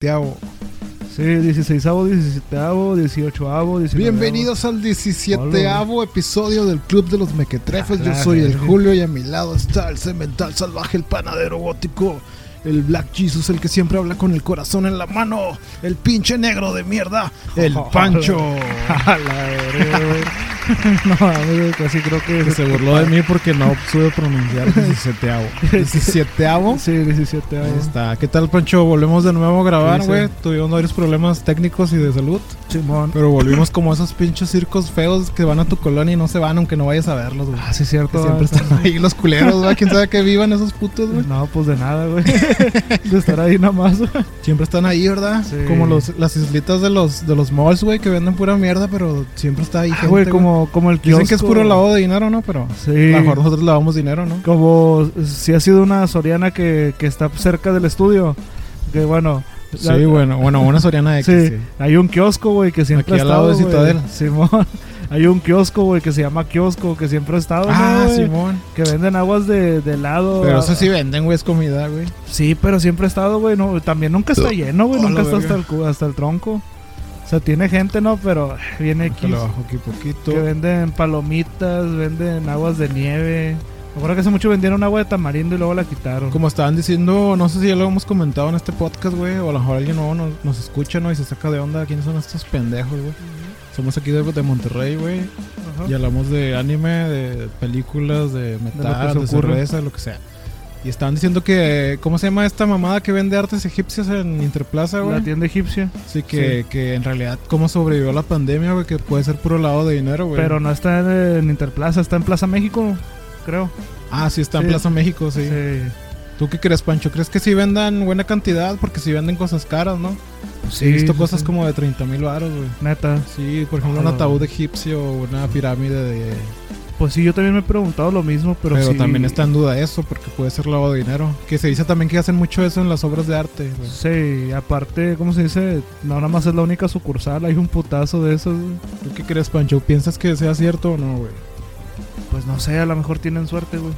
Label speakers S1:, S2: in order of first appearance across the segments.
S1: 17avo.
S2: Sí, 16avo, 17avo, 18avo, 19avo.
S1: Bienvenidos al 17avo episodio del Club de los Mequetrefes. Yo
S2: Ah,
S1: soy el
S2: claro.
S1: Julio y a mi lado está el cemental salvaje, el panadero gótico, el Black Jesus, el que siempre habla con el corazón en la mano, el pinche negro de mierda, el Pancho.
S2: A la verga, güey. No, mames, casi creo que...
S3: Que se burló de mí porque no supe pronunciar 17avo. 17avo.
S2: Sí, 17
S3: Ahí
S2: años.
S3: está. ¿Qué tal, Pancho? Volvemos de nuevo a grabar,
S2: Sí, sí.
S3: güey. Tuvimos varios problemas técnicos y de salud.
S2: Simón.
S3: Pero volvimos como esos pinches circos feos que van a tu colonia y no se van aunque no vayas a verlos, güey.
S2: Ah, sí, es
S3: Que
S2: cierto.
S3: siempre
S2: ah,
S3: están ahí los culeros, güey. ¿Quién sabe que vivan esos putos, güey?
S2: No, pues de nada, güey. De estar ahí nada más.
S3: Siempre están ahí, ¿verdad?
S2: Sí.
S3: Como los, las islitas de los, de los malls, güey, que venden pura mierda, pero siempre está ahí
S2: Ah,
S3: gente,
S2: Güey,
S3: güey.
S2: como, como el kiosco.
S3: Dicen que es puro lavado de dinero, ¿no? Pero
S2: Sí.
S3: a lo mejor nosotros lavamos dinero, ¿no?
S2: Como si ha sido una soriana que, que está cerca del estudio. Que bueno. la-
S3: Sí, bueno, bueno, una Soriana X,
S2: Sí,
S3: sí.
S2: hay un kiosco, güey, que siempre
S3: Aquí
S2: ha
S3: al lado
S2: estado.
S3: de
S2: güey.
S3: Citadel.
S2: Simón. Hay un kiosco, güey, que se llama kiosco, que siempre ha estado.
S3: Ah,
S2: ¿no, güey?
S3: Simón.
S2: Que venden aguas de, de helado.
S3: Pero
S2: ah,
S3: eso sí venden, güey, es comida, güey.
S2: Sí, pero siempre ha estado, güey. No, también nunca está lleno, güey.
S3: Oh, la
S2: nunca está hasta
S3: verga.
S2: el, cu- hasta el tronco. O sea, tiene gente, ¿no? Pero eh, viene
S3: Te
S2: aquí.
S3: lo bajo aquí poquito.
S2: Que venden palomitas, venden aguas de nieve. Me acuerdo que hace mucho vendieron agua de tamarindo y luego la quitaron.
S3: Como estaban diciendo, no sé si ya lo hemos comentado en este podcast, güey, o a lo mejor alguien nuevo nos, nos escucha, ¿no? Y se saca de onda, ¿quiénes son estos pendejos, güey? Somos aquí de, de Monterrey, güey,
S2: Ajá.
S3: y hablamos de anime, de películas, de metal,
S2: se
S3: de,
S2: ocurra.
S3: cerveza, lo que sea. Y estaban diciendo que, ¿cómo se llama esta mamada que vende artes egipcias en Interplaza,
S2: La
S3: güey?
S2: tienda egipcia.
S3: Sí, que, que en realidad, ¿cómo sobrevivió la pandemia, güey? Que puede ser puro lavado de dinero, güey.
S2: Pero no está en, en Interplaza, está en Plaza México, creo.
S3: Ah, sí, está en
S2: Sí.
S3: Plaza México, sí. ¿Tú qué crees, Pancho? ¿Crees que sí vendan buena cantidad? Porque sí venden cosas caras, ¿no?
S2: Sí,
S3: He visto
S2: sí,
S3: cosas
S2: sí. Ah.
S3: como de 30 mil baros, güey.
S2: Neta.
S3: Sí, por ejemplo,
S2: Ojalá.
S3: un ataúd egipcio o una pirámide de...
S2: Pues sí, yo también me he preguntado lo mismo, pero,
S3: Pero,
S2: sí-
S3: también está en duda eso, porque puede ser lavado de dinero. Que se dice también que hacen mucho eso en las obras de arte. güey.
S2: Sí, aparte, ¿cómo se dice? No, nada más es la única sucursal, hay un putazo de esos. güey.
S3: ¿Tú qué crees, Pancho? ¿Piensas que sea cierto o no, güey?
S2: Pues no sé, a lo mejor tienen suerte, güey.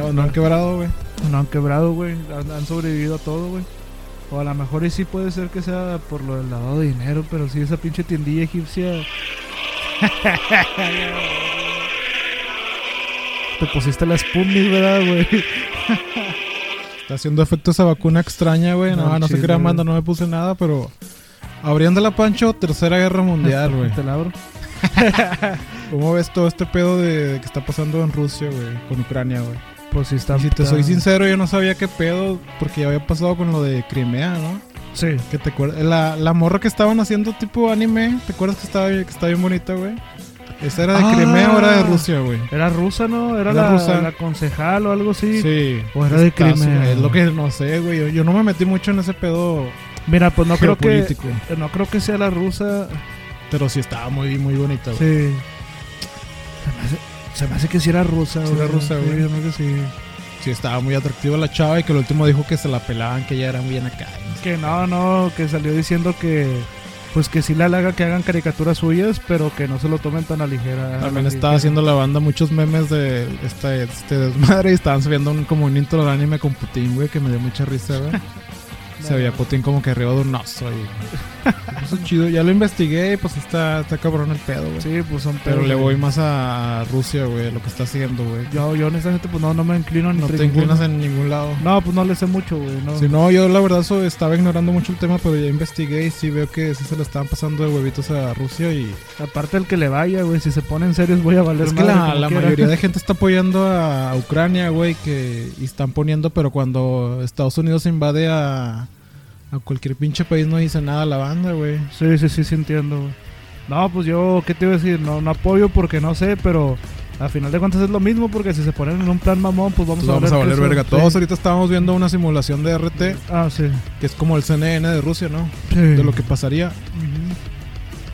S3: ¿O no han quebrado, güey?
S2: No han quebrado, güey. Han, han sobrevivido a todo, güey. O a lo mejor y sí puede ser que sea por lo del lavado de dinero, pero sí esa pinche tiendilla egipcia. Te pusiste la Sputnik, ¿verdad, güey?
S3: Está haciendo efecto esa vacuna extraña, güey. No, no,
S2: No, chis,
S3: sé qué era,
S2: güey.
S3: manda, no me puse nada, pero... Abriendo la Pancho, Tercera Guerra Mundial, güey.
S2: Te la abro.
S3: ¿Cómo ves todo este pedo de, de que está pasando en Rusia, güey? Con Ucrania, güey.
S2: Pues sí está.
S3: Y si te
S2: está-
S3: soy sincero, yo no sabía qué pedo, porque ya había pasado con lo de Crimea, ¿no?
S2: Sí.
S3: Que te acuerdas, la, la morra que estaban haciendo tipo anime, ¿te acuerdas que estaba, bien- que estaba bien bonita, güey? Esa era de
S2: Ah.
S3: Crimea o era de Rusia, güey.
S2: Era rusa, ¿no? Era,
S3: Era
S2: la,
S3: rusa.
S2: la concejal o algo así.
S3: Sí.
S2: O era de
S3: Estás,
S2: Crimea.
S3: güey, Es lo que no sé, güey. Yo, yo no me metí mucho en ese pedo
S2: Mira, pues no creo que.
S3: geopolítico.
S2: No creo que sea la rusa.
S3: Pero sí estaba muy, muy bonita, güey.
S2: Sí. Se me hace, se me hace que sí era rusa,
S3: Sí era rusa,
S2: Sí,
S3: güey.
S2: se me hace que sí.
S3: Sí. estaba muy atractiva la chava y que el último dijo que se la pelaban, que ella era muy bien acá. ¿no?
S2: Que no, no, que salió diciendo que pues que sí la halaga que hagan caricaturas suyas, pero que no se lo tomen tan a ligera.
S3: También
S2: Así
S3: estaba
S2: que-
S3: haciendo la banda muchos memes de esta, este desmadre y estaban subiendo un, como un intro de anime con Putin, güey, que me dio mucha risa, güey. Se veía Putin como que arriba de un oso ahí. güey. Eso es chido, ya lo investigué y pues está, está cabrón el pedo, güey.
S2: Sí, pues son
S3: Pero
S2: pedos,
S3: le
S2: güey.
S3: voy más a Rusia, güey, lo que está haciendo, güey.
S2: Yo, yo honestamente, pues no, no me inclino ni
S3: No te
S2: inclino.
S3: inclinas en ningún lado.
S2: No, pues no le sé mucho, güey. No.
S3: Si no, yo la verdad so- estaba ignorando mucho el tema, pero ya investigué y sí veo que sí se le estaban pasando de huevitos a Rusia y...
S2: Aparte el que le vaya, güey, si se ponen serios voy a valer
S3: Pues Es que
S2: madre
S3: la,
S2: como
S3: la
S2: quiera.
S3: mayoría de gente está apoyando a Ucrania, güey, que y están poniendo, pero cuando Estados Unidos invade a, a cualquier pinche país no dice nada la banda, güey.
S2: Sí, sí, sí, sí entiendo, güey. No, pues yo, ¿qué te iba a decir? No, no apoyo porque no sé, pero a final de cuentas es lo mismo porque si se ponen en un plan mamón, pues vamos
S3: Entonces vamos
S2: a
S3: a
S2: valer
S3: valer
S2: queso.
S3: verga. Todos
S2: Sí.
S3: ahorita estábamos viendo una simulación de RT,
S2: Ah, sí.
S3: que es como el CNN de Rusia, ¿no?
S2: sí.
S3: De lo que pasaría.
S2: Ujú.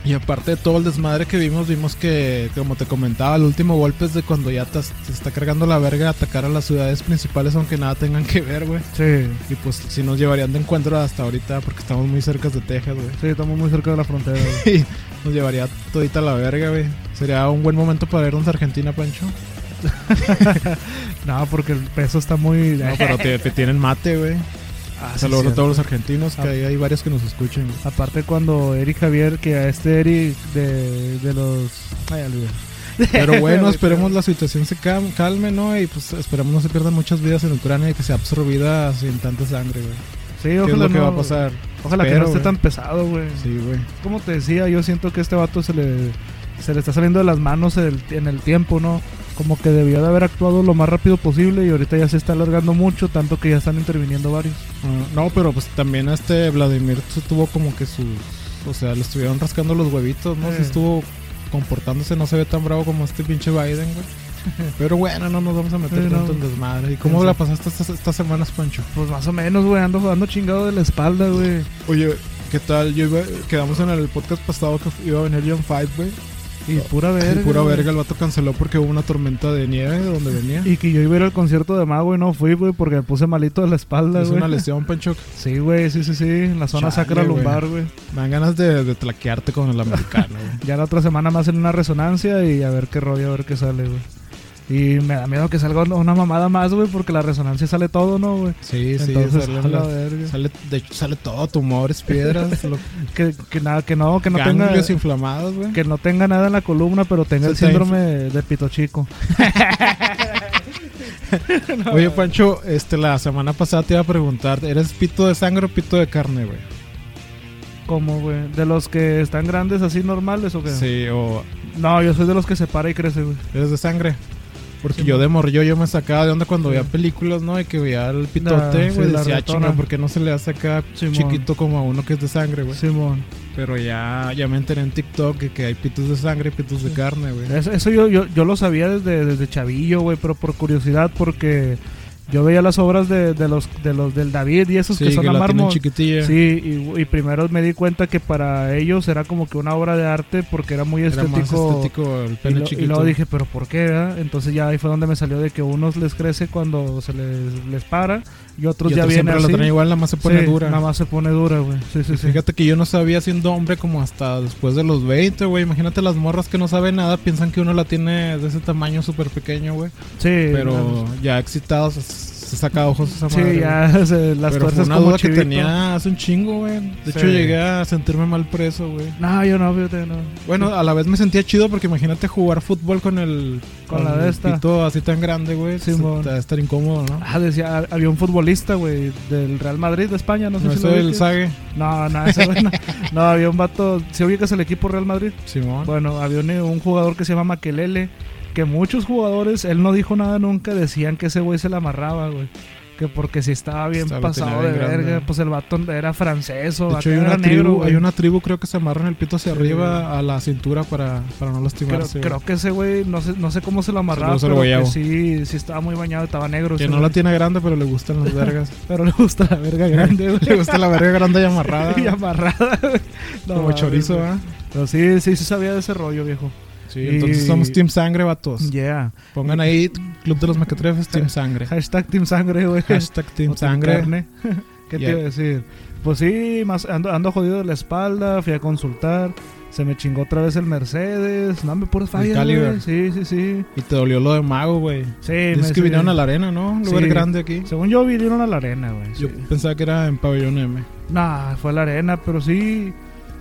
S3: Y aparte de todo el desmadre que vimos, vimos que, como te comentaba, el último golpe es de cuando ya te, te está cargando la verga atacar a las ciudades principales, aunque nada tengan que ver, güey.
S2: Sí.
S3: Y pues si nos llevarían de encuentro hasta ahorita, porque estamos muy cerca de Texas, güey.
S2: Sí, estamos muy cerca de la frontera. güey.
S3: Y nos llevaría todita la verga, güey. Sería un buen momento para irnos a Argentina, Pancho.
S2: no, porque el peso está muy.
S3: No, pero te, te tienen mate, güey.
S2: Ah,
S3: Saludos
S2: sí,
S3: a todos
S2: cierto.
S3: los argentinos, que
S2: Ah.
S3: ahí hay varios que nos escuchan. güey.
S2: Aparte cuando Eric Javier, que a este Eric de, de los... Ay, olvidé.
S3: Pero bueno, esperemos la situación se cam- calme, ¿no? Y pues esperemos no se pierdan muchas vidas en Ucrania y que sea absorbida sin tanta sangre, güey.
S2: Sí,
S3: ¿Qué
S2: ojalá
S3: es lo que
S2: no-
S3: va a pasar?
S2: Ojalá que
S3: Espero,
S2: no esté
S3: güey.
S2: tan pesado, güey.
S3: Sí, güey.
S2: Como te decía, yo siento que este vato se le, se le está saliendo de las manos el- en el tiempo, ¿no? Como que debió de haber actuado lo más rápido posible y ahorita ya se está alargando mucho, tanto que ya están interviniendo varios.
S3: Ah, no, pero pues también este Vladimir su- tuvo como que sus... O sea, le estuvieron rascando los huevitos, ¿no?
S2: Eh.
S3: Se estuvo comportándose, no se ve tan bravo como este pinche Biden, güey. Pero bueno, no nos vamos a meter
S2: Sí, no.
S3: tanto en desmadre. ¿Y cómo
S2: Sí.
S3: la pasaste estas, estas semanas, Pancho?
S2: Pues más o menos, güey, ando, ando chingado de la espalda, güey.
S3: Oye, ¿qué tal? Yo iba- quedamos en el podcast pasado que iba a venir John Five, güey.
S2: Y pura verga.
S3: Y pura
S2: güey.
S3: verga, el vato canceló porque hubo una tormenta de nieve de donde venía.
S2: Y que yo iba a ir al concierto de Mago y no fui, güey, porque me puse malito de la espalda,
S3: Es
S2: güey.
S3: una lesión, Pancho.
S2: Sí, güey, sí, sí, sí. En la zona
S3: Chale,
S2: sacra
S3: güey.
S2: lumbar, güey.
S3: Me dan ganas de, de tlaquearte con el americano, güey.
S2: Ya la otra semana más en una resonancia y a ver qué rollo, a ver qué sale, güey. Y me da miedo que salga una mamada más, güey, porque la resonancia sale todo, ¿no, güey?
S3: Sí, sí,
S2: Entonces,
S3: salen
S2: a la
S3: las-
S2: verga.
S3: sale, de hecho, sale todo, tumores, piedras, lo,
S2: Que, que nada, que no, que no tenga...
S3: ganglios inflamados, güey.
S2: Que no tenga nada en la columna, pero tenga
S3: Se
S2: el
S3: te
S2: síndrome de pito chico.
S3: Oye, Pancho, este, la semana pasada te iba a preguntar, ¿eres pito de sangre o pito de carne, güey?
S2: Como, güey. De los que están grandes así normales o qué.
S3: Sí, o
S2: No, yo soy de los que se para y crece, güey.
S3: eres de sangre. Porque
S2: Sí,
S3: yo de morrillo yo me sacaba de onda cuando
S2: Sí.
S3: veía películas, ¿no? Y que veía el pitote,
S2: sí,
S3: güey.
S2: la
S3: decía,
S2: ratona.
S3: chinga, ¿por qué no se le hace acá
S2: Simón.
S3: chiquito como a uno que es de sangre, güey?
S2: Simón.
S3: Pero ya, ya me enteré en TikTok que, que hay pitos de sangre y pitos de carne, güey.
S2: Eso, eso yo, yo, yo lo sabía desde, desde chavillo, güey, pero por curiosidad, porque yo veía las obras de, de los, de los del David y esos
S3: Sí,
S2: que son
S3: que
S2: a
S3: la tienen
S2: mármol.
S3: chiquitilla.
S2: Sí, y, y primero me di cuenta que para ellos era como que una obra de arte porque era muy
S3: Era más
S2: estético.
S3: estético el
S2: y,
S3: pene
S2: lo- y
S3: chiquito.
S2: luego dije, pero ¿por qué? verdad? Entonces ya ahí fue donde me salió de que unos les crece cuando se les, les para y otros
S3: Y
S2: ya
S3: otro
S2: vienen
S3: siempre lo
S2: así.
S3: traen igual, nada más se pone
S2: Sí,
S3: dura.
S2: Nada más se pone dura, güey. Sí, sí, sí.
S3: Fíjate que yo no sabía siendo hombre como hasta después de los 20, güey. Imagínate las morras que no saben nada, piensan que uno la tiene de ese tamaño súper pequeño, güey.
S2: Sí,
S3: Pero ya excitados se, se saca ojos esa madre.
S2: sí, ya se- las
S3: Pero fue
S2: fuerzas
S3: una
S2: como
S3: duda que
S2: chivito.
S3: tenía hace un chingo, güey. De
S2: Sí.
S3: hecho, llegué a sentirme mal por eso, güey.
S2: No, yo no, fíjate, no.
S3: Bueno, a la vez me sentía chido porque imagínate jugar fútbol con el
S2: Con la de
S3: el
S2: esta.
S3: pito así tan grande, güey. Sí,
S2: Simón.
S3: estar incómodo, ¿no?
S2: Ah, decía, ha- había un futbolista, güey, del Real Madrid de España, no sé
S3: No,
S2: si
S3: eso
S2: pues lo
S3: del
S2: ubicas.
S3: Sague,
S2: No, no, ese güey no. No, había un vato, ¿se ubicas el equipo Real Madrid?
S3: Simón.
S2: Bueno, había un, un jugador que se llama Maquelele, que muchos jugadores, él no dijo nada nunca, decían que ese güey se la amarraba, güey. Que porque si estaba bien
S3: Estaba- lo tenía
S2: pasado de
S3: bien grande.
S2: verga, pues el vato era francés o
S3: de hecho, hay
S2: acá
S3: una,
S2: era
S3: tribu,
S2: negro, güey.
S3: hay una tribu, creo que se amarran el pito hacia
S2: Sí.
S3: arriba a la cintura para, para no
S2: Creo,
S3: lastimarse. güey.
S2: creo que ese güey, no sé, no sé cómo se lo amarraba,
S3: Saludos al
S2: pero que
S3: guayabo.
S2: sí, sí estaba muy bañado, estaba negro.
S3: que
S2: ese
S3: no
S2: güey.
S3: la tiene grande, pero le gustan las vergas.
S2: Pero le gusta la verga grande, güey.
S3: le gusta la verga grande y amarrada.
S2: y amarrada. güey. No
S3: Ah. como
S2: mames,
S3: chorizo,
S2: güey.
S3: ¿ah?
S2: Pero sí, sí, sí sabía de ese rollo, viejo.
S3: Sí,
S2: Y-
S3: entonces somos Team Sangre, vatos.
S2: Yeah.
S3: Pongan ahí Club de los Mecatrefes, Team Sangre.
S2: Hashtag Team Sangre, güey.
S3: Hashtag
S2: O
S3: Team Sangre.
S2: Carne. ¿Qué
S3: Yeah.
S2: te iba a decir? Pues sí, más, ando, ando jodido de la espalda, fui a consultar. Se me chingó otra vez el Mercedes. No, me puras fallas,
S3: Caliber.
S2: güey. Sí, sí, sí.
S3: Y te dolió lo de mago, güey.
S2: Sí,
S3: Dices
S2: me-
S3: que
S2: sí.
S3: vinieron a la arena, ¿no? Un lugar
S2: Sí.
S3: grande aquí.
S2: Según yo, vinieron a la arena, güey.
S3: Yo
S2: sí.
S3: pensaba que era en Pabellón M.
S2: Nah, fue a la arena, pero sí.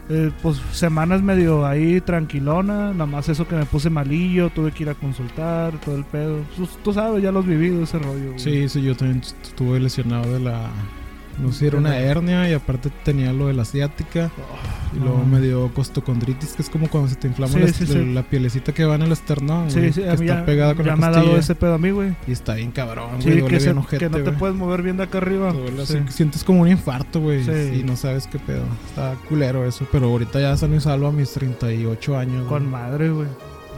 S2: eh, pues semanas medio ahí tranquilona, nada más eso que me puse malillo, tuve que ir a consultar, todo el pedo. Tú, tú sabes, ya los vivido ese rollo. güey.
S3: Sí, sí, yo también est- estuve lesionado de la. No sé, era
S2: De
S3: una
S2: la-
S3: hernia y aparte tenía lo de la asiática. Y luego
S2: Ah.
S3: me dio costocondritis, que es como cuando se te inflama
S2: Sí,
S3: la,
S2: sí, sí.
S3: la pielecita que va en el esternón.
S2: Sí,
S3: güey,
S2: sí,
S3: que
S2: a mí
S3: está
S2: ya,
S3: pegada con
S2: ya
S3: la
S2: me ha
S3: costilla.
S2: dado ese pedo a mí, güey.
S3: Y está bien cabrón,
S2: Sí,
S3: güey. duele
S2: que, se-
S3: bien ojete,
S2: que no te
S3: güey.
S2: puedes mover bien de acá arriba.
S3: Duele así,
S2: Sí.
S3: que Sientes como un infarto, güey.
S2: Sí.
S3: Y no sabes qué pedo. Está culero eso. Pero ahorita ya sano y salvo a mis 38 años.
S2: Con
S3: güey,
S2: madre, güey.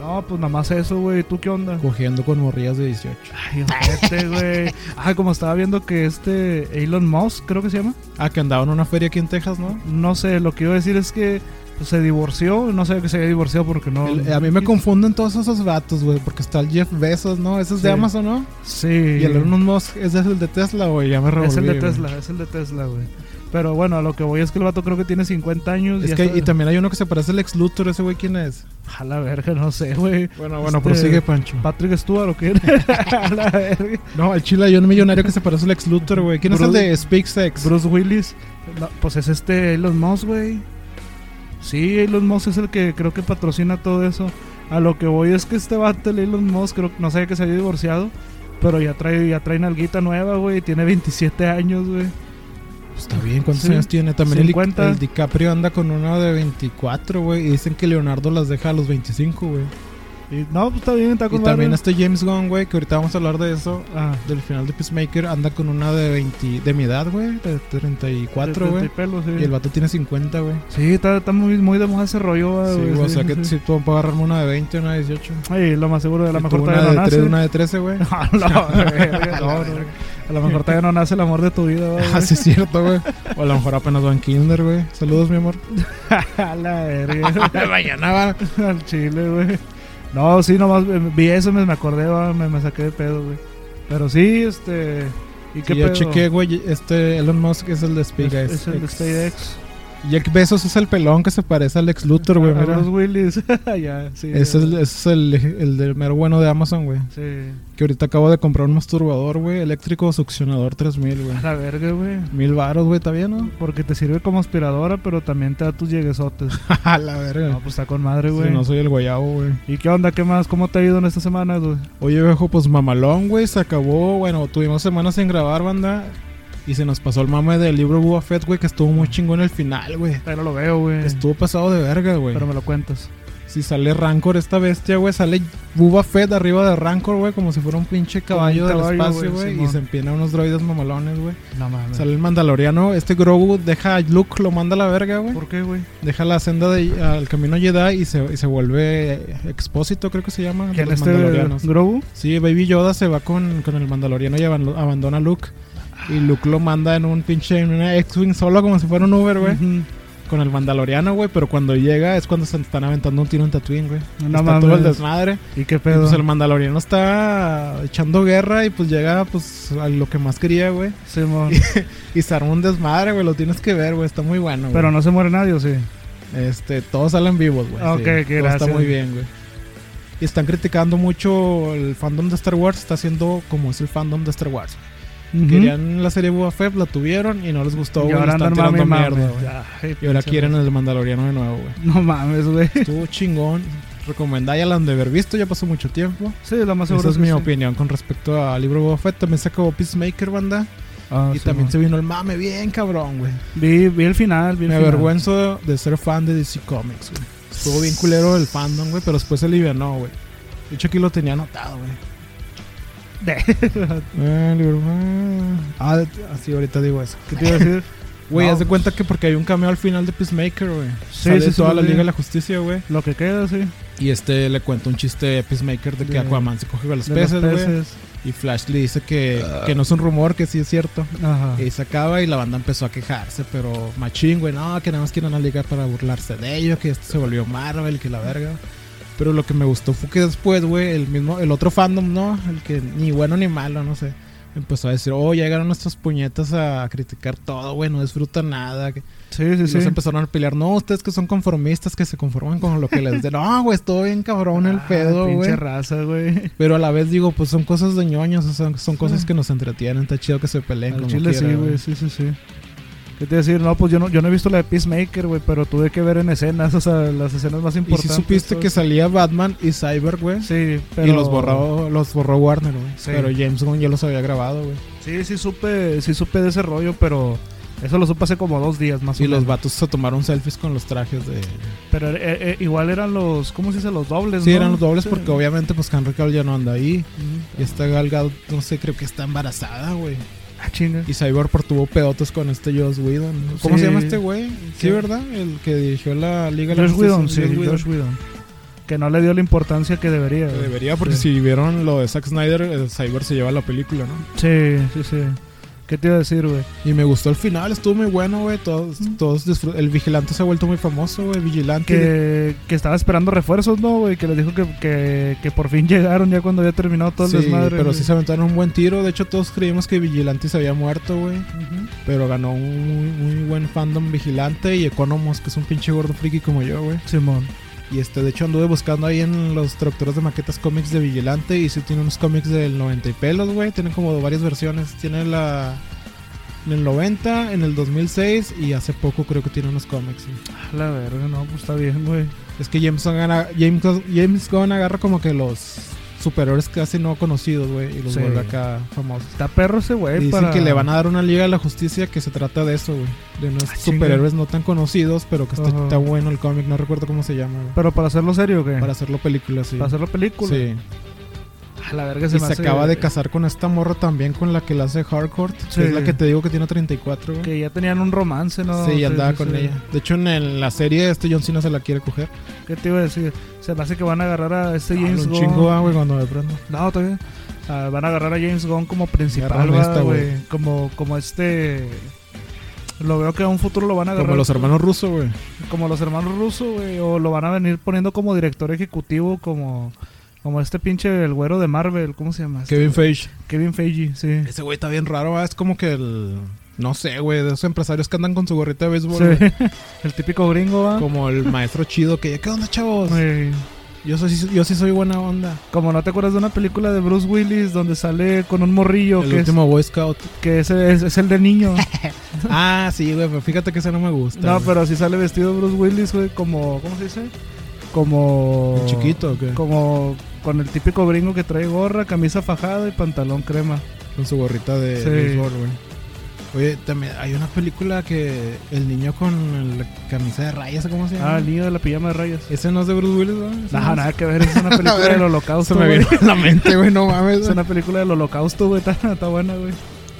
S2: No, pues nada más eso, güey. ¿Tú qué onda?
S3: Cogiendo con morrillas de 18.
S2: Ay, ojete, güey. Ah, como estaba viendo que este Elon Musk, creo que se llama.
S3: Ah, que andaba en una feria aquí en Texas, ¿no?
S2: No sé, lo que iba a decir es que se divorció, no sé que se había divorciado porque no.
S3: El- eh, a mí me confunden todos esos vatos, güey, porque está el Jeff Bezos, ¿no? Ese es de
S2: Sí.
S3: Amazon, ¿no?
S2: Sí.
S3: Y el Elon Musk es el de Tesla, güey, ya me revolví.
S2: es el de
S3: güey.
S2: Tesla, es el de Tesla, güey. Pero bueno, a lo que voy es que el vato creo que tiene 50 años.
S3: Es
S2: ya
S3: que
S2: está-
S3: y también hay uno que se parece al ex Luthor, ese güey quién es? Este,
S2: A la verga, no sé, güey.
S3: Bueno,
S2: bueno,
S3: bueno,
S2: prosigue,
S3: prosigue Pancho.
S2: Patrick Stewart o qué. a la verga.
S3: No, al Chile hay un millonario que se parece al ex Luthor, güey. ¿Quién es el
S2: Bruce-
S3: de SpaceX?
S2: Bruce Willis. No, pues es este Elon Musk, güey. Sí, Elon Musk es el que creo que patrocina todo eso. A lo que voy es que este vato, el Elon Musk, creo, no sabía que se había divorciado. Pero ya trae, ya trae nalguita nueva, güey. Tiene 27 años, güey.
S3: Está bien, ¿cuántos
S2: Sí.
S3: años tiene? También el-
S2: 50.
S3: El, DiCaprio anda con una de 24, güey. Y dicen que Leonardo las deja a los 25, güey.
S2: Y, no, pues está bien, está
S3: Y
S2: con
S3: también
S2: madre.
S3: este James Gunn, güey, que ahorita vamos a hablar de eso.
S2: Ah,
S3: Del final de Peacemaker anda con una de 20, de mi edad, güey. De 34,
S2: de- de- de
S3: güey.
S2: pelo, sí.
S3: Y el vato tiene 50, güey.
S2: Sí, está, está muy, muy de moda ese rollo.
S3: Sí,
S2: Ah, güey,
S3: güey, o
S2: sí,
S3: sea que
S2: sí.
S3: si tú vas a agarrarme una de 20, una de 18.
S2: Ay, lo más seguro, de la
S3: Y tú
S2: mejor
S3: una
S2: todavía
S3: de
S2: no nace.
S3: 3, una de 13, güey.
S2: A la verga, no, no. A lo mejor todavía no nace el amor de tu vida, güey.
S3: Ah, sí, es cierto, güey. O a lo mejor apenas van kinder, güey. Saludos, mi amor.
S2: A la verga.
S3: Mañana va.
S2: Al chile, güey. No, sí, nomás eh, vi eso, me, me acordé, va, me, me saqué de pedo, güey. Pero sí, este. ¿Y qué
S3: Y
S2: pedo?
S3: yo chequé, güey, este Elon Musk es el de
S2: Es,
S3: SpaceX.
S2: es el de SpaceX.
S3: Jack Bezos es el pelón que se parece al ex Luthor, güey,
S2: A- a
S3: mira.
S2: Bruce Willis. ya, sí.
S3: Ese es, el- ese es el, el del mero bueno de Amazon, güey.
S2: Sí.
S3: Que ahorita acabo de comprar un masturbador, güey, eléctrico succionador 3000, güey.
S2: A la verga, güey.
S3: Mil varos, güey, ¿está bien, no?
S2: Porque te sirve como aspiradora, pero también te da tus lleguesotes.
S3: A la verga.
S2: No, pues está con madre, güey.
S3: Sí, no soy el guayabo, güey.
S2: ¿Y qué onda? ¿Qué más? ¿Cómo te ha ido en esta semana, güey?
S3: Oye, viejo, pues mamalón, güey, se acabó. Bueno, tuvimos semanas sin grabar, banda. Y se nos pasó el mame del libro Boba Fett, güey, que estuvo muy chingón el final, güey.
S2: Ahí no lo veo, güey.
S3: Estuvo pasado de verga, güey.
S2: Pero me lo cuentas.
S3: Si sale Rancor esta bestia, güey, sale Boba Fett arriba de Rancor, güey, como si fuera un pinche caballo,
S2: Como un
S3: del
S2: caballo,
S3: espacio,
S2: güey,
S3: güey. Y
S2: Simón.
S3: se empiena unos droides mamalones, güey.
S2: No mames.
S3: Sale el Mandaloriano, este Grogu deja a Luke, lo manda a la verga, güey.
S2: ¿Por qué, güey?
S3: Deja la senda de- al camino Jedi y se, y se vuelve eh, expósito, creo que se llama. de
S2: ¿Quién
S3: los
S2: este
S3: Mandalorianos.
S2: Grogu?
S3: Sí, Baby Yoda se va con, con el Mandaloriano y aban- abandona a Luke. Y Luke lo manda en un pinche, en una X-Wing solo como si fuera un Uber, güey.
S2: Ujú.
S3: Con el Mandaloriano, güey. Pero cuando llega es cuando se están aventando un tiro en Tatooine, güey.
S2: No
S3: está todo el
S2: mames.
S3: desmadre.
S2: ¿Y qué
S3: Y,
S2: pedo?
S3: pues el Mandaloriano está echando guerra y pues llega pues a lo que más quería, güey.
S2: Simón.
S3: Y se arma un desmadre, güey. Lo tienes que ver, güey. Está muy bueno, güey.
S2: Pero no se muere nadie, ¿o sí?
S3: Este, todos salen vivos, güey.
S2: Ah,
S3: sí.
S2: ok, ok,
S3: Todo Está
S2: gracias.
S3: muy bien, güey. Y están criticando mucho el fandom de Star Wars. Está haciendo como es el fandom de Star Wars.
S2: Ujú.
S3: Querían la serie Boba Fett, la tuvieron y no les gustó,
S2: Y
S3: güey.
S2: ahora
S3: le están
S2: andan
S3: tirando
S2: mami mami.
S3: mierda, güey.
S2: Ay,
S3: Y ahora
S2: pinche
S3: quieren el Mandaloriano de nuevo, güey.
S2: madre. No mames, güey.
S3: Estuvo chingón. Recomendá ya la han de haber visto, ya pasó mucho tiempo.
S2: Sí, lo más seguro
S3: Esa es
S2: que
S3: mi
S2: sí.
S3: opinión con respecto al libro Boba Fett. También se acabó Peacemaker, banda.
S2: Ah,
S3: y
S2: sí,
S3: también
S2: mo.
S3: se vino el mame bien cabrón, güey.
S2: Vi, vi el final, vi el
S3: Me
S2: final.
S3: avergüenzo de ser fan de DC Comics, güey. Estuvo bien culero el fandom, güey, pero después se alivianó, güey. De hecho, aquí lo tenía anotado, güey. Eh, libro- Ah, así ahorita digo eso.
S2: ¿Qué te iba a decir?
S3: Güey,
S2: No,
S3: haz de
S2: pues-
S3: cuenta que porque hay un cameo al final de Peacemaker, güey.
S2: Sí,
S3: Sale
S2: sí, sí,
S3: toda
S2: lo
S3: la
S2: vi.
S3: Liga de la Justicia, güey.
S2: Lo que queda, sí.
S3: Y este le cuenta un chiste de Peacemaker de que
S2: De-
S3: Aquaman se coge a los
S2: De los
S3: peces, Ah. güey.
S2: peces.
S3: Y Flash le dice que, que no es un rumor, que sí es cierto.
S2: Ajá.
S3: Y se acaba y la banda empezó a quejarse, pero machín, güey, no, que nada más quieren a ligar para burlarse de ellos, que esto se volvió Marvel, que la verga. Pero lo que me gustó fue que después, güey, el mismo, el otro fandom, ¿no? El que ni bueno ni malo, no sé. Empezó a decir, oh, llegaron nuestras puñetas a criticar todo, güey, no disfrutan nada. que-
S2: Sí,
S3: Y
S2: sí,
S3: se
S2: sí.
S3: empezaron a pelear, no, ustedes que son conformistas, que se conforman con lo que les den. No, güey, estuvo bien cabrón el
S2: Ah,
S3: pedo, güey.
S2: Pinche raza, güey.
S3: Pero a la vez digo, pues son cosas de ñoños, o sea, son cosas que nos entretienen, está chido que se peleen.
S2: Al
S3: como
S2: chile
S3: quiera,
S2: sí,
S3: güey.
S2: güey, sí, sí, sí. ¿Qué te iba a decir? No, pues yo no, yo no he visto la de Peacemaker, güey, pero tuve que ver en escenas, o sea, las escenas más
S3: Y si
S2: importantes.
S3: supiste que
S2: ¿sabes?
S3: salía Batman y Cyber, güey.
S2: Sí, pero...
S3: Y los borró, los borró Warner, güey.
S2: Sí.
S3: Pero James Gunn ya los había grabado, güey.
S2: Sí, sí supe, sí supe de ese rollo, pero eso lo supe hace como dos días más o
S3: Y
S2: menos.
S3: los vatos se tomaron selfies con los trajes de.
S2: Pero eh, eh, igual eran los, ¿cómo se dice? Los
S3: Sí,
S2: dobles, Pues ¿no?
S3: eran los dobles
S2: Sí. Mm.
S3: porque obviamente, pues Henry Cavill ya no anda ahí.
S2: Ujú.
S3: Y esta Gal Gadot, no sé, creo que está embarazada, güey.
S2: Ah, chinga.
S3: Y Cyborg por tuvo pedotes con este Joss Whedon. ¿no? ¿Cómo
S2: Sí.
S3: se llama este güey?
S2: Sí.
S3: Sí, ¿verdad? El que dirigió la Liga de la
S2: Josh
S3: Justicia,
S2: Whedon, sí,
S3: Joss Whedon.
S2: Josh Whedon. Que no le dio la importancia que debería,
S3: Que
S2: güey.
S3: Debería, porque
S2: Sí.
S3: si vieron lo de Zack Snyder, el Cyborg se lleva la película, ¿no?
S2: Sí, sí, sí. ¿Qué te iba a decir, güey?
S3: Y me gustó el final, estuvo muy bueno, güey. Todos, todos disfrut- El vigilante se ha vuelto muy famoso, güey. Vigilante.
S2: Que, que estaba esperando refuerzos, ¿no, güey? Que les dijo que, que, que por fin llegaron ya cuando había terminado todo el
S3: Sí,
S2: desmadre.
S3: pero
S2: güey.
S3: sí se aventaron un buen tiro. De hecho, todos creímos que Vigilante se había muerto, güey.
S2: Ujú.
S3: Pero ganó un muy, muy buen fandom Vigilante y Economos, que es un pinche gordo friki como yo, güey.
S2: Simón.
S3: Y este, de hecho, anduve buscando ahí en los tractores de maquetas cómics de Vigilante. Y sí tiene unos cómics del 90 y pelos, güey. Tienen como varias versiones. Tiene la. En el 90, en el 2006 y hace poco creo que tiene unos cómics. güey.
S2: A la verga, no, pues está bien, güey.
S3: Es que James Gunn, aga- James, Gunn- James Gunn agarra como que los superhéroes casi no conocidos, güey, y los
S2: Sí.
S3: vuelve acá famosos.
S2: Está perro ese güey
S3: Y Dicen
S2: para...
S3: que le van a dar una Liga de la Justicia que se trata de eso, güey. De unos
S2: Ah, chinga.
S3: superhéroes no tan conocidos, pero que está,
S2: Ajá.
S3: está bueno el cómic, no recuerdo cómo se llama, güey.
S2: Pero para hacerlo serio, ¿qué?
S3: Para
S2: Para,
S3: hacerlo película, sí.
S2: hacerlo película.
S3: Sí.
S2: A la verga se
S3: Y
S2: me
S3: se
S2: hace-
S3: acaba de casar con esta morra también, con la que la hace Hardcore.
S2: Sí.
S3: Que es la que te digo que tiene 34, güey.
S2: Que ya tenían un romance, ¿no?
S3: sí, andaba con
S2: sí.
S3: ella. De hecho, en el- la serie este John Cena se la quiere coger.
S2: ¿Qué te iba a decir? Se me hace que van a agarrar a este
S3: Habla
S2: James
S3: un
S2: Gunn.
S3: chingo, ah, güey, cuando me prendo.
S2: No, todavía. Ah, van a agarrar a James Gunn como principal,
S3: Agarran
S2: va,
S3: esta, güey.
S2: güey. Como, como este. Lo veo que a un futuro lo van a agarrar.
S3: Como los hermanos rusos, güey.
S2: como los hermanos rusos, güey. O lo van a venir poniendo como director ejecutivo, como. Como este pinche el güero de Marvel, ¿cómo se llama? Este,
S3: Kevin Feige.
S2: Kevin Feige, sí.
S3: Este, Ese güey está bien raro, ah, es como que el. No sé, güey, de esos empresarios que andan con su gorrita de béisbol.
S2: Sí.
S3: güey.
S2: el típico gringo, va.
S3: Como el maestro chido que, ¿qué onda, chavos?
S2: Güey.
S3: Yo, soy, yo sí soy buena onda.
S2: Como no te acuerdas de una película de Bruce Willis donde sale con un morrillo
S3: el
S2: que,
S3: último Boy Scout.
S2: es, que ese es, es el de niño.
S3: ah, sí, güey, pero fíjate que ese no me gusta.
S2: no,
S3: güey.
S2: pero si sale vestido Bruce Willis, güey, como. ¿Cómo se dice? Como.
S3: ¿El chiquito, o qué?
S2: Como con el típico gringo que trae gorra, camisa fajada y pantalón crema.
S3: Con su gorrita de
S2: Sí.
S3: béisbol, güey. Oye, también hay una película que el niño con la camisa de rayas, ¿cómo se llama?
S2: Ah, el niño de la pijama de rayas.
S3: Ese no es de Bruce Willis, ¿no? Ese
S2: Nah,
S3: no
S2: nada que ver, es una película
S3: ver,
S2: del
S3: es- Se
S2: holocausto.
S3: me
S2: güey.
S3: vino a la mente, güey, no mames.
S2: Es una película del holocausto, güey, está, está buena, güey.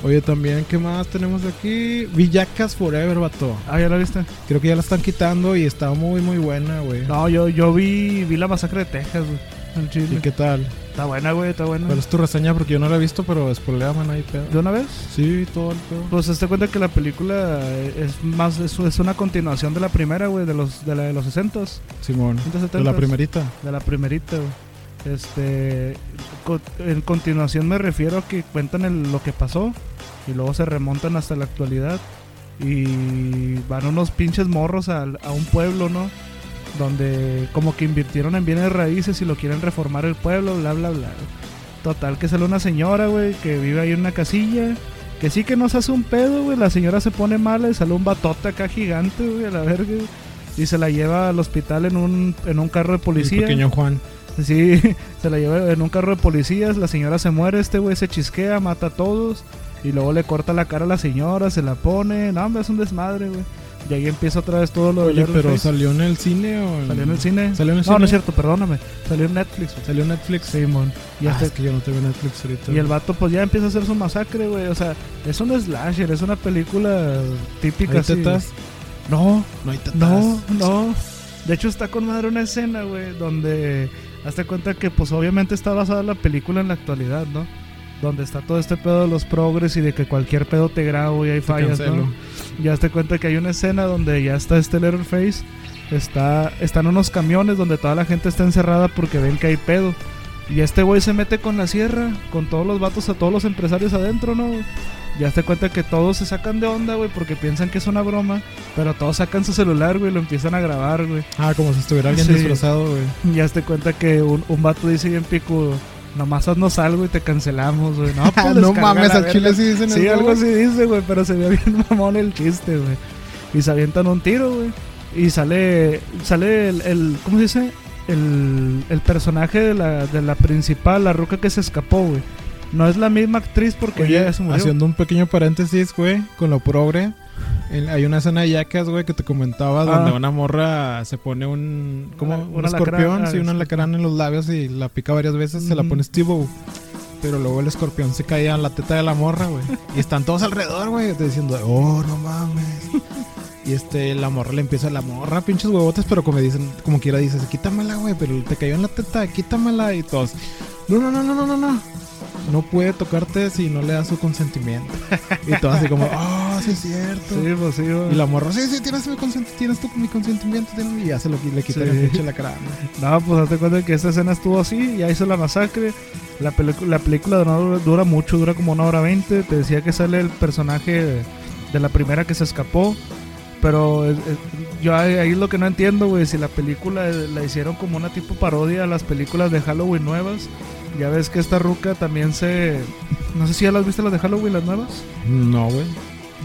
S3: Oye, también, ¿qué más tenemos aquí? Villacas Forever, vato.
S2: Ah, ya la viste.
S3: Creo que ya la están quitando y está muy, muy buena, güey.
S2: No, yo, yo vi, vi la masacre de Texas, güey. En
S3: ¿Y
S2: Chile.
S3: qué tal?
S2: Está buena, güey, está buena.
S3: ¿Cuál es tu reseña? Porque yo no la he visto, pero spoileame, no hay pedo.
S2: ¿De una vez?
S3: Sí, todo el pedo.
S2: Pues se cuenta que la película es más, es, es una continuación de la primera, güey, de los, de la de los 60
S3: Simón. De
S2: 170s.
S3: la primerita.
S2: De la primerita, güey. Este. co- en continuación me refiero a que cuentan el- lo que pasó y luego se remontan hasta la actualidad. Y van unos pinches morros al- a, un pueblo, ¿no? Donde como que invirtieron en bienes raíces y lo quieren reformar el pueblo, bla, bla, bla. Total, que sale una señora, güey, que vive ahí en una casilla. Que sí que no se hace un pedo, güey. La señora se pone mala y sale un batota acá gigante, güey, a la verga. güey. Y se la lleva al hospital en un, en un carro de
S3: El
S2: policía.
S3: pequeño Juan.
S2: Sí, se la lleva en un carro de policías, la señora se muere, este güey se chisquea, mata a todos y luego le corta la cara a la señora, se la pone, no, hombre, es un desmadre, güey. Y ahí empieza otra vez todo lo de
S3: Oye, pero
S2: Leatherface.
S3: ¿salió en el cine o
S2: salió en el cine.
S3: ¿Salió en el
S2: no,
S3: cine?
S2: no es cierto, perdóname, salió en Netflix. güey.
S3: ¿Salió en Netflix?
S2: Simón. Y,
S3: Ah,
S2: hasta-
S3: es que yo no tengo Netflix ahorita.
S2: y el vato pues ya empieza a hacer su masacre, güey, o sea, es un slasher, es una película típica
S3: ¿Hay
S2: así, güey.
S3: tetas? No, no hay tetas.
S2: No, no. De hecho está con madre una escena, güey, donde hazte cuenta que pues obviamente está basada la película en la actualidad, ¿no? Donde está todo este pedo de los progres y de que cualquier pedo te grabo y hay fallas,
S3: cancelo.
S2: ¿no? Ya te cuenta que hay una escena donde ya está este Letterface, está, están unos camiones donde toda la gente está encerrada porque ven que hay pedo. Y este güey se mete con la sierra, con todos los vatos, a todos los empresarios adentro, ¿no? Ya te cuenta que todos se sacan de onda, güey, porque piensan que es una broma, pero todos sacan su celular, güey, y lo empiezan a grabar, güey.
S3: Ah, como si estuviera alguien
S2: Sí.
S3: disfrazado, güey.
S2: Ya te cuenta que un, un vato dice bien picudo, nomás haznos algo y te cancelamos, güey. No, pues,
S3: Ah, no
S2: descarga
S3: mames,
S2: la
S3: al
S2: verga.
S3: chile sí dicen
S2: Sí,
S3: eso,
S2: algo
S3: güey.
S2: así dice, güey, pero se ve bien mamón el chiste, güey. Y se avientan un tiro, güey. Y sale, sale el, el- ¿cómo se dice? El, el personaje de la, de la principal, la ruca que se escapó, güey. No es la misma actriz porque
S3: Oye,
S2: ella ya se murió.
S3: haciendo un pequeño paréntesis, güey, con lo progre. en- hay una escena de Jackass, güey, que te comentaba,
S2: Ah.
S3: donde una morra se pone un. como
S2: Una-
S3: un,
S2: un alacrán,
S3: escorpión,
S2: ah,
S3: sí, un
S2: sí.
S3: alacrán en los labios y la pica varias veces, se la
S2: Ujú.
S3: pone Steve Pero luego el escorpión se caía en la teta de la morra, güey. Y están todos alrededor, güey, diciendo, oh, no mames. Y este, la morra le empieza a la morra, pinches huevotes, pero como dicen, como quiera dices, quítamela, güey, pero te cayó en la teta, quítamela. Y todos, no, no, no, no, no, no, no. no puede tocarte si no le das su consentimiento. Y todo así como, oh, sí es cierto.
S2: Sí, pues sí, güey.
S3: Y la morra, sí, sí, tienes mi, consent- tienes tu, mi consentimiento. tienes-" Y ya se lo qui- le quita
S2: Sí.
S3: el pinche la cara. ¿no?
S2: No, pues hazte cuenta que esa escena estuvo así, ya hizo la masacre. La, pelicu- la película dura, dura mucho, dura como una hora veinte. Te decía que sale el personaje de, de la primera que se escapó. Pero es- es- yo ahí, ahí es lo que no entiendo, güey. Si la película eh, la hicieron como una tipo parodia a las películas de Halloween nuevas. Ya ves que esta ruca también se. No sé si ya las viste las de Halloween, las nuevas.
S3: No, güey.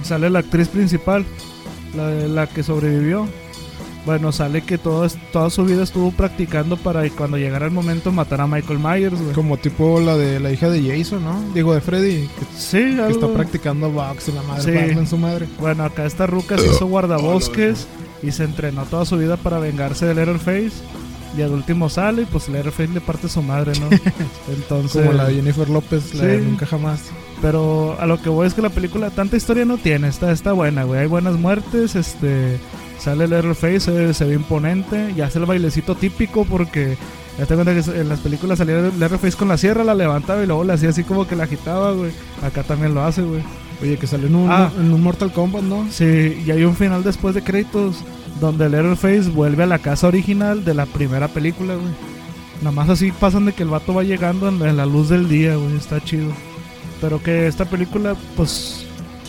S2: Sale la actriz principal, la, la que sobrevivió. Bueno, sale que todo, es- toda su vida estuvo practicando para cuando llegara el momento matar a Michael Myers, güey.
S3: Como tipo la de la hija de Jason, ¿no? Digo, de Freddy, que,
S2: Sí,
S3: que
S2: algo-
S3: está practicando box y la madre
S2: Sí.
S3: darle en su madre.
S2: Bueno, acá esta ruca se hizo guardabosques y se entrenó toda su vida para vengarse de Letterface. Y al último sale y pues Letterface le parte su madre, ¿no? Entonces...
S3: Como la de Jennifer López, la
S2: Sí.
S3: de Nunca Jamás.
S2: Pero a lo que voy es que la película tanta historia no tiene, está, está buena, güey. Hay buenas muertes, este sale el Leatherface, se, se ve imponente, y hace el bailecito típico porque ya te cuenta que en las películas salía el Leatherface con la sierra, la levantaba y luego la hacía así como que la agitaba, güey. Acá también lo hace, güey.
S3: Oye, que salió en un,
S2: Ah.
S3: en un Mortal Kombat, ¿no?
S2: Sí, y hay un final después de créditos donde el Leatherface vuelve a la casa original de la primera película, güey. Nada más así pasan de que el vato va llegando en la, en la luz del día, güey. Está chido. Pero que esta película, pues,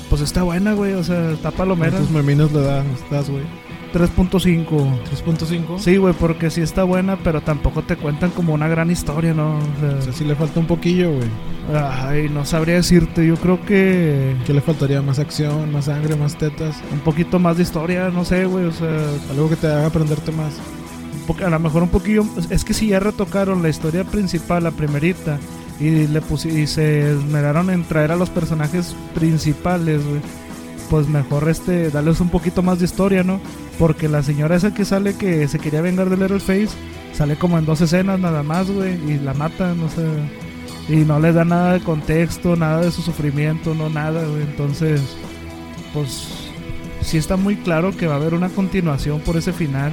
S2: pues está buena, güey. O sea, está palomera.
S3: ¿Cuántos maminos le dan estás, güey?
S2: 3.5.
S3: 3.5.
S2: Sí, güey, porque sí está buena, pero tampoco te cuentan como una gran historia, ¿no? O sea,
S3: O sea, sí le falta un poquillo, güey.
S2: ay, no sabría decirte. Yo creo que
S3: ¿Qué le faltaría? Más acción, más sangre, más tetas.
S2: un poquito más de historia, no sé, güey. O sea,
S3: Algo que te haga aprenderte más.
S2: po- a lo mejor un poquillo es que si ya retocaron la historia principal la primerita y le pusi- y se esmeraron en traer a los personajes principales güey, pues mejor este darles un poquito más de historia no porque la señora esa que sale que se quería vengar de Leatherface sale como en dos escenas nada más güey y la matan o sea y no les da nada de contexto nada de su sufrimiento no nada güey entonces pues sí está muy claro que va a haber una continuación por ese final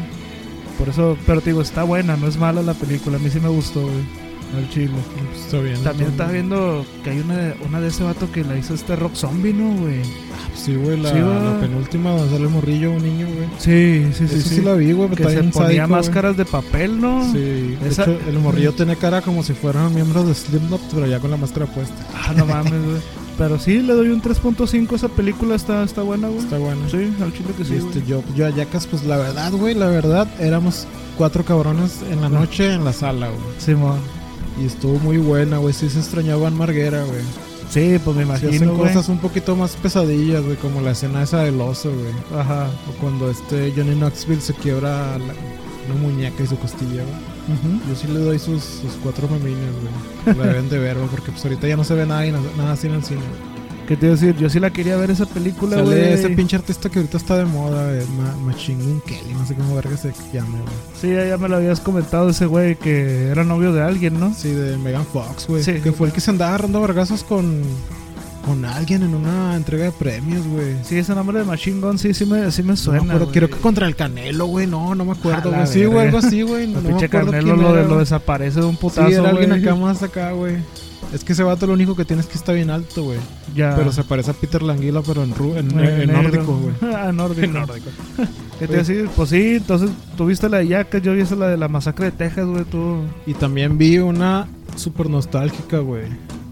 S2: por eso, pero te digo, está buena, no es mala la película. A mí sí me gustó, güey. El chile.
S3: Pues, está bien.
S2: También
S3: está
S2: estás viendo que hay una, una de ese vato que la hizo este rock zombie, ¿no, güey?
S3: Sí, güey, la,
S2: Sí, va.
S3: la penúltima donde sale el morrillo, un niño, güey.
S2: Sí, sí,
S3: Eso sí, la vi, güey, pero
S2: que
S3: está
S2: se
S3: bien
S2: ponía
S3: sádico, güey.
S2: máscaras de papel, ¿no?
S3: Sí, de
S2: Esa-
S3: hecho, el morrillo tiene cara como si fueran miembros de Slipknot, pero ya con la máscara puesta.
S2: Ah, no mames, güey. Pero sí, le doy un 3.5 a esa película, está, está buena, güey.
S3: Está bueno.
S2: Sí, al chile que sí.
S3: Y
S2: güey.
S3: este, yo, yo a Yacas, pues la verdad, güey, la verdad, éramos cuatro cabrones en la noche en la sala, güey.
S2: Simón.
S3: Y estuvo muy buena, güey. Sí se extrañaban Marguera, güey.
S2: Sí, pues me
S3: Sí hacen
S2: imagino, güey.
S3: cosas un poquito más pesadillas, güey, como la escena esa del oso, güey.
S2: Ajá.
S3: O cuando este Johnny Knoxville se quiebra la- una muñeca y su costilla, güey. Yo sí le doy sus, sus cuatro mamines, güey. La deben de ver, güey, porque pues ahorita ya no se ve nada, y na- nada así en el cine, güey.
S2: ¿Qué te iba a decir? Yo sí la quería ver esa película,
S3: Sale
S2: güey.
S3: ese pinche artista que ahorita está de moda, eh, Ma- Machine Gun Kelly, no sé cómo verga se llama, güey.
S2: Sí, ya ya me lo habías comentado ese güey que era novio de alguien, ¿no?
S3: Sí, de Megan Fox, güey.
S2: Sí.
S3: que fue el que se andaba agarrando a vergazos con, con alguien en una entrega de premios, güey.
S2: Sí, ese nombre de Machine Gun sí, sí me, sí me
S3: No me
S2: suena.
S3: acuerdo,
S2: güey.
S3: creo que contra el Canelo, güey, no, no me acuerdo,
S2: A la
S3: güey. Sí, güey,
S2: verga.
S3: algo así, güey. No
S2: El
S3: me
S2: pinche
S3: acuerdo
S2: Carnelo
S3: quién
S2: lo,
S3: era,
S2: de- lo
S3: güey.
S2: desaparece de un
S3: Sí,
S2: putazo,
S3: era
S2: güey.
S3: alguien acá más acá, güey. Es que ese vato lo único que tiene es que está bien alto, güey.
S2: Ya.
S3: Pero se parece a Peter Languila, pero en, ru- en,
S2: Güey,
S3: en
S2: Ah. negro.
S3: nórdico, güey.
S2: ah, nórdico.
S3: En nórdico.
S2: ¿Qué te iba a decir? Pues sí, entonces tuviste la de Yaka, yo vi esa la de la masacre de Texas, güey, tú.
S3: Y también vi una super nostálgica, güey.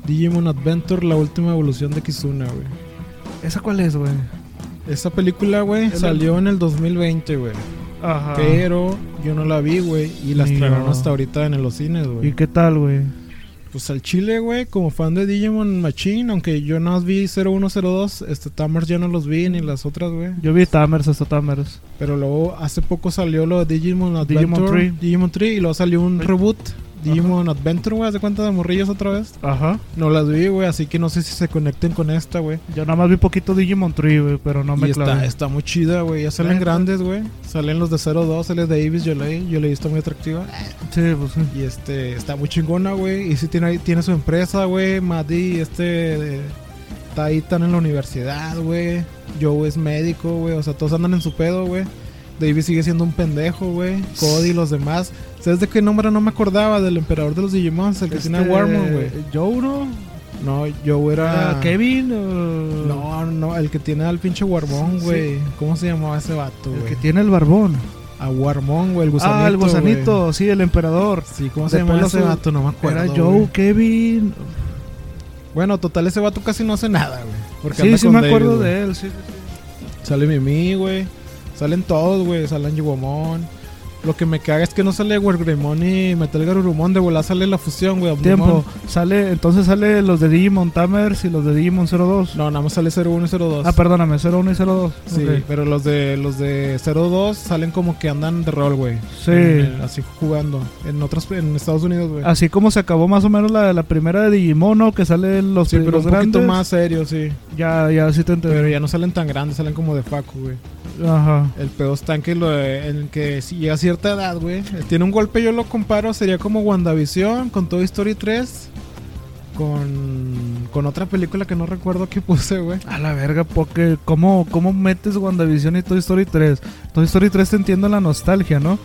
S3: Digimon Adventure, la última evolución de Kizuna, güey.
S2: ¿Esa cuál es, güey?
S3: Esa película, güey,
S2: la-
S3: salió en el 2020, güey.
S2: Ajá.
S3: Pero yo no la vi, güey. Y la
S2: Ni
S3: estrenaron
S2: yo.
S3: hasta ahorita en los cines,
S2: ¿Y
S3: güey.
S2: qué tal, güey?
S3: Pues al chile, güey, como fan de Digimon Machine, aunque yo no vi 0102, este Tamers ya no los vi ni las otras, güey.
S2: Yo vi Tamers hasta Tamers.
S3: Pero luego hace poco salió lo de Digimon Adventure.
S2: Digimon
S3: Digimon
S2: Tree.
S3: 3. y luego salió un
S2: Sí.
S3: reboot. Digimon Adventure, güey, ¿haz de cuenta de morrillos otra vez?
S2: Ajá.
S3: No las vi, güey, así que no sé si se conecten con esta, güey.
S2: Yo nada más vi poquito Digimon Tree, güey, pero no me
S3: y
S2: clavé.
S3: está, este. está muy chida, güey. Ya salen
S2: Neta.
S3: grandes, güey. Salen los de 02, sale Davis, Yolei. Yolei está muy atractiva.
S2: Sí, pues sí.
S3: Y este, está muy chingona, güey. Y sí tiene, tiene su empresa, güey. Maddy, este, eh, está ahí, están en la universidad, güey. Joe es médico, güey. O sea, todos andan en su pedo, güey. Davis sigue siendo un pendejo, güey. Cody y los demás. ¿Sabes de qué nombre no me acordaba? Del emperador de los Digimons, el que tiene a
S2: Este,
S3: Warmon, güey.
S2: Joe, ¿no?
S3: No, yo era.
S2: ¿Era Ah, Kevin o.?
S3: Ah. No, no, el que tiene al pinche Warmón,
S2: Sí.
S3: güey. ¿Cómo se llamaba ese vato,
S2: El
S3: güey?
S2: que tiene el barbón.
S3: A Warmón, güey, el gusanito.
S2: ah, el gusanito,
S3: güey.
S2: sí, el emperador.
S3: Sí, ¿cómo
S2: De
S3: se llamaba
S2: pelo
S3: ese
S2: azul.
S3: vato? No me acuerdo.
S2: Era
S3: güey.
S2: Joe, Kevin.
S3: Bueno, total, ese vato casi no hace nada, güey. Porque
S2: Sí,
S3: anda
S2: sí,
S3: con
S2: me
S3: David,
S2: acuerdo
S3: güey.
S2: de él. Sí, sí, sí.
S3: Sale Mimi, güey. Salen todos, güey. Salen Yiguamón. Lo que me caga es que no sale Wargreymon y Metal Garurumon. De volar sale la fusión, güey.
S2: Tiempo.
S3: Abumon.
S2: Sale, entonces sale los de Digimon Tamers y los de Digimon 02.
S3: No, nada más sale 01 y 02.
S2: Ah, perdóname, 01 y 02.
S3: Sí,
S2: Ok.
S3: pero los de los de 02 salen como que andan de rol, güey.
S2: Sí.
S3: En- en- así jugando en otros en Estados Unidos, güey.
S2: Así como se acabó más o menos la, la primera de Digimon, ¿no? Que salen los,
S3: sí, pero
S2: pues, los
S3: un poquito
S2: grandes.
S3: más serio, sí.
S2: Ya, ya, sí te
S3: Pero
S2: entendí.
S3: ya no salen tan grandes, salen como de Facu, güey.
S2: Ajá.
S3: El pedo está en que, lo de- en que si llega a cierta edad, güey. Tiene un golpe, yo lo comparo, sería como WandaVision con Toy Story 3. Con, con otra película que no recuerdo que puse, güey.
S2: A la verga, porque ¿cómo, ¿cómo metes WandaVision y Toy Story 3? Toy Story 3 te entiendo la nostalgia, ¿no?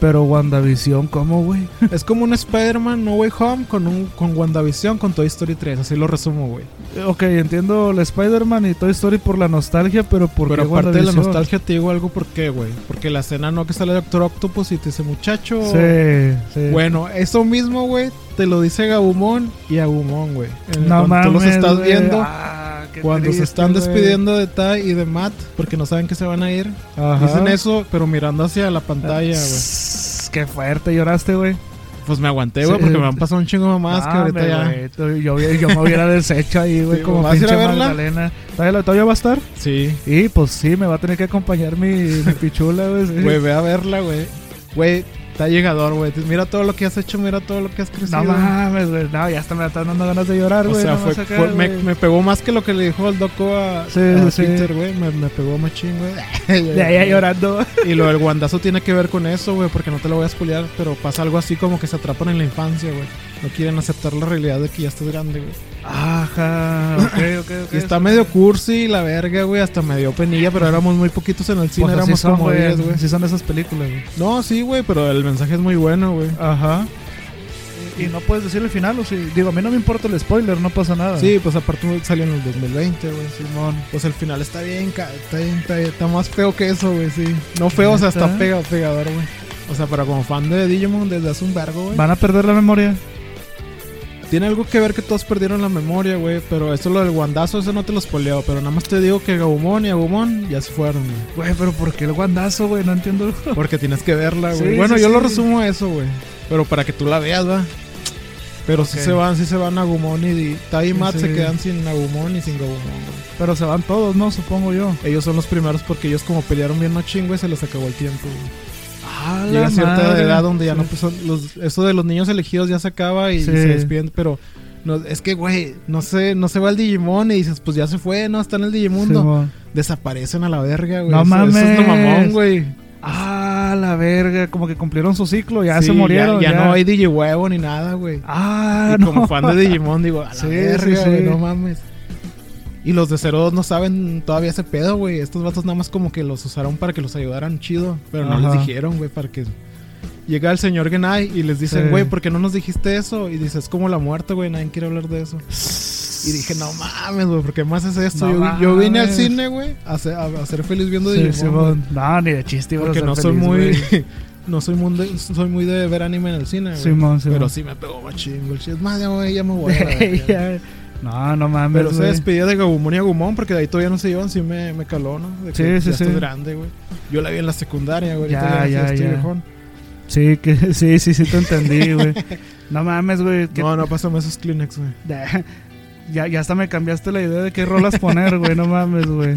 S2: Pero WandaVision, ¿cómo, güey?
S3: es como un Spider-Man No Way Home con, un, con WandaVision con Toy Story 3. Así lo resumo, güey.
S2: Eh, Ok, entiendo el Spider-Man y Toy Story por la nostalgia, pero ¿por
S3: Pero
S2: qué
S3: aparte de la
S2: WandaVision?
S3: nostalgia te digo algo por qué, güey. Porque la escena no que sale Doctor Octopus y te dice muchacho.
S2: Sí, sí.
S3: Bueno, eso mismo, güey, te lo dice Gabumón y Agumón, güey. En-
S2: no
S3: cuando
S2: mames,
S3: tú los estás
S2: güey.
S3: viendo,
S2: Ah, qué
S3: cuando se
S2: triste,
S3: están
S2: güey.
S3: despidiendo de Tai y de Matt, porque no saben que se van a ir,
S2: Ajá.
S3: dicen eso, pero mirando hacia la pantalla, güey.
S2: Sss, Qué fuerte, lloraste, güey.
S3: Pues me aguanté, güey,
S2: Sí.
S3: porque me han pasado un chingo de mamadas que ahorita
S2: Dame,
S3: ya.
S2: güey, tú- Yo, yo me hubiera deshecho ahí, güey,
S3: Sí,
S2: como
S3: ¿vas a ir a
S2: pinche
S3: verla?
S2: Magdalena. ¿Todavía, ¿Todavía va a estar?
S3: Sí,
S2: Y pues sí, me va a tener que acompañar mi, mi pichula, güey. sí.
S3: güey, ve a verla, güey. Güey, está llegador, güey. Mira todo lo que has hecho, mira todo lo que has crecido.
S2: No mames, güey. No, ya hasta me están dando ganas de llorar,
S3: O
S2: güey.
S3: sea,
S2: no
S3: fue,
S2: más acá,
S3: fue- me,
S2: güey.
S3: me pegó más que lo que le dijo el Doco a,
S2: Sí,
S3: a
S2: sí.
S3: Peter, güey. Me, me pegó machín, güey.
S2: De ahí llorando.
S3: Y lo del guandazo tiene que ver con eso, güey, porque no te lo voy a spoilear, pero pasa algo así como que se atrapan en la infancia, güey. No quieren aceptar la realidad de que ya estás grande, güey.
S2: Ajá. Ok, ok, ok.
S3: Y está medio cursi, la verga, güey, hasta medio penilla, pero éramos muy poquitos en el cine,
S2: Pues así
S3: éramos
S2: son,
S3: como 10, güey.
S2: Así son esas películas, güey.
S3: No, sí, güey, pero el mensaje es muy bueno, güey.
S2: Ajá. Y, y no puedes decir el final, o sí. Digo, a mí no me importa el spoiler, no pasa nada.
S3: Sí, pues aparte güey, salió en el 2020, güey. sí.
S2: Simón.
S3: Pues el final está bien, ca- está bien, está bien, está más feo que eso, güey, sí. No feo, o sea, está
S2: ¿Neta?
S3: pega, pegador, güey. O sea, para como fan de Digimon desde hace un vergo, güey.
S2: ¿Van a perder la memoria?
S3: Tiene algo que ver que todos perdieron la memoria, güey. Pero esto lo del guandazo, eso no te lo spoileo. Pero nada más te digo que Gabumón y Agumón ya se fueron, güey.
S2: Güey, pero ¿por qué el guandazo, güey? No entiendo.
S3: Porque tienes que verla, güey.
S2: Sí,
S3: bueno,
S2: sí,
S3: yo lo
S2: sí.
S3: resumo a eso, güey. Pero para que tú la veas, va. Pero sí
S2: Ok.
S3: se van, sí se van Agumón y Di- Tai y
S2: Sí,
S3: Matt se
S2: sí.
S3: quedan sin Agumón y sin Gabumón, güey.
S2: Pero se van todos, ¿no? Supongo yo.
S3: Ellos son los primeros porque ellos como pelearon bien machín, güey, se les acabó el tiempo, güey.
S2: Ah,
S3: Llega cierta edad donde ya
S2: Sí.
S3: no pues, son los, eso de los niños elegidos ya se acaba y
S2: Sí.
S3: se despiden, pero no, es que güey, no sé, no se va el Digimon y dices, pues ya se fue, no, está en el Digimundo.
S2: Simón.
S3: desaparecen a la verga, güey.
S2: No
S3: Eso- eso es lo
S2: mames.
S3: mamón, güey.
S2: Ah, la verga, como que cumplieron su ciclo, ya
S3: Sí,
S2: se murieron.
S3: Ya, no hay Digi huevo ni nada, güey.
S2: Ah,
S3: y
S2: no.
S3: como fan de Digimon, digo, a la
S2: Sí,
S3: verga,
S2: sí, sí.
S3: güey, no mames. Y los de 02 no saben todavía ese pedo, güey. Estos vatos nada más como que los usaron para que los ayudaran chido. Pero no
S2: Ajá.
S3: les dijeron, güey, para que. Llega el señor Genai y les dicen,
S2: Sí.
S3: güey, ¿por qué no nos dijiste eso? Y dices, es como la muerte, güey, nadie quiere hablar de eso.
S2: Y
S3: Y dije, no mames, güey, ¿por qué más es esto?
S2: No
S3: yo, yo vine al
S2: mames.
S3: cine, güey, a ser, a, a ser feliz viendo
S2: Sí,
S3: Digimon. güey.
S2: Simón. No, ni de chiste, iba a
S3: Porque
S2: ser
S3: no soy
S2: feliz,
S3: muy.
S2: güey.
S3: no soy muy, de, soy muy de ver anime en el cine, güey.
S2: Simón, Simón.
S3: Pero sí me pegó machín, güey. Es más, ya, me- ya me voy a la verga.
S2: Ya. no, no mames.
S3: Pero se
S2: güey.
S3: despidió de Gabumón y Agumón porque de ahí todavía no se iban. Sí me, me caló, ¿no? De
S2: Sí,
S3: que
S2: sí,
S3: ya
S2: sí.
S3: estás grande, güey. Yo la vi en la secundaria, güey.
S2: Ya,
S3: ahorita
S2: ya,
S3: estoy
S2: ya.
S3: viejón.
S2: Sí, que, sí, sí, sí te entendí, güey. No mames, güey. que-
S3: No, no, pásame esos Kleenex, güey.
S2: Ya, ya hasta me cambiaste la idea de qué rolas poner, güey. No mames, güey.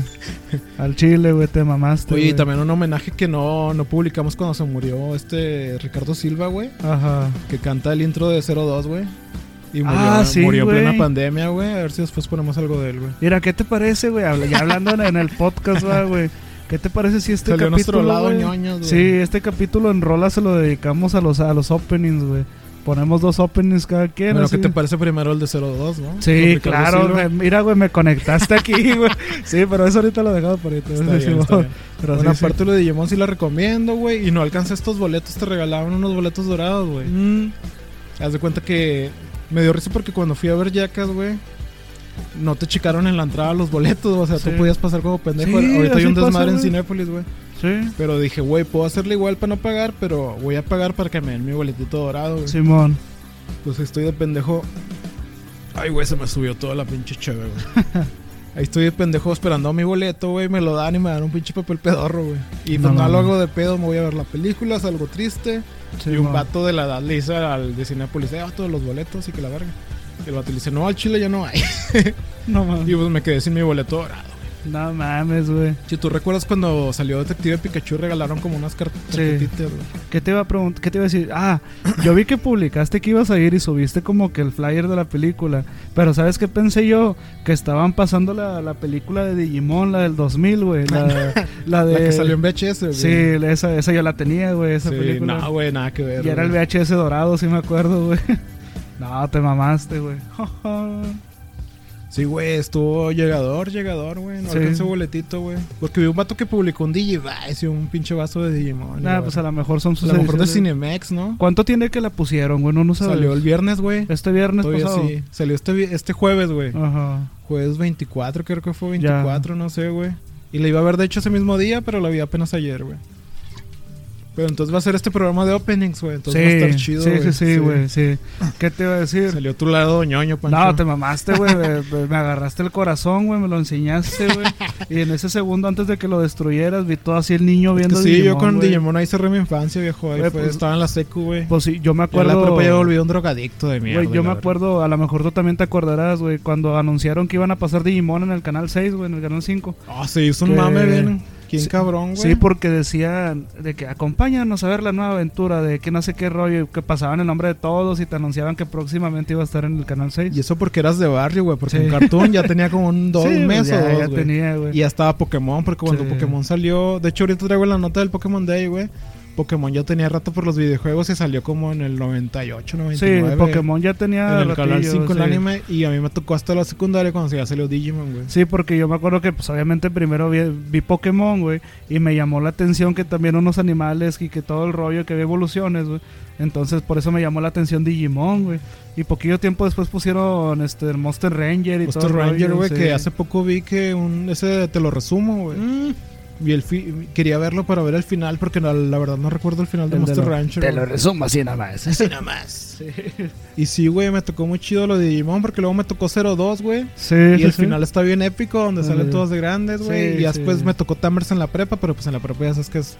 S2: Al chile, güey, te mamaste.
S3: Oye, y
S2: güey.
S3: también un homenaje que no, no publicamos cuando se murió este Ricardo Silva, güey.
S2: Ajá.
S3: Que canta el intro de 02, güey. Y murió,
S2: Ah, sí,
S3: murió en plena
S2: güey.
S3: pandemia, güey. A ver si después ponemos algo de él, güey.
S2: Mira, ¿qué te parece, güey? Habla- Ya hablando en, en el podcast, va, güey. ¿Qué te parece si este
S3: Salió
S2: capítulo.
S3: nuestro lado
S2: güey,
S3: ñoños, güey.
S2: sí, este capítulo en rola se lo dedicamos a los, a los openings, güey. Ponemos dos openings cada quien.
S3: Bueno,
S2: así.
S3: ¿qué te parece primero el de 02, no? Con
S2: Sí,
S3: Ricardo
S2: claro.
S3: Silva.
S2: me- mira, güey, me conectaste aquí, güey. Sí, pero eso ahorita lo dejamos por ahorita.
S3: Está
S2: Sí,
S3: bien, está
S2: Simón.
S3: bien.
S2: Pero
S3: Bueno,
S2: sí, sí.
S3: aparte lo de Digimon sí la recomiendo, güey. Y no alcancé estos boletos, te regalaban unos boletos dorados, güey.
S2: Mm,
S3: Haz de cuenta que Me dio risa porque cuando fui a ver Jackass, güey, no te checaron en la entrada los boletos, o sea,
S2: Sí.
S3: tú podías pasar como pendejo.
S2: Sí,
S3: Ahorita hay
S2: así
S3: un
S2: pasa,
S3: desmadre en
S2: güey.
S3: Cinépolis, güey.
S2: Sí.
S3: Pero dije, güey, puedo hacerle igual para no pagar, pero voy a pagar para que me den mi boletito dorado, güey.
S2: Simón.
S3: Pues estoy de pendejo. Ay, güey, se me subió toda la pinche cheve, güey. Ahí estoy de pendejo esperando mi boleto, güey. Me lo dan y me dan un pinche papel pedorro, güey. Y pues
S2: No,
S3: no,
S2: no,
S3: lo
S2: no.
S3: hago de pedo, me voy a ver la película, salgo triste. y un
S2: Simón.
S3: vato de la edad le dice al de Cinepolis, eh, todos los boletos y que la verga. Y el vato le dice, no, al chile ya no hay.
S2: No mames.
S3: y pues me quedé sin mi boleto dorado.
S2: No mames, güey.
S3: Si tú recuerdas cuando salió Detective Pikachu, regalaron como unas cart-
S2: Sí.
S3: tarjetitas, güey.
S2: ¿Qué te iba a preguntar? ¿Qué te iba a decir? Ah, yo vi que publicaste que ibas a ir y subiste como que el flyer de la película. Pero ¿sabes qué pensé yo? Que estaban pasando la, la película de Digimon, la del 2000, güey. La, la de...
S3: La que salió en VHS, güey.
S2: Sí, esa, esa yo la tenía, güey, esa
S3: Sí,
S2: película.
S3: no, güey, nada que ver.
S2: y era el
S3: güey.
S2: VHS dorado, sí me acuerdo, güey. No, te mamaste, güey.
S3: Sí, güey, estuvo llegador, llegador, güey. No
S2: Sí.
S3: alcancé boletito, güey. Porque vi un vato que publicó un Digivice y un pinche vaso de Digimon. y la
S2: Nah, pues a
S3: verdad.
S2: lo mejor son sus
S3: a lo mejor de
S2: ediciones.
S3: Cinemex, ¿no?
S2: ¿Cuánto tiene que Pues la pusieron, güey? No, no sabes.
S3: Salió el viernes, güey.
S2: Este viernes
S3: Todavía
S2: pasado.
S3: sí. Salió este, vi- este jueves, güey.
S2: Ajá.
S3: Jueves 24, creo que fue
S2: Ya.
S3: 24, no sé, güey. Y la iba a ver, de hecho, ese mismo día, pero la vi apenas ayer, güey. Pero entonces va a ser este programa de openings, güey. Entonces va a estar chido,
S2: sí,
S3: güey.
S2: sí, sí, güey, sí. ¿Qué te iba a decir?
S3: Salió tu lado ñoño, Pancho.
S2: No, te mamaste, güey. me, me- me agarraste el corazón, güey. Me lo enseñaste, güey. Y en ese segundo antes de que lo destruyeras, vi todo así el niño
S3: Es que
S2: viendo
S3: sí, yo
S2: Digimon,
S3: con
S2: güey.
S3: Digimon ahí cerré mi infancia, viejo. Ahí
S2: Güey,
S3: fue-
S2: pues-
S3: estaba en la secu, güey.
S2: Pues sí, yo me
S3: Yo en la
S2: acuerdo.
S3: prepa ya volví un drogadicto de mierda.
S2: Güey,
S3: la
S2: yo me
S3: verdad.
S2: acuerdo, a lo mejor tú también te acordarás, güey, cuando anunciaron que iban a pasar Digimon en el canal 6, güey, en el canal 5.
S3: Ah, se hizo un
S2: que-
S3: mame bien. ¿Quién
S2: Sí,
S3: cabrón, güey?
S2: Sí, porque decían de que acompáñanos a ver la nueva aventura, de que no sé qué rollo, y que pasaban el nombre de todos y te anunciaban que próximamente iba a estar en el canal 6.
S3: Y eso porque eras de barrio, güey. Porque
S2: Sí.
S3: en Cartoon ya tenía como un, dos,
S2: Sí,
S3: un
S2: pues
S3: mes
S2: ya,
S3: o dos,
S2: ya
S3: güey.
S2: tenía,
S3: Y
S2: güey.
S3: ya estaba Pokémon, porque cuando
S2: Sí.
S3: Pokémon salió... De hecho, ahorita traigo la nota del Pokémon Day, güey. Pokémon ya tenía rato por los videojuegos y salió como en el 98,
S2: Sí,
S3: 99.
S2: Pokémon ya tenía
S3: En el canal
S2: ratillo,
S3: 5 el
S2: sí.
S3: anime. Y a mí me tocó hasta la secundaria cuando ya salió Digimon, güey.
S2: Sí, porque yo me acuerdo que pues obviamente primero vi, vi Pokémon, güey, y me llamó la atención que también unos animales y que todo el rollo que había evoluciones, güey. Entonces por eso me llamó la atención Digimon, güey. Y poquillo tiempo después pusieron este el Monster Ranger y todo
S3: Monster
S2: el rollo,
S3: Pues Ranger, güey,
S2: sí.
S3: que hace poco vi que un... Ese te lo resumo, güey.
S2: Mm.
S3: Y el fi- quería verlo para ver el final porque la, la verdad no recuerdo el final de
S2: El de
S3: Monster
S2: lo-
S3: Rancher.
S4: Te lo
S3: güey.
S4: resumo así nada más.
S3: Así nada más. Y sí, güey, me tocó muy chido lo de Digimon porque luego me tocó 02, güey.
S2: Sí,
S3: Y
S2: sí,
S3: el
S2: sí.
S3: final está bien épico, donde
S2: Ah,
S3: salen
S2: ya.
S3: todos de grandes, güey.
S2: Sí,
S3: y ya después
S2: sí.
S3: me tocó Tamers en la prepa, pero pues en la prepa ya sabes que es,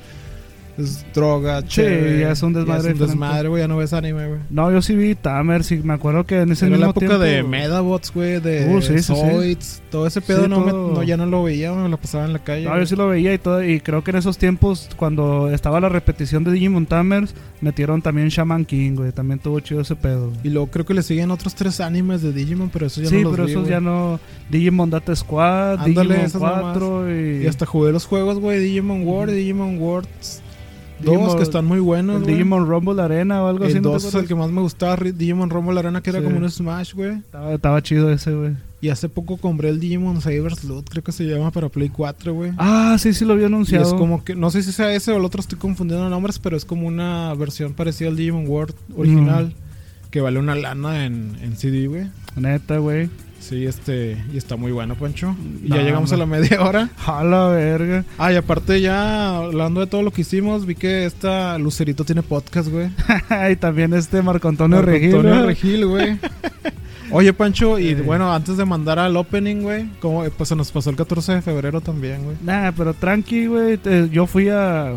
S3: es droga,
S2: Sí,
S3: chévere.
S2: ya es un desmadre
S3: Ya es un
S2: diferente.
S3: desmadre, güey, ya no ves anime, güey.
S2: No, yo sí vi Tamers y me acuerdo que en ese
S3: Era la
S2: mismo
S3: época
S2: tiempo-
S3: de Medabots, güey, de
S2: Uh, sí, sí, sí.
S3: Zoids, todo ese pedo
S2: Sí,
S3: no, me-
S2: todo.
S3: no, ya no lo veía, me lo pasaba en la calle.
S2: No,
S3: güey.
S2: yo sí lo veía y todo, y creo que en esos tiempos, cuando estaba la repetición de Digimon Tamers, metieron también Shaman King, güey. También tuvo chido ese pedo. güey.
S3: Y luego creo que le siguen otros tres animes de Digimon, pero eso ya
S2: Sí,
S3: no los
S2: pero
S3: vi,
S2: esos
S3: güey.
S2: ya no. Digimon Data Squad,
S3: Ándale,
S2: Digimon
S3: esas mamás.
S2: 4 y.
S3: Y hasta jugué los juegos, güey, Digimon World,
S2: Ujú.
S3: Digimon Worlds. Dos
S2: Digimon-
S3: que están muy buenos,
S2: el
S3: güey.
S2: Digimon Rumble Arena o algo así.
S3: El
S2: ¿no te
S3: 2 es el
S2: acuerdas?
S3: que más me gustaba, Ri- Digimon Rumble Arena, que era
S2: Sí.
S3: como un Smash, güey.
S2: estaba, estaba chido ese, güey.
S3: Y hace poco compré el Digimon Saber Slot, creo que se llama, para Play 4, güey.
S2: Ah, sí, sí lo había
S3: Y
S2: anunciado.
S3: es como que, no sé si sea ese o el otro, estoy confundiendo nombres, pero es como una versión parecida al Digimon World original,
S2: Mm.
S3: que vale una lana en, en CD, güey.
S2: Neta, güey.
S3: Sí, este, y está muy bueno, Pancho. Y
S2: No,
S3: ya llegamos
S2: no.
S3: a la media hora.
S2: A la verga.
S3: Ah, y aparte ya, hablando de todo lo que hicimos, vi que esta Lucerito tiene podcast, güey.
S2: y también este Marco Antonio
S3: Marco
S2: Regil. Eh.
S3: Antonio
S2: ¿no?
S3: Regil, güey. Oye, Pancho, y
S2: Sí.
S3: bueno, antes de mandar al opening, güey, como eh, pues se nos pasó el 14 de febrero también, güey.
S2: Nah, pero tranqui, güey. te- Yo fui a.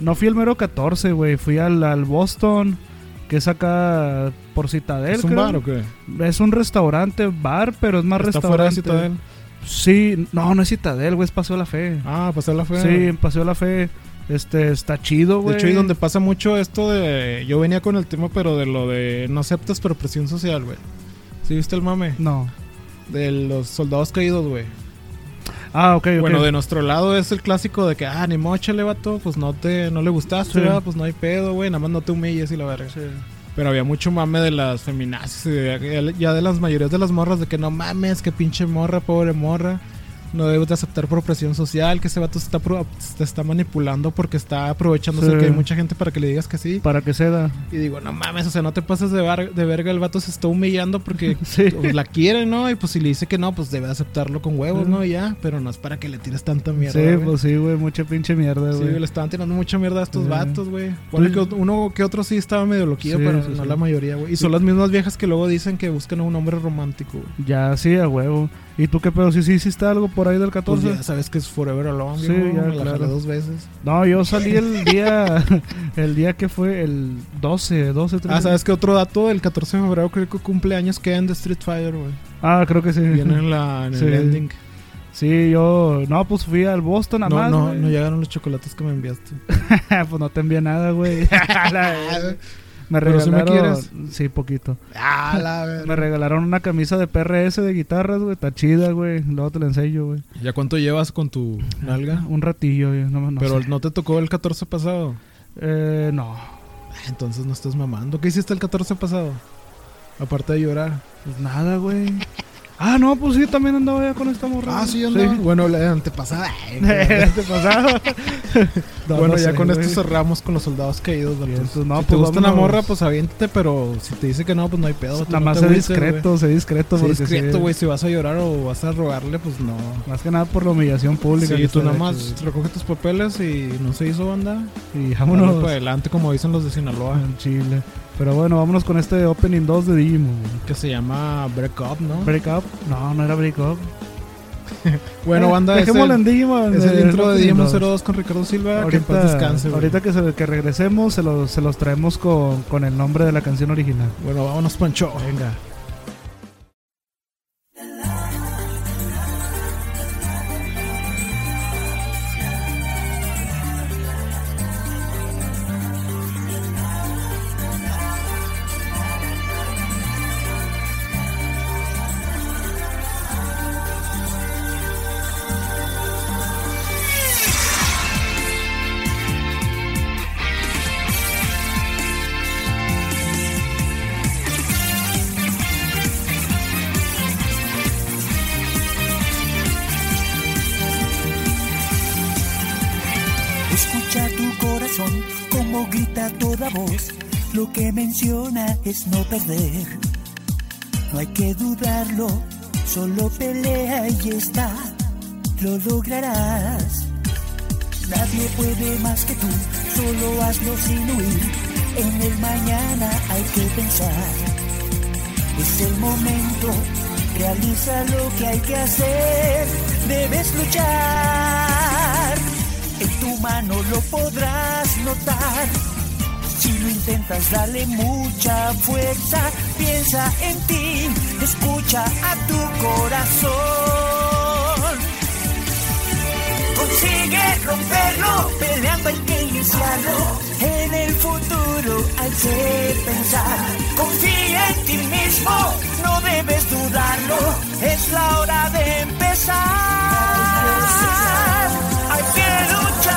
S2: No fui al mero 14, güey. Fui al, al Boston, que es acá por Citadel.
S3: ¿Es un
S2: creo.
S3: bar o qué?
S2: Es un restaurante, bar, pero es más
S3: Está fuera de
S2: restaurante.
S3: Citadel.
S2: Sí, no, no es Citadel, güey. Es Paseo de la Fe.
S3: Ah, pasar la fe.
S2: sí, en Paseo de la Fe. Este, está chido,
S3: De
S2: güey.
S3: hecho, y donde pasa mucho esto de. Yo venía con el tema, pero de lo de no aceptas, pero presión social, güey. ¿Sí viste el mame?
S2: No.
S3: De los soldados caídos, güey.
S2: Ah, ok, ok.
S3: Bueno, de nuestro lado es el clásico de que, ah, ni mochale, vato, pues no te, no le gustaste,
S2: Sí.
S3: ¿verdad? pues no hay pedo, güey, nada más no te humilles y la verga.
S2: Sí.
S3: Pero había mucho mame de las feminazis, y de- ya de las mayorías de las morras, de que no mames, que pinche morra, pobre morra. No debes de aceptar por presión social que ese vato se está pro- te está manipulando porque está aprovechándose
S2: Sí.
S3: de que hay mucha gente para que le digas que sí.
S2: Para que ceda.
S3: Y digo, no mames, o sea, no te pases de, var- de verga, el vato se está humillando porque
S2: Sí.
S3: pues, la quiere, ¿no? Y pues si le dice que no, pues debe aceptarlo con huevos,
S2: Sí.
S3: ¿no? Y ya, pero no es para que le tires tanta mierda.
S2: sí,
S3: güey.
S2: pues sí, güey. Mucha pinche mierda,
S3: Sí,
S2: güey.
S3: le estaban tirando mucha mierda a estos
S2: Sí.
S3: vatos, güey. Ponle que uno que otro sí estaba medio loquillo,
S2: Sí,
S3: pero
S2: sí,
S3: no
S2: sí. Pues
S3: la mayoría, güey. Y son las mismas viejas que luego dicen que buscan a un hombre romántico, güey.
S2: Ya, sí, a huevo. ¿Y tú qué pedo? ¿Sí, sí hiciste algo por ahí del
S3: Pues
S2: 14?
S3: ya sabes que es Forever Alone,
S2: Sí,
S3: sí,
S2: ya,
S3: me la
S2: claro.
S3: jalé dos veces.
S2: No, yo salí el día. el día que fue el 12, 12, 13.
S3: Ah, ¿sabes que otro dato? El 14 de febrero creo que cumple años que en The Street Fighter, güey.
S2: Ah, creo que sí.
S3: Viene en, la, en el
S2: Sí.
S3: ending.
S2: Sí, yo. No, pues fui al Boston a
S3: No,
S2: más.
S3: no,
S2: güey.
S3: no llegaron los chocolates que me enviaste.
S2: pues no te envié nada, güey. La- me
S3: Pero sí me
S2: regalaron. sí, poquito.
S3: ah, la
S2: Me regalaron una camisa de PRS de guitarras, güey. Está chida, güey. Luego te la enseño, güey.
S3: ¿Ya cuánto llevas con tu nalga?
S2: Un ratillo, güey. No, no
S3: Pero
S2: sé.
S3: no te tocó el 14 pasado.
S2: Eh, no.
S3: Ah, Entonces no estás mamando. ¿Qué hiciste el 14 pasado? Aparte de llorar.
S2: Pues nada, güey. Ah, no, pues sí, también andaba ya con esta morra.
S3: Ah, sí, andaba. Bueno, la antepasada. ay, güey.
S2: Este pasado. No,
S3: bueno,
S2: no
S3: ya
S2: sé,
S3: con
S2: güey.
S3: esto cerramos con los soldados caídos. vatos.
S2: Bien, pues, no,
S3: si te
S2: pues,
S3: gusta una
S2: vámonos.
S3: morra, pues aviéntate, pero si te dice que no, pues no hay pedo. tú
S2: Nada
S3: no
S2: más
S3: te
S2: sé
S3: agüites,
S2: discreto, sé discreto.
S3: güey. Sé
S2: porque sí,
S3: discreto, güey. Si vas a llorar o vas a rogarle, pues no.
S2: Más que nada por la humillación pública.
S3: Sí,
S2: que
S3: tú
S2: está
S3: nada
S2: hecho,
S3: más recoge tus papeles y no se hizo banda.
S2: güey. Y
S3: Vámonos
S2: vámonos
S3: para adelante, como dicen los de Sinaloa,
S2: en Chile. Pero bueno, vámonos con este opening 2 de Digimon. güey.
S3: que se llama Break Up, ¿no?
S2: Break Up. No, no era Break Up.
S3: bueno,
S2: Eh,
S3: banda, es
S2: Dejémoslo
S3: el,
S2: en Digimon.
S3: es el
S2: eh,
S3: intro de
S2: opening
S3: Digimon
S2: 2.
S3: 02 con Ricardo Silva. que en
S2: Ahorita,
S3: paz descanse, güey.
S2: ahorita que, se- que regresemos, se los, se los traemos con, con el nombre de la canción original.
S3: Bueno, vámonos, Pancho.
S2: Venga.
S4: Escucha tu corazón como grita toda voz. Lo que menciona es no perder. No hay que dudarlo, solo pelea y está. Lo lograrás. Nadie puede más que tú, solo hazlo sin huir. En el mañana hay que pensar. Es el momento, realiza lo que hay que hacer. Debes luchar, en tu mano lo podrás notar. Si lo intentas, dale mucha fuerza. Piensa en ti, escucha a tu corazón. Consigue romperlo, peleando hay que iniciarlo. En el futuro hay que pensar. Confía en ti mismo, no debes dudarlo. Es la hora de empezar. Hay que luchar.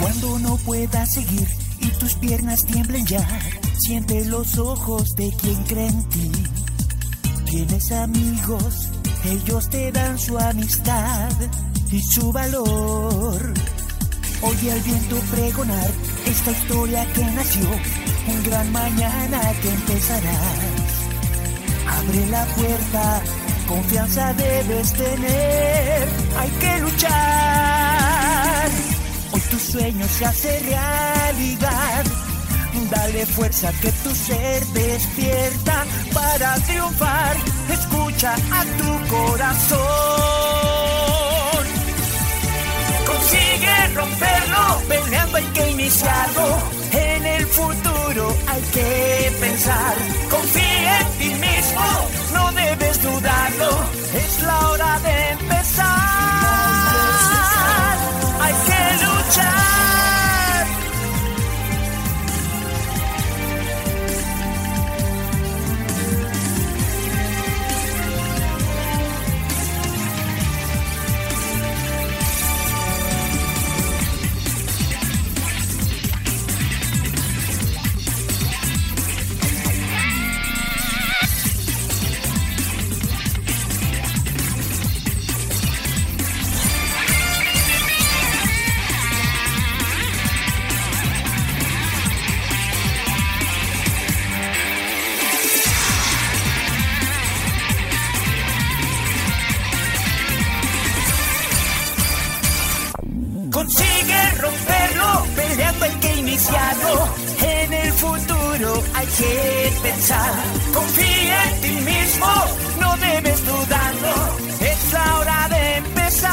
S4: Cuando no puedas seguir y tus piernas tiemblen ya, siente los ojos de quien cree en ti. Tienes amigos, ellos te dan su amistad y su valor. Oye al viento pregonar esta historia que nació, un gran mañana que empezará. Abre la puerta, confianza debes tener, hay que luchar. Hoy tu sueño se hace realidad. Dale fuerza que tu ser despierta para triunfar. Escucha a tu corazón. Consigue romperlo, peleando hay que iniciarlo. En el futuro hay que pensar. Confía en ti mismo, no debes dudarlo. Es la hora de empezar. Hay que luchar. qué pensar. Confía en ti mismo, no debes dudarlo. Es la hora de empezar.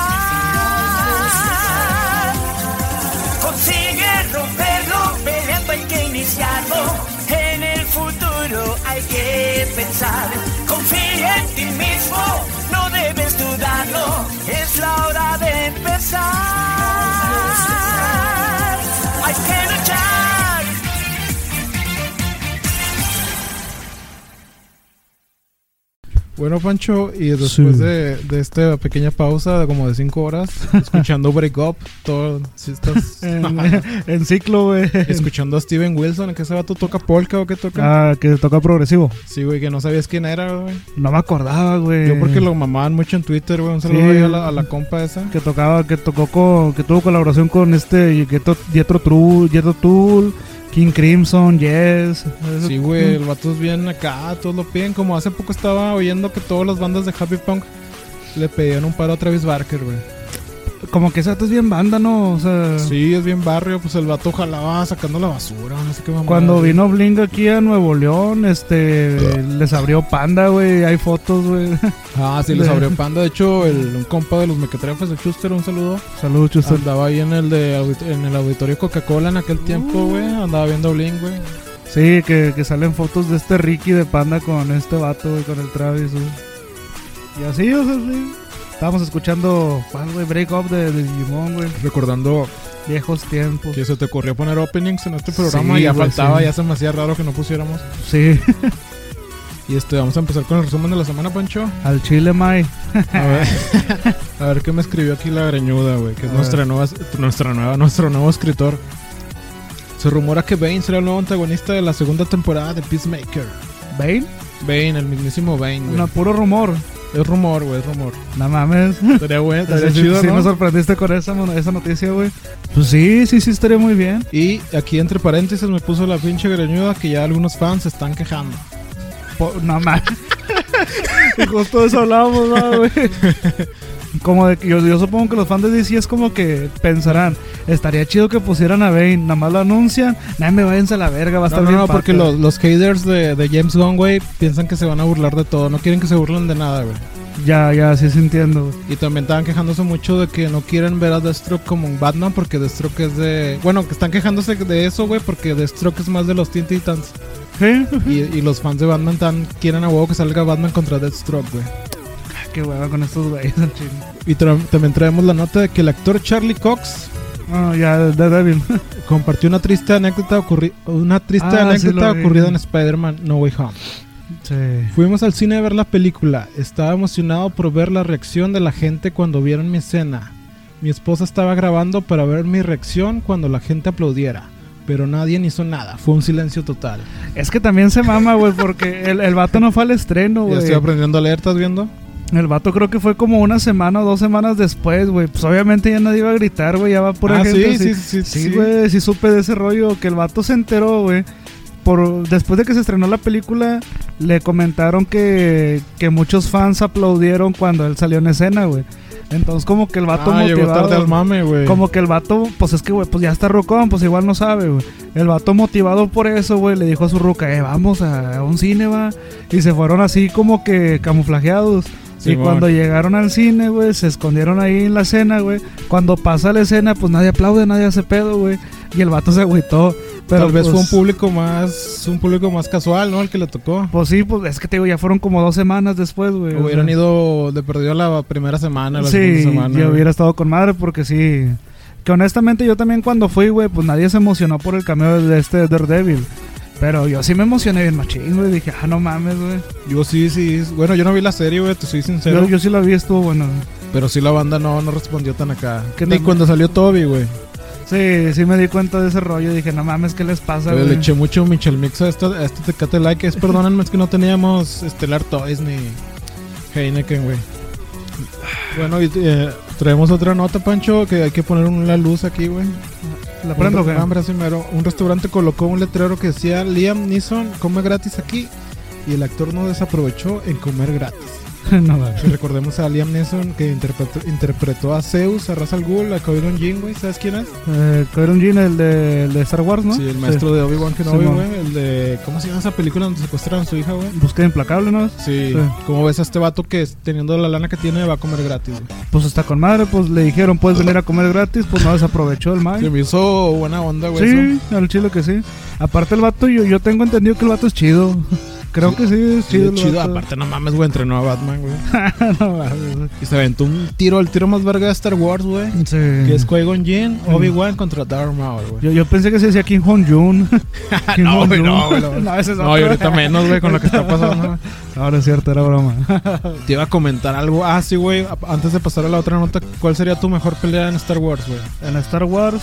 S4: Consigue romperlo, peleando hay que iniciarlo. En el futuro hay que pensar. Confía en ti mismo, no debes dudarlo. Es la hora de empezar. Hay que luchar.
S3: Bueno, Pancho, y después
S2: Sí.
S3: de, de esta pequeña pausa de como de 5 horas, escuchando Break Up, todo, si estás
S2: En, en ciclo, güey.
S3: escuchando a Steven Wilson, que ese vato toca polka o que toca.
S2: Ah, que toca progresivo.
S3: Sí, güey, que no sabías quién era, güey.
S2: No me acordaba, güey.
S3: Yo porque lo mamaban mucho en Twitter, güey. Un saludo
S2: Sí.
S3: ahí a, la, a la compa esa.
S2: que tocaba, que tocó con, que tuvo colaboración con este Jetro Tool, Jethro Tull, King Crimson, Yes.
S3: Sí, güey, el vato es bien acá, todos lo piden. Como hace poco estaba oyendo que todas las bandas de Happy Punk le pedían un paro a Travis Barker, güey.
S2: Como que esa es bien banda, ¿no? O sea,
S3: Sí, es bien barrio, pues el vato jalaba sacando la basura, no sé qué mamada,
S2: cuando
S3: güey.
S2: vino Bling aquí a Nuevo León, este, les abrió Panda, güey. Hay fotos, güey.
S3: Ah, sí, les abrió panda. De hecho, el, un compa de los mequetrefes, el Schuster, un saludo.
S2: Saludos, Chuster.
S3: Andaba ahí en el, de, audit- en el auditorio Coca-Cola en aquel tiempo, güey. Andaba viendo Blink, güey.
S2: Sí, que, que salen fotos de este Ricky de Panda con este vato, güey, con el Travis, güey. Y así, o sea, sí. Estábamos escuchando, ¿cuál, güey? Break Up de, de Digimon, güey.
S3: Recordando
S2: Viejos tiempos.
S3: que se te ocurrió poner openings en este programa
S2: Sí,
S3: y ya
S2: güey,
S3: faltaba,
S2: sí.
S3: ya se me hacía raro que no pusiéramos.
S2: Sí,
S3: Y este, vamos a empezar con el resumen de la semana, Pancho.
S2: al chile, Mai.
S3: A ver, a ver qué me escribió aquí la greñuda, güey, que es
S2: A
S3: nuestra nueva, nuestra nueva, nuestro nuevo escritor. Se rumora que Bane será el nuevo antagonista de la segunda temporada de Peacemaker.
S2: ¿Bane?
S3: Bane, el mismísimo Bane, güey.
S2: No, puro rumor.
S3: Es rumor, güey, es rumor.
S2: No mames.
S3: Estaría bueno, estaría
S2: Sí,
S3: chido,
S2: sí
S3: ¿no?
S2: me sorprendiste con esa, mon- esa noticia, güey. Pues sí, sí, sí, estaría muy bien.
S3: Y aquí entre paréntesis me puso la pinche greñuda que ya algunos fans se están quejando.
S2: Po- no mames. Y Justo de eso hablábamos, ¿no, güey. Como de que yo, yo supongo que los fans de DC es como que pensarán, estaría chido que pusieran a Bane, nada más lo anuncian, nada me váyanse a la verga, va a
S3: No,
S2: estar
S3: no,
S2: bien
S3: no,
S2: pato.
S3: porque los, los haters de, de James Gunn, güey, piensan que se van a burlar de todo, no quieren que se burlen de nada, güey.
S2: Ya, ya, sí, sí entiendo. güey.
S3: Y también estaban quejándose mucho de que no quieren ver a Deathstroke como un Batman porque Deathstroke es de... Bueno, que están quejándose de eso, güey, porque Deathstroke es más de los Teen Titans.
S2: Sí,
S3: Y, y los fans de Batman tan quieren a huevo que salga Batman contra Deathstroke, güey.
S2: qué hueva con estos güeyes al chile.
S3: Y tra- también traemos la nota de que el actor Charlie Cox
S2: No, ya, Daredevil.
S3: compartió una triste anécdota, ocurri- una triste
S2: Ah, sí
S3: anécdota
S2: lo vi.
S3: ocurrida en Spider-Man No Way Home.
S2: sí.
S3: Fuimos al cine a ver la película. Estaba emocionado por ver la reacción de la gente cuando vieron mi escena. Mi esposa estaba grabando para ver mi reacción cuando la gente aplaudiera. Pero nadie hizo nada. Fue un silencio total.
S2: Es que también se mama, güey, porque el, el vato no fue al estreno,
S3: Ya
S2: güey.
S3: estoy aprendiendo a leer, ¿estás viendo?
S2: El vato creo que fue como una semana o dos semanas después, güey. Pues obviamente ya nadie iba a gritar, güey, ya va por
S3: Ah,
S2: gente.
S3: sí, sí, sí,
S2: Sí,
S3: sí.
S2: güey, sí supe de ese rollo que el vato se enteró, güey. Por, después de que se estrenó la película, le comentaron que, que muchos fans aplaudieron cuando él salió en escena, güey. Entonces como que el vato
S3: ah, llegó
S2: motivado-
S3: tarde al mame, güey.
S2: como que el vato, pues es que, güey, pues ya está rucón, pues igual no sabe, güey. El vato motivado por eso, güey, le dijo a su ruca, eh, vamos a, a un cine, va. Y se fueron así como que camuflajeados. y
S3: Simón.
S2: cuando llegaron al cine, güey, se escondieron ahí en la escena, güey. Cuando pasa la escena, pues nadie aplaude, nadie hace pedo, güey. Y el vato se agüitó. Pero
S3: Tal vez fue un
S2: pues,
S3: público más un público más casual, ¿no? El que le tocó.
S2: Pues sí, pues es que te digo, ya fueron como dos semanas después, güey. o
S3: Hubieran
S2: sea.
S3: ido de perdido la primera semana, la
S2: Pues, eh. Sí,
S3: segunda semana.
S2: yo
S3: güey.
S2: hubiera estado con madre porque sí. Que honestamente yo también cuando fui, güey, pues nadie se emocionó por el cameo de este Daredevil. Pero yo sí me emocioné bien machín, güey. Dije, ah, no mames, güey.
S3: Yo sí, sí. Bueno, yo no vi la serie, güey, te soy sincero.
S2: Yo, yo sí la vi, estuvo bueno.
S3: Pero sí la banda no, no respondió tan acá.
S2: Que
S3: Ni
S2: no-
S3: cuando salió Toby, güey.
S2: Sí, sí me di cuenta de ese rollo. Dije, no mames, ¿qué les pasa,
S3: Güey, Le
S2: güey?
S3: eché mucho Michel Mix a, esta, a este Tecate Like. Es, perdónenme, es que no teníamos Estelar Toys ni Heineken, güey. Bueno, y eh, traemos otra nota, Pancho, que hay que poner una luz aquí, güey.
S2: ¿La prendo,
S3: Un-
S2: güey?
S3: hambre así mero. Un restaurante colocó un letrero que decía Liam Neeson come gratis aquí. Y el actor no desaprovechó en comer gratis.
S2: no mames.
S3: Recordemos a Liam Neeson que interpretó, interpretó a Zeus, a Ra's al Ghul, a Qui-Gon Jinn, güey. ¿Sabes quién es?
S2: Eh, Kyron Jin, el de, el de Star Wars, ¿no?
S3: Sí, el maestro de Obi-Wan Kenobi,
S2: Simón.
S3: güey. El de. ¿Cómo se llama esa película donde secuestraron a su hija, güey?
S2: Busca Pues implacable, ¿no?
S3: Sí.
S2: Sí.
S3: ¿Cómo ves a este vato que teniendo la lana que tiene va a comer gratis, güey?
S2: Pues está con madre, pues le dijeron, puedes venir a comer gratis, pues no desaprovechó el
S3: Se
S2: maíz.
S3: me hizo buena onda, güey. eso.
S2: Sí, al chile que sí. Aparte el vato, yo, yo tengo entendido que el vato es chido. Creo que sí, es
S3: Sí,
S2: chido. el
S3: chido.
S2: vato. Ah,
S3: Aparte, no mames, güey, entrenó a Batman, güey.
S2: No mames.
S3: Y se aventó un tiro, el tiro más verga de Star Wars, güey.
S2: Sí.
S3: Que es Qui-Gon Jinn,
S2: Mm.
S3: Obi-Wan contra Darth Maul, güey.
S2: Yo, yo pensé que se decía Kim Hong Jun. Kim
S3: No,
S2: Hong
S3: güey, no,
S2: Jun.
S3: güey, no.
S2: no, ese es
S3: No, y
S2: otro.
S3: ahorita menos, güey, con lo que está pasando.
S2: Ahora es cierto, era broma.
S3: Te iba a comentar algo. Ah, sí, güey. a- Antes de pasar a la otra nota, ¿cuál sería tu mejor pelea en Star Wars, güey?
S2: En Star Wars,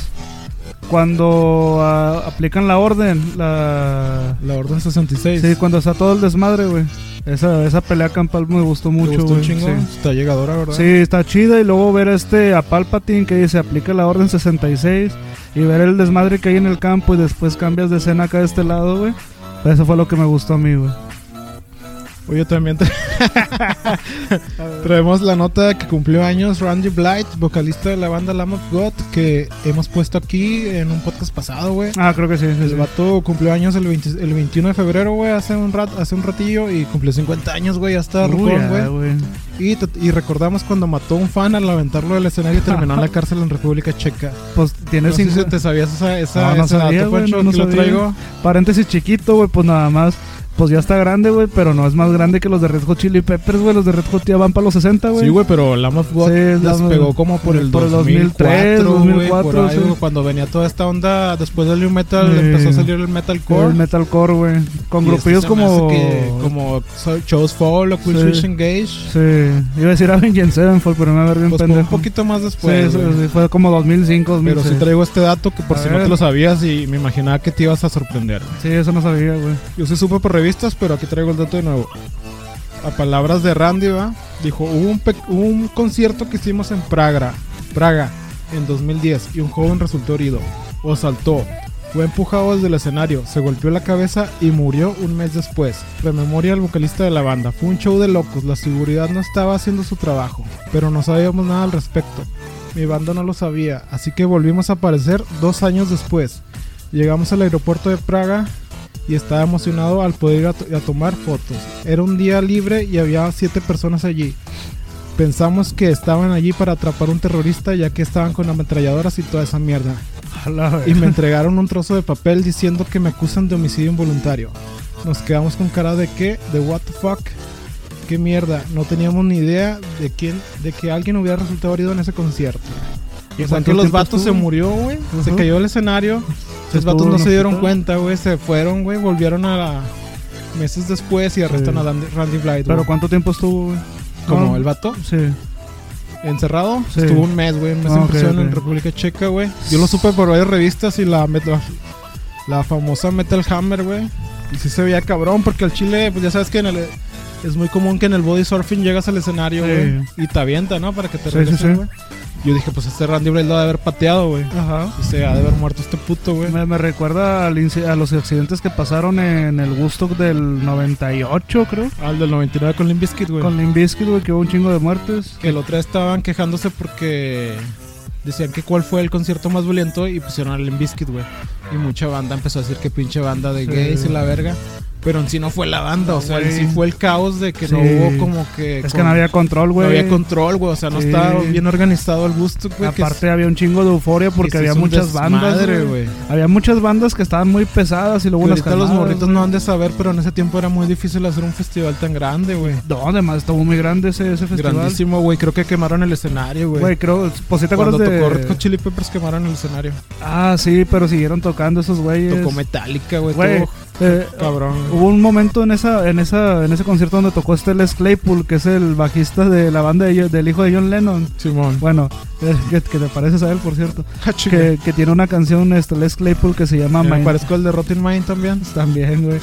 S2: cuando ah, aplican la orden, la...
S3: La Orden 66.
S2: Sí, cuando está todo el desmadre, güey. Esa, esa pelea campal me gustó
S3: ¿Te
S2: mucho,
S3: gustó un
S2: güey.
S3: chingo?
S2: Sí.
S3: Está llegadora, ¿verdad?
S2: Sí, está chida. Y luego ver este a Palpatine que dice aplica la orden 66 y ver el desmadre que hay en el campo y después cambias de escena acá de este lado, güey. Pues Eso fue lo que me gustó a mí, güey.
S3: Oye, también tra- traemos la nota que cumplió años Randy Blight, vocalista de la banda Lamb of God, que hemos puesto aquí en un podcast pasado, güey.
S2: Ah, creo que sí. sí, sí.
S3: El vato cumplió años el, 20 el 21 de febrero, güey, hace un rat, hace un ratillo y cumplió 50 años, güey, ya está
S2: Uy,
S3: rucón,
S2: ya,
S3: güey.
S2: güey.
S3: Y, te- y recordamos cuando mató a un fan al aventarlo del escenario y terminó en la cárcel en República Checa.
S2: Pues
S3: No
S2: tiene
S3: sé si
S2: cinco...
S3: te sabías esa, esa,
S2: Ah, No, no
S3: ese
S2: sabía,
S3: dato,
S2: güey,
S3: Pancho,
S2: no, no
S3: que lo
S2: sabía.
S3: traigo.
S2: Paréntesis chiquito, güey, pues nada más. Pues ya está grande, güey, pero no es más grande que los de Red Hot Chili Peppers, güey. Los de Red Hot ya van para los 60, güey.
S3: Sí, güey, pero Lamb of God
S2: Sí, Lamb-
S3: despegó como por el,
S2: por el
S3: 2003,
S2: 2003,
S3: 2004,
S2: 2004,
S3: güey, por ahí,
S2: sí.
S3: güey, cuando venía toda esta onda, después del New Metal,
S2: Sí.
S3: empezó a salir el Metalcore.
S2: El metalcore, güey. Con
S3: Y este
S2: grupillos
S3: se me
S2: como...
S3: hace que- como so- Chose Fall o Queen
S2: Sí.
S3: Switch Engage,
S2: Sí, iba a decir Avenged Sevenfold, pero me va a ver bien
S3: pues fue un
S2: pendejo.
S3: poquito más
S2: Sí,
S3: después.
S2: sí,
S3: güey.
S2: sí, fue como 2005, 2006.
S3: Pero sí traigo este dato que por
S2: A
S3: si no te
S2: ver.
S3: lo sabías y me imaginaba que te ibas a sorprender.
S2: Sí, eso no sabía, güey.
S3: Yo sí supe por revistas, pero aquí traigo el dato de nuevo. A palabras de Randy, ¿va? Dijo, hubo un, pe- hubo un concierto que hicimos en Praga, Praga, en 2010, y un joven resultó herido, o saltó, fue empujado desde el escenario, se golpeó la cabeza y murió un mes después. Rememoria al vocalista de la banda, fue un show de locos, la seguridad no estaba haciendo su trabajo, pero no sabíamos nada al respecto. Mi banda no lo sabía, así que volvimos a aparecer dos años después. Llegamos al aeropuerto de Praga, y estaba emocionado al poder ir a, to- a tomar fotos. Era un día libre y había siete personas allí. Pensamos que estaban allí para atrapar un terrorista ya que estaban con ametralladoras y toda esa mierda. Y me entregaron un trozo de papel diciendo que me acusan de homicidio involuntario. Nos quedamos con cara de qué, de what the fuck, qué mierda. No teníamos ni idea de quién, de que alguien hubiera resultado herido en ese concierto.
S2: ¿Y
S3: O sea
S2: cuánto
S3: que los
S2: tiempo
S3: vatos se
S2: estuvo?
S3: murió, güey. Se
S2: Ujú.
S3: cayó del escenario.
S2: Se
S3: Los vatos
S2: estuvo
S3: no
S2: en
S3: se dieron
S2: hospital.
S3: cuenta, güey. Se fueron, güey. Volvieron a la... meses después y arrestan
S2: Sí.
S3: a Dan- Randy Blythe.
S2: ¿Pero
S3: güey.
S2: cuánto tiempo estuvo, güey?
S3: como
S2: no.
S3: el vato
S2: Sí.
S3: encerrado,
S2: Sí.
S3: estuvo un mes, güey. Un mes
S2: Ah,
S3: en
S2: ok,
S3: prisión en
S2: ok.
S3: República Checa, güey. Yo lo supe por varias revistas y la, met- la, la famosa Metal Hammer, güey. Y sí se veía cabrón porque el chile, pues ya sabes que en el... Es muy común que en el body surfing llegas al escenario,
S2: Sí.
S3: güey. Y te avienta, ¿no? Para que te
S2: Sí, sí,
S3: regresen,
S2: sí.
S3: güey. Yo dije, pues este Randy Blythe lo ha de haber pateado, güey.
S2: Ajá.
S3: Y se ha de haber muerto este puto, güey.
S2: Me, me recuerda al inci- a los accidentes que pasaron en el Woodstock del 98, creo.
S3: Al del 99 con Limp Bizkit, güey.
S2: Con Limp Bizkit, güey, que hubo un chingo de muertes.
S3: Que el otro día estaban quejándose porque decían que cuál fue el concierto más violento y pusieron al Limp Bizkit, güey. Y mucha banda empezó a decir que pinche banda de
S2: Sí.
S3: gays y la verga. Pero en sí no fue la banda, o sea, en sí
S2: Güey.
S3: fue el caos de que no
S2: Sí.
S3: hubo como que.
S2: Es
S3: con-
S2: que no había control,
S3: no
S2: güey.
S3: había control, güey. O sea, no
S2: Sí.
S3: estaba bien organizado el gusto, güey. que
S2: Aparte había un chingo de euforia
S3: se- que
S2: porque
S3: se
S2: había
S3: hizo un
S2: muchas bandas,
S3: desmadre,
S2: güey.
S3: güey.
S2: Había muchas bandas que estaban muy pesadas y
S3: Que
S2: luego unas
S3: Ahorita los
S2: calmadas,
S3: morritos
S2: güey.
S3: no han de saber, pero en ese tiempo era muy difícil hacer un festival tan grande, güey.
S2: No, además estuvo muy grande ese, ese festival.
S3: Grandísimo, güey. Creo que quemaron el escenario, güey.
S2: Güey, creo, pues si te
S3: Cuando
S2: acuerdas de...
S3: tocó Red Hot Chili Peppers quemaron el escenario.
S2: Ah, sí, pero siguieron tocando esos güeyes.
S3: Tocó Metallica, güey.
S2: Güey,
S3: todo
S2: eh,
S3: Cabrón. güey.
S2: hubo un momento en esa, en esa, en ese concierto donde tocó este Les Claypool, que es el bajista de la banda de Jo- del hijo de John Lennon.
S3: Simón.
S2: Bueno, eh, que, que te pareces a él, por cierto.
S3: Ah, chinga.
S2: Que, que tiene una canción, este Les Claypool, que se llama
S3: Eh, me
S2: My-
S3: parezco el de Rotten Mind también.
S2: También, güey.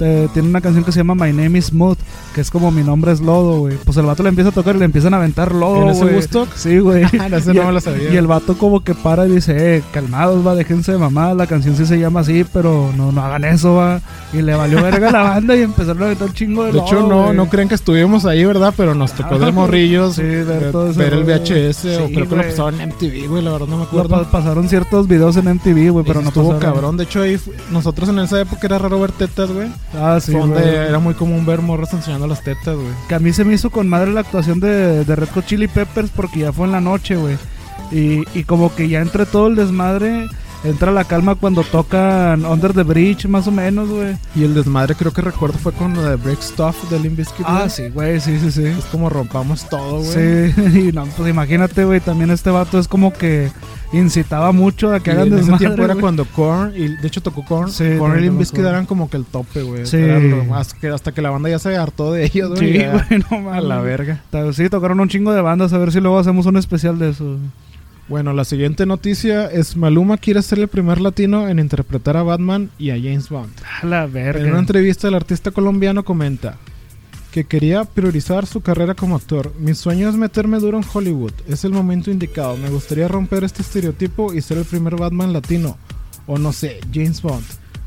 S2: Eh, tiene una canción que se llama My Name is Mud, que es como mi nombre es Lodo, güey. Pues el vato le empieza a tocar y le empiezan a aventar
S3: ¿En
S2: lodo,
S3: ese
S2: güey.
S3: Woodstock?
S2: Sí, güey.
S3: Ah, no, ese
S2: Y
S3: no
S2: el-
S3: me lo sabía.
S2: Y el vato como que para y dice, eh, calmados, va, déjense de mamada, la canción sí se llama así, pero no, no hagan eso, va. Y le valió verga la banda y empezaron a meter un chingo de
S3: De hecho,
S2: lodo,
S3: no,
S2: güey.
S3: no creen que estuvimos ahí, ¿verdad? Pero nos tocó de morrillos
S2: Sí, ver
S3: ver,
S2: todo ese
S3: ver el
S2: rollo.
S3: VHS o
S2: Sí,
S3: creo que lo
S2: güey.
S3: pasaron en MTV, güey, la verdad no me
S2: Lo
S3: acuerdo.
S2: pa- pasaron ciertos videos en MTV, güey, pero no
S3: estuvo
S2: pasaron.
S3: cabrón. De hecho, ahí fu- nosotros en esa época era raro ver tetas, güey.
S2: Ah, sí,
S3: Fue donde
S2: güey.
S3: era muy común ver morros enseñando las tetas, güey.
S2: Que a mí se me hizo con madre la actuación de, de Red Hot Chili Peppers porque ya fue en la noche, güey. Y, y como que ya entre todo el desmadre, entra la calma cuando tocan Under the Bridge, más o menos, güey.
S3: Y el desmadre creo que recuerdo fue con lo de Break Stuff de Limp Bizkit, güey.
S2: Ah, sí, güey, sí, sí, sí.
S3: Es como rompamos todo, güey.
S2: Sí, y no, pues imagínate, güey, también este vato es como que incitaba mucho a que
S3: Y
S2: hagan
S3: en ese
S2: desmadre.
S3: tiempo era
S2: güey.
S3: cuando Korn, y de hecho tocó Korn,
S2: Sí,
S3: Korn
S2: también
S3: y Limp
S2: tocó
S3: Bizkit
S2: Korn.
S3: eran como que el tope, güey.
S2: Sí.
S3: Era lo más que- hasta que la banda ya se hartó de ellos, güey.
S2: Sí,
S3: ya.
S2: güey, no
S3: A
S2: mames.
S3: la verga.
S2: Ta- Sí, tocaron un chingo de bandas, a ver si luego hacemos un especial de eso.
S3: Bueno, la siguiente noticia es Maluma quiere ser el primer latino en interpretar a Batman y a James Bond.
S2: A la verga.
S3: En una entrevista el artista colombiano comenta que quería priorizar su carrera como actor. Mi sueño es meterme duro en Hollywood. Es el momento indicado. Me gustaría romper este estereotipo y ser el primer Batman latino. O no sé, James Bond.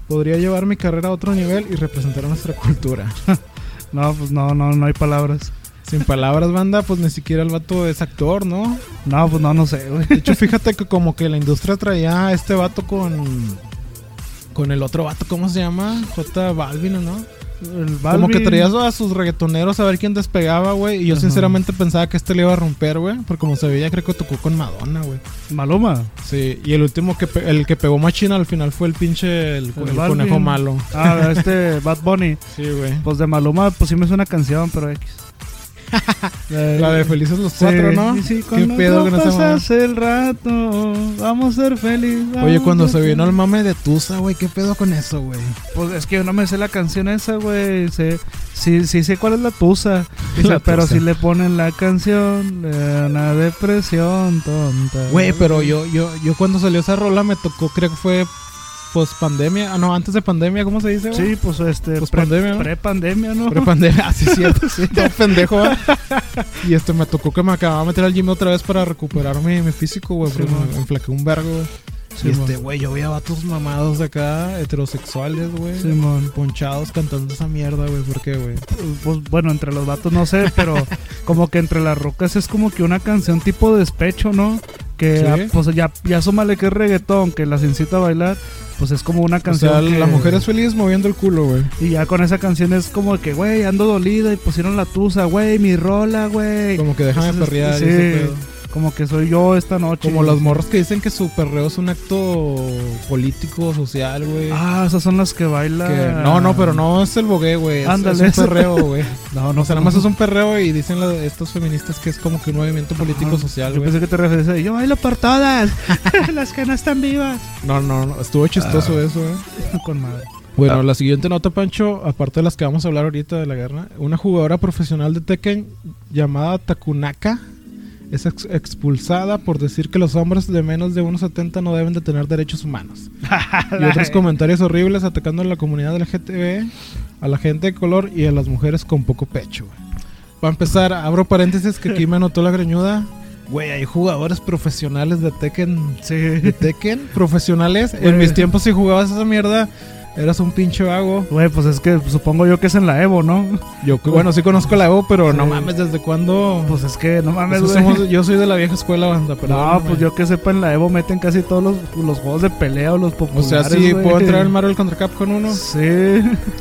S3: Podría llevar mi carrera a otro nivel y representar nuestra cultura.
S2: No, pues no, no, no hay palabras.
S3: Sin palabras, banda, pues ni siquiera el vato es actor, ¿no?
S2: No, pues no, no sé, güey.
S3: De hecho, fíjate que como que la industria traía a este vato con. Con el otro vato, ¿cómo se llama? J Balvin, ¿o ¿no?
S2: El
S3: Como que
S2: Balvin.
S3: traías a sus reggaetoneros a ver quién despegaba, güey. Y yo
S2: Ajá.
S3: sinceramente pensaba que este le iba a romper, güey. Porque como se veía, creo que tocó con Madonna, güey.
S2: Maluma.
S3: Sí, y el último que pe- el que pegó machina al final fue el pinche el, el
S2: Balvin.
S3: conejo malo.
S2: Ah, este Bad Bunny.
S3: Sí, güey.
S2: Pues de Maluma, pues sí me suena canción, pero X. Eh,
S3: La de Felices los
S2: sí,
S3: Cuatro, ¿no?
S2: sí, sí,
S3: Qué
S2: cuando
S3: pedo
S2: no
S3: con esa mamá.
S2: pasas el rato, vamos a ser felices.
S3: Oye, cuando se vino el mame de Tusa, güey, ¿qué pedo con eso, güey?
S2: Pues es que yo no me sé la canción esa, güey. Sé- Sí, sí sé cuál es la tusa. Dice,
S3: La
S2: pero
S3: tusa.
S2: si le ponen la canción, le da una depresión tonta.
S3: Güey, pero yo, yo, yo cuando salió esa rola me tocó, creo que fue post pandemia. Ah, no, antes de pandemia, ¿cómo se dice?
S2: Sí, pues este.
S3: Pues
S2: pre-
S3: pandemia, ¿no?
S2: Pre-pandemia, ¿no?
S3: Pre pandemia, así es cierto, sí, todo pendejo. ¿va? Y este me tocó que me acababa de meter al gym otra vez para recuperar mi, mi físico, güey,
S2: Sí,
S3: porque
S2: man.
S3: me enflaqué un vergo, güey.
S2: Sí,
S3: y este,
S2: mon.
S3: güey, yo veía vatos mamados de acá, heterosexuales, güey.
S2: Simón.
S3: Ponchados cantando esa mierda, güey, ¿por qué, güey?
S2: pues, bueno, entre los vatos no sé, pero como que entre las rocas es como que una canción tipo despecho, ¿no? Que
S3: Sí.
S2: ah, pues ya, ya súmale que es reggaetón, que las incita a bailar, pues es como una
S3: O
S2: canción.
S3: sea, la
S2: que-
S3: mujer es feliz moviendo el culo, güey.
S2: Y ya con esa canción es como que, güey, ando dolida y pusieron la tusa, güey, mi rola, güey.
S3: Como que déjame
S2: Entonces,
S3: perrear y
S2: sí,
S3: ese pedo.
S2: Como que soy yo esta noche.
S3: Como los morros que dicen que su perreo es un acto político, social, güey.
S2: Ah, esas son las que bailan.
S3: Que- no, no, pero no es el bogué, güey. Es,
S2: Ándale.
S3: es un perreo, güey.
S2: No, no,
S3: O sea, nada más es un perreo y dicen la- estos feministas que es como que un movimiento político
S2: Ah,
S3: social,
S2: Yo
S3: güey.
S2: pensé que te referías a yo bailo por todas, las que no están vivas.
S3: No, no, no. Estuvo chistoso eso, eh. güey.
S2: Con madre.
S3: Bueno, la siguiente nota, Pancho, aparte de las que vamos a hablar ahorita de la guerra, una jugadora profesional de Tekken llamada Takunaka es ex- expulsada por decir que los hombres de menos de 1,70 no deben de tener derechos humanos. y otros comentarios horribles atacando a la comunidad LGTB, a la gente de color y a las mujeres con poco pecho. Para empezar, abro paréntesis que aquí me anotó la greñuda. Güey, hay jugadores profesionales de Tekken
S2: Sí.
S3: de Tekken profesionales. En
S2: Güey.
S3: mis tiempos si jugabas esa mierda, eras un pinche vago.
S2: Güey, pues es que supongo yo que es en la Evo, ¿no?
S3: Yo que- bueno, sí conozco la Evo, pero no
S2: Sí.
S3: mames, ¿desde cuándo?
S2: Pues es que no mames,
S3: Eso
S2: güey.
S3: somos- yo soy de la vieja escuela banda, pero
S2: No, pues yo que sepa, en la Evo meten casi todos los, los juegos de pelea o los
S3: O
S2: populares.
S3: sea, sí
S2: güey.
S3: puedo entrar en Marvel contra Capcom 1.
S2: Sí,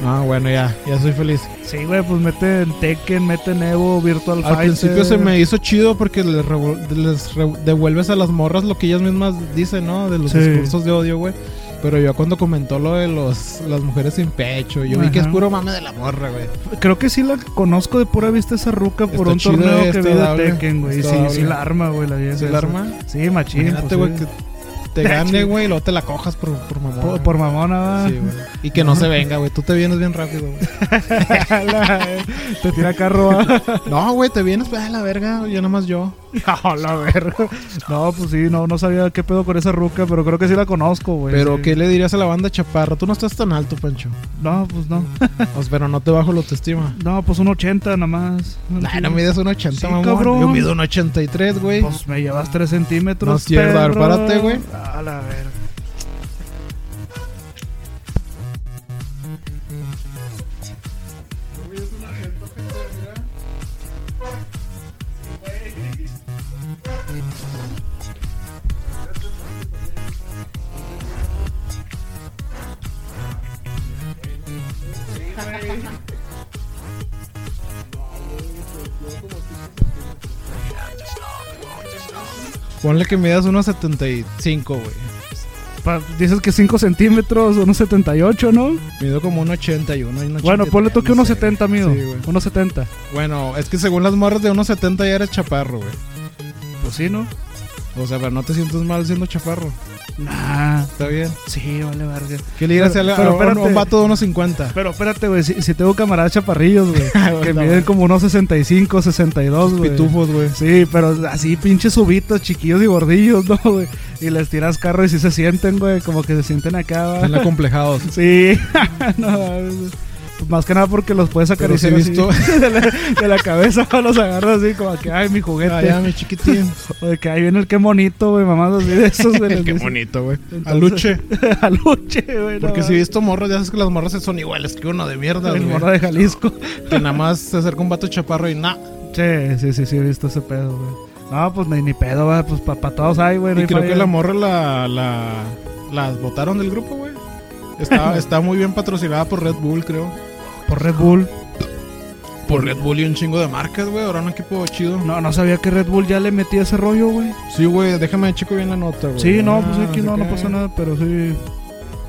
S3: Ah, bueno, ya, ya soy feliz.
S2: sí, güey, pues meten Tekken, meten Evo, Virtual
S3: Al
S2: Fighter.
S3: principio Pues se me hizo chido porque les, revol- les re- devuelves a las morras lo que ellas mismas dicen, ¿no? De los
S2: Sí.
S3: discursos de odio, güey. Pero yo cuando comentó lo de los, las mujeres sin pecho, yo vi que es
S2: Ajá.
S3: puro mame de la morra, güey.
S2: Creo que sí la conozco de pura vista esa ruca por
S3: Está
S2: un
S3: chida,
S2: torneo que
S3: está
S2: vi de
S3: dable,
S2: Tekken, güey.
S3: está
S2: Sí,
S3: dable.
S2: sí la arma, güey, la vieja
S3: ¿Se
S2: esa.
S3: la arma?
S2: Sí, machín.
S3: Imagínate,
S2: pues,
S3: güey,
S2: sí.
S3: que te gane, güey, y luego te la cojas por, por mamón.
S2: por, por mamona, va.
S3: Sí, güey. Y que no se venga, güey. Tú te vienes bien rápido, güey.
S2: Te tira carro, va.
S3: No, güey, te vienes, pues, a la verga. Yo nomás yo.
S2: No, la verga. No, pues sí, no, no sabía qué pedo con esa ruca, pero creo que sí la conozco, güey.
S3: Pero,
S2: sí.
S3: ¿qué le dirías a la banda chaparra? Tú no estás tan alto, Pancho.
S2: No, pues no.
S3: O sea, pero no te bajo la autoestima.
S2: No, pues un 80 nada más.
S3: Nah, no mides un 80,
S2: Sí,
S3: mamón.
S2: cabrón.
S3: Yo mido un 83, güey.
S2: Pues me llevas 3 centímetros.
S3: No es cierto, a ver,
S2: perro.
S3: párate, güey.
S2: A la verga.
S3: Ponle que midas unos 75, güey.
S2: Pa- dices que 5 centímetros, unos 78, ¿no?
S3: Mido como un 81. un
S2: Bueno,
S3: 83,
S2: ponle toque
S3: no
S2: unos
S3: sé.
S2: 70, amigo.
S3: Sí, güey.
S2: unos 70.
S3: Bueno, es que según las morras de unos 70 ya eres chaparro, güey.
S2: Pues sí, ¿no?
S3: O sea, pero no te sientes mal siendo chaparro.
S2: Nah,
S3: Está bien.
S2: sí, vale, verga.
S3: ¿Qué le dirás
S2: Pero-
S3: a, la-
S2: pero
S3: a un- a un,
S2: espérate.
S3: vato de unos 50?
S2: Pero espérate, güey, si, si tengo camaradas chaparrillos, güey, que
S3: Bueno,
S2: miden como unos 65, 62, güey.
S3: Pitufos, güey.
S2: Sí, pero así pinches subitos, chiquillos y gordillos, ¿no, güey? Y les tiras carro y sí se sienten, güey, como que se sienten acá, ¿va?
S3: Están acomplejados.
S2: Sí, no, mames. más que nada porque los puedes
S3: Pero sí he
S2: acariciar así
S3: visto.
S2: de, la, de la cabeza, los agarras así como que, ay, mi juguete.
S3: Ah, ya, mi chiquitín.
S2: O de que ahí viene el qué bonito, güey, mamás así de esos. güey, les
S3: Qué
S2: dicen.
S3: bonito, güey.
S2: Entonces-
S3: Aluche.
S2: Aluche, güey. no
S3: Porque si he
S2: mames.
S3: visto morras, ya sabes que las morras son iguales que uno de mierda,
S2: El
S3: güey.
S2: morro de Jalisco.
S3: Que nada más se acerca un vato chaparro y nah.
S2: Che, sí, sí, sí, he visto ese pedo, güey. No, pues ni, ni pedo, güey. Pues para todos hay, güey. no
S3: Y
S2: hay
S3: creo
S2: falla.
S3: que la morra la, la, las botaron del grupo, güey. Está, está muy bien patrocinada por Red Bull, creo.
S2: Por Red Bull.
S3: Por Red Bull y un chingo de marcas, güey. Ahora un equipo chido.
S2: No, no sabía que Red Bull ya le metía ese rollo, güey.
S3: Sí, güey, déjame checo bien la nota, güey.
S2: Sí, no,
S3: Ah,
S2: pues aquí no,
S3: sé
S2: no
S3: qué.
S2: pasa nada, pero sí.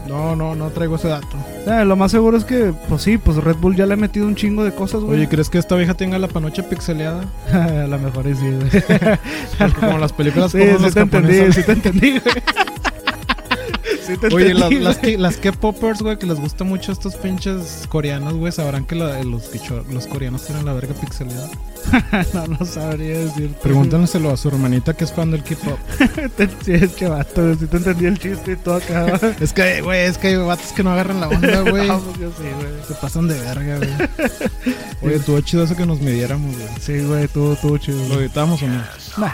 S3: No, no, no traigo ese dato.
S2: Eh, lo más seguro es que, pues sí, pues Red Bull ya le ha metido un chingo de cosas, güey.
S3: Oye, ¿crees que esta vieja tenga la panocha pixeleada?
S2: a lo mejor y sí, güey. sí,
S3: Porque como las películas
S2: sí,
S3: porno, las
S2: te entendí,
S3: japonesas.
S2: sí te entendí, güey. Sí te
S3: Oye, las,
S2: entendí,
S3: las,
S2: güey.
S3: que- las K-popers, güey, que les gusta mucho estos pinches coreanos, güey, sabrán que la- los, que cho- los coreanos tienen la verga pixeleada.
S2: No, no sabría decirte.
S3: Pregúntanoselo a su hermanita que es fan del K-pop.
S2: Te- Sí, es que vato, güey, sí te entendí el chiste y todo acá. güey.
S3: es que, güey, es que hay vatos que no agarran la onda, güey.
S2: No, pues yo sí, güey.
S3: Se pasan de verga, güey. Oye, estuvo chido eso que nos midiéramos, güey.
S2: Sí, güey, tú, tú, chido.
S3: ¿Lo editamos o no?
S2: Nah.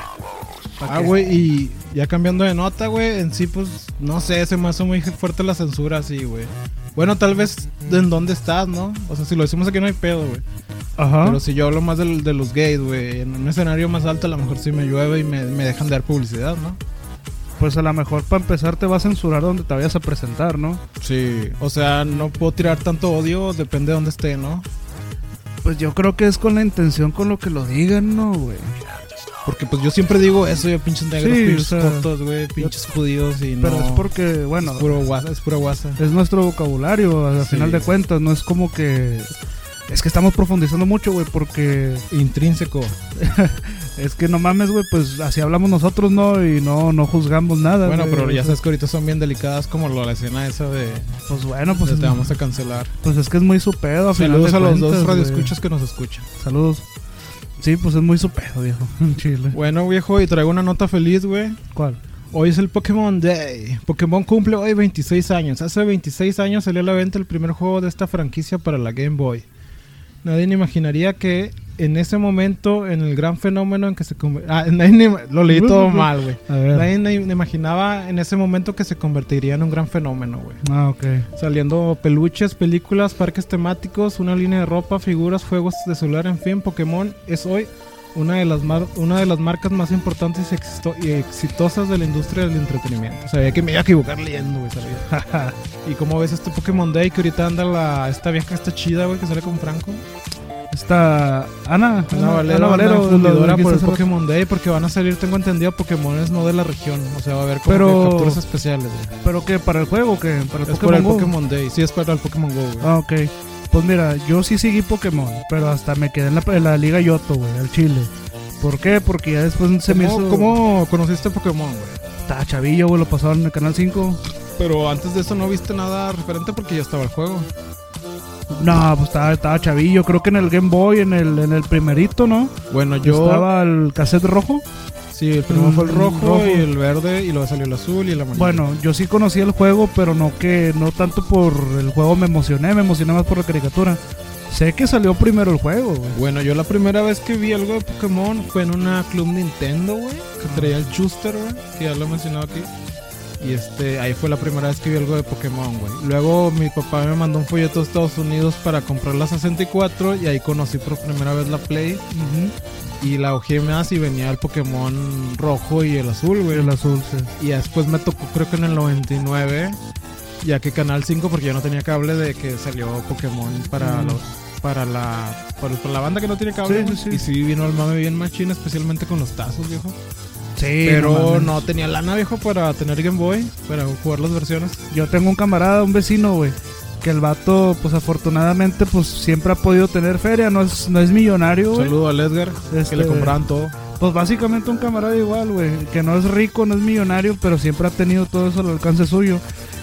S3: Ah, güey, y ya cambiando de nota, güey, en sí, pues, no sé, se me hace muy fuerte la censura así, güey. Bueno, tal vez en dónde estás, ¿no? O sea, si lo decimos aquí no hay pedo, güey.
S2: Ajá.
S3: Pero si yo hablo más del- de, los gays, güey, en un escenario más alto a lo mejor sí me llueve y me, me dejan de dar publicidad, ¿no?
S2: Pues a lo mejor para empezar te va a censurar donde te vayas a presentar, ¿no?
S3: Sí. O sea, no puedo tirar tanto odio, depende de dónde esté, ¿no?
S2: Pues yo creo que es con la intención con lo que lo digan, ¿no, güey?
S3: Porque pues yo siempre digo eso, yo pinches negros,
S2: Sí,
S3: pinches
S2: o sea,
S3: cortos, güey, pinches judíos y
S2: Pero
S3: no.
S2: es porque, bueno,
S3: es puro guasa, es pura guasa.
S2: es nuestro vocabulario, al
S3: Sí.
S2: final de cuentas, no es como que... Es que estamos profundizando mucho, güey, porque
S3: Intrínseco.
S2: es que no mames, güey, pues así hablamos nosotros, ¿no? Y no, no juzgamos nada.
S3: Bueno,
S2: güey.
S3: pero ya sabes que ahorita son bien delicadas como lo, la escena esa de,
S2: Pues bueno,
S3: de
S2: pues,
S3: te vamos a cancelar.
S2: pues es que es muy su pedo. al final
S3: Saludos
S2: de
S3: a los
S2: cuentas,
S3: dos
S2: güey.
S3: radioescuchas que nos escuchan.
S2: Saludos. Sí, pues es muy su pedo, viejo. En Chile.
S3: Bueno, viejo, y traigo una nota feliz, güey.
S2: ¿Cuál?
S3: Hoy es el Pokémon Day. Pokémon cumple hoy 26 años. Hace 26 años salió a la venta el primer juego de esta franquicia para la Game Boy. Nadie ni imaginaría que en ese momento, en el gran fenómeno en que se conver- Ah, nadie ni- lo leí todo mal, güey.
S2: A ver.
S3: Nadie ni ni imaginaba en ese momento que se convertiría en un gran fenómeno, güey.
S2: Ah, ok.
S3: Saliendo peluches, películas, parques temáticos, una línea de ropa, figuras, juegos de celular, en fin, Pokémon es hoy una de las, mar- una de las marcas más importantes y, exito- y exitosas de la industria del entretenimiento. Sabía que me iba a equivocar leyendo, güey, sabía. y como ves este Pokémon Day que ahorita anda la, esta vieja está chida, güey, que sale con Franco.
S2: Está Ana.
S3: Ana Valero, Ana
S2: la-
S3: fundidora
S2: la que
S3: por el
S2: hizo-
S3: Pokémon Day porque van a salir, tengo entendido, Pokémones no de la región. O sea, va a haber como
S2: Pero-
S3: que capturas especiales, güey.
S2: ¿Pero qué? ¿Para el juego o qué? ¿Para el
S3: Es por
S2: Pokémon
S3: el
S2: Go?
S3: Pokémon Day. Sí, es para el Pokémon Go, güey.
S2: Ah, ok. Pues mira, yo sí seguí Pokémon, pero hasta me quedé en la, en la Liga Yoto, güey, al Chile. ¿Por qué? Porque ya después se me
S3: ¿Cómo,
S2: hizo...
S3: cómo conociste Pokémon, güey?
S2: Estaba chavillo, güey, lo pasaron en el Canal 5.
S3: Pero antes de eso no viste nada referente porque ya estaba el juego.
S2: No, pues estaba, estaba chavillo. Creo que en el Game Boy, en el, en el primerito, ¿no?
S3: Bueno, yo.
S2: Estaba el cassette rojo.
S3: Sí, el primero
S2: Mm,
S3: fue el rojo,
S2: rojo.
S3: y el verde y luego salió el azul y el amarillo.
S2: Bueno, yo sí conocí el juego, pero no que no tanto por el juego me emocioné, me emocioné más por la caricatura. Sé que salió primero el juego, güey.
S3: Bueno, yo la primera vez que vi algo de Pokémon fue en una club Nintendo, güey. Que traía el Chuster, güey. Que ya lo he mencionado aquí. Y este, ahí fue la primera vez que vi algo de Pokémon, güey. Luego mi papá me mandó un folleto a Estados Unidos para comprar la 64 y ahí conocí por primera vez la Play. Y la ojeé más y venía el Pokémon rojo y el azul, güey.
S2: El azul, sí.
S3: Y ya después me tocó, creo que en el 99, ya que Canal 5, porque yo no tenía cable, de que salió Pokémon para,
S2: Mm.
S3: los, para la Por, por la banda que no tiene cable.
S2: Sí,
S3: Sí,
S2: sí,
S3: sí,
S2: sí.
S3: Y sí, vino el mame bien machín, especialmente con los tazos, viejo.
S2: Sí,
S3: Pero
S2: mames.
S3: no tenía lana, viejo, para tener Game Boy, para jugar las versiones.
S2: Yo tengo un camarada, un vecino, güey. Que el vato, pues afortunadamente, pues siempre ha podido tener feria. No es, no es millonario, güey.
S3: Saludo al Edgar,
S2: Este-
S3: que le compraban todo.
S2: Pues básicamente un camarada igual, güey. Que no es rico, no es millonario, pero siempre ha tenido todo eso al alcance suyo.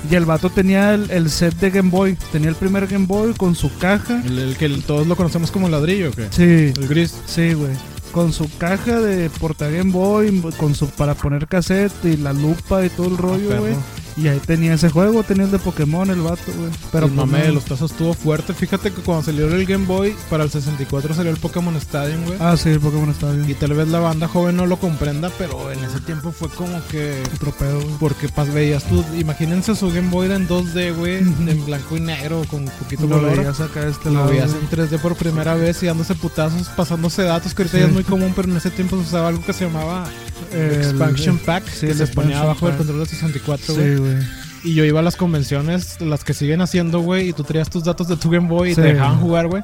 S2: Y el vato tenía el, el set de Game Boy. Tenía el primer Game Boy con su caja.
S3: El, el que el- todos lo conocemos como ladrillo, que
S2: Sí,
S3: El gris.
S2: sí, güey. Con su caja de porta Game Boy, con su, para poner cassette y la lupa y todo el rollo,
S3: Ah, perro.
S2: güey. Y ahí tenía ese juego, tenía el de Pokémon, el vato, güey. Pero
S3: Pero el
S2: pues,
S3: mame
S2: no.
S3: de los tazos estuvo fuerte. Fíjate que cuando salió el Game Boy, para el 64 salió el Pokémon Stadium, güey.
S2: Ah, sí, el Pokémon está bien.
S3: Y tal vez la banda joven no lo comprenda, pero en ese tiempo fue como que.
S2: Otro pedo, güey.
S3: Porque pas veías tú, imagínense su Game Boy era en 2D, güey,
S2: Ujú.
S3: en blanco y negro, con poquito
S2: Lo
S3: color.
S2: veías acá de este
S3: Lo
S2: lado.
S3: veías
S2: güey.
S3: en 3D por primera vez y dándose putazos, pasándose datos, que ahorita
S2: Sí.
S3: ya es muy común, pero en ese tiempo se usaba algo que se llamaba
S2: El-
S3: Expansion Pack,
S2: sí,
S3: que
S2: el
S3: se ponía
S2: expansion
S3: abajo del
S2: pack.
S3: control de 64, güey.
S2: Sí, güey.
S3: Y yo iba a las convenciones, las que siguen haciendo, güey, y tú traías tus datos de tu Game Boy y
S2: Sí.
S3: te dejaban jugar, güey.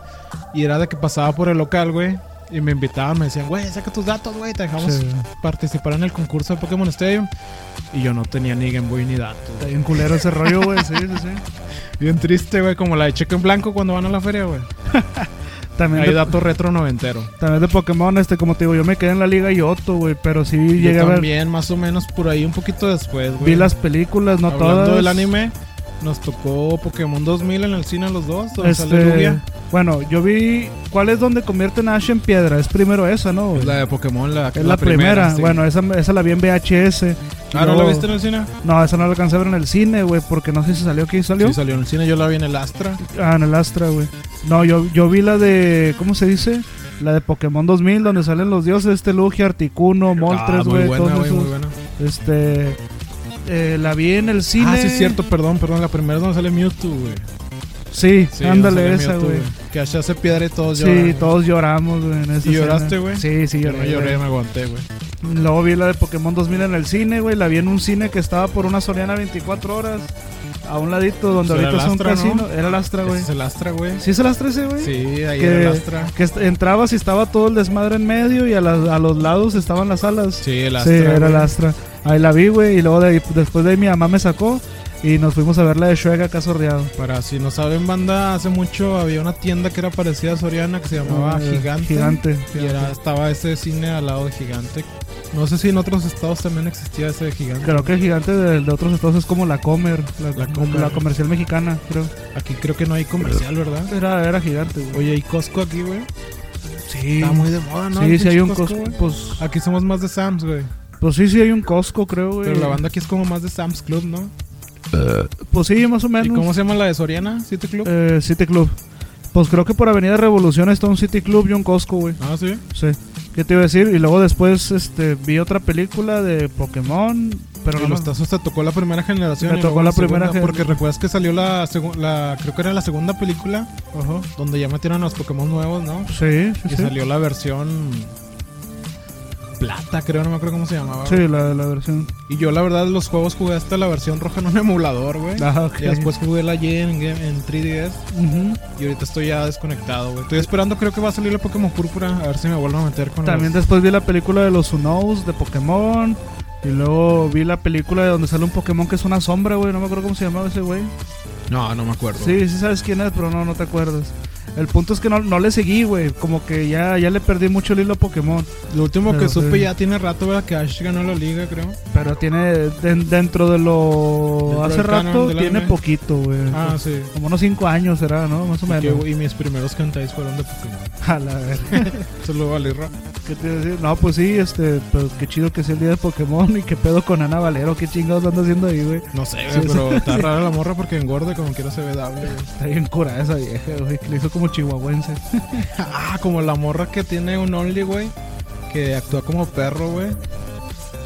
S3: Y era de que pasaba por el local, güey, y me invitaban, me decían, güey, saca tus datos, güey, te dejamos
S2: Sí.
S3: participar en el concurso de Pokémon Stadium. Y yo no tenía ni Game Boy ni datos.
S2: Está bien culero ese rollo, güey. Sí, sí, sí.
S3: Bien triste, güey, como la de Cheque en Blanco cuando van a la feria, güey.
S2: También
S3: Hay
S2: de,
S3: datos retro noventero.
S2: también de Pokémon, este, como te digo, yo me quedé en la Liga Yoto, güey. Pero sí llegué
S3: Yo
S2: a ver.
S3: también, más o menos por ahí, un poquito después, güey.
S2: Vi las películas, no
S3: Hablando
S2: todas.
S3: del anime, nos tocó Pokémon 2000 en el cine a los dos, donde sale
S2: Este,
S3: Lugia.
S2: bueno, yo vi. ¿Cuál es donde convierten a Ash en piedra? Es primero esa, ¿no? güey?
S3: Es la de Pokémon, la,
S2: Es la, primera.
S3: sí.
S2: Bueno, esa, esa la vi en VHS.
S3: Ah, ¿no la
S2: Luego-
S3: viste en el cine?
S2: No, esa no la alcancé a ver en el cine, güey. Porque no sé si salió aquí. ¿Salió?
S3: Sí, salió en el cine, yo la vi en el Astra.
S2: Ah, en el Astra, güey. No, yo, yo vi la de. ¿Cómo se dice? La de Pokémon 2000, donde salen los dioses, este Lugia, Articuno,
S3: ah,
S2: Moltres,
S3: muy
S2: güey,
S3: buena,
S2: todos
S3: güey, muy
S2: esos.
S3: buena.
S2: Este. eh, la vi en el cine.
S3: Ah, sí, es cierto, perdón, perdón, la primera es donde sale Mewtwo, güey.
S2: Sí,
S3: Sí,
S2: ándale
S3: donde sale
S2: esa,
S3: Mewtwo,
S2: güey.
S3: Que allá se piedra y todos
S2: Sí,
S3: lloran.
S2: todos lloramos, güey. en esa
S3: ¿Y lloraste,
S2: escena.
S3: güey?
S2: Sí, sí,
S3: Yo
S2: lloré.
S3: no lloré,
S2: güey.
S3: me aguanté, güey.
S2: Luego vi la de Pokémon 2000 en el cine, güey. La vi en un cine que estaba por una Soriana 24 horas. A un ladito, donde
S3: Pues era
S2: ahorita
S3: el
S2: son
S3: Astra, ¿no?
S2: casinos. Era el Astra,
S3: Ese
S2: güey.
S3: es el Astra, güey.
S2: ¿Sí es el Astra ese, güey?
S3: Sí, ahí
S2: que-
S3: era el Astra.
S2: Que est- entrabas y estaba todo el desmadre en medio y a, las- a los lados estaban las alas.
S3: Sí, el Astra.
S2: era
S3: güey.
S2: el Astra. Ahí la vi, güey, y luego de ahí- después de ahí mi mamá me sacó y nos fuimos a ver la de Shrek acá sorreado.
S3: Para si no saben, banda, hace mucho había una tienda que era parecida a Soriana que se llamaba
S2: Eh,
S3: Ah, Gigante.
S2: Gigante.
S3: Y era- estaba ese cine al lado de Gigante. No sé si en otros estados también existía ese de Gigante.
S2: Creo que el gigante de, de otros estados es como la Comer, la,
S3: La Comer.
S2: la comercial mexicana, creo.
S3: Aquí creo que no hay comercial, ¿verdad?
S2: Era, era gigante, güey.
S3: Oye, ¿y Costco aquí, güey?
S2: Sí.
S3: Está muy de moda, ¿no?
S2: sí,
S3: El
S2: sí hay
S3: pinche
S2: un Costco.
S3: güey.
S2: Pues,
S3: Aquí somos más de Sam's, güey.
S2: pues sí, sí hay un Costco, creo, güey.
S3: Pero la banda aquí es como más de Sam's Club, ¿no?
S2: Pues sí, más o
S3: ¿Y
S2: menos.
S3: cómo se llama la de Soriana? ¿City Club?
S2: Eh, City Club. Pues creo que por Avenida Revolución está un City Club y un Costco, güey.
S3: Ah, sí.
S2: Sí. ¿Qué te iba a decir? Y luego después este, vi otra película de Pokémon, pero
S3: Pero
S2: no
S3: los
S2: me-
S3: tazos te tocó la primera generación.
S2: Me
S3: y
S2: tocó
S3: luego
S2: la primera
S3: segunda,
S2: gen-
S3: Porque recuerdas que salió la, segu- la. Creo que era la segunda película.
S2: Ajá.
S3: Donde ya metieron a los Pokémon nuevos, ¿no?
S2: Sí, sí,
S3: Y
S2: sí.
S3: salió la versión plata, creo, no me acuerdo cómo se llamaba. güey.
S2: Sí, la, la versión.
S3: Y yo la verdad los juegos jugué hasta la versión roja en un emulador, güey.
S2: Ah, ok.
S3: Y después jugué la Y en, game- en 3DS
S2: Ujú.
S3: y ahorita estoy ya desconectado, güey. Estoy esperando, creo que va a salir la Pokémon Púrpura, a ver si me vuelvo a meter con
S2: También
S3: los-
S2: después vi la película de los Unos de Pokémon. Y luego vi la película de donde sale un Pokémon que es una sombra, güey. No me acuerdo cómo se llamaba ese güey.
S3: No, no me acuerdo.
S2: Sí, sí sabes quién es, pero no, no te acuerdas. El punto es que no, no le seguí, güey. Como que ya, ya le perdí mucho el hilo a Pokémon.
S3: Lo último
S2: Pero
S3: que supe
S2: sí.
S3: ya tiene rato, ¿verdad? Que Ash ganó la liga, creo.
S2: Pero tiene den- dentro de lo...
S3: Dentro
S2: hace
S3: del canon
S2: rato
S3: del
S2: tiene
S3: anime.
S2: poquito, güey.
S3: Ah, sí.
S2: Como unos 5 años será, ¿no? Más o
S3: Y, que,
S2: menos.
S3: güey, y mis primeros cantáis fueron de Pokémon.
S2: A la ver.
S3: Eso lo vale, ra-
S2: ¿Qué te iba a decir? No, pues sí, este, pues qué chido que sea el día de Pokémon y qué pedo con Ana Valero, qué chingados anda haciendo ahí, güey.
S3: No sé,
S2: Sí,
S3: güey, pero está rara la morra porque engorda y como quiera se ve dable, güey.
S2: Está bien curada esa vieja, güey, que le hizo como chihuahuense.
S3: Ah, como la morra que tiene un Only, güey. Que actúa como perro, güey.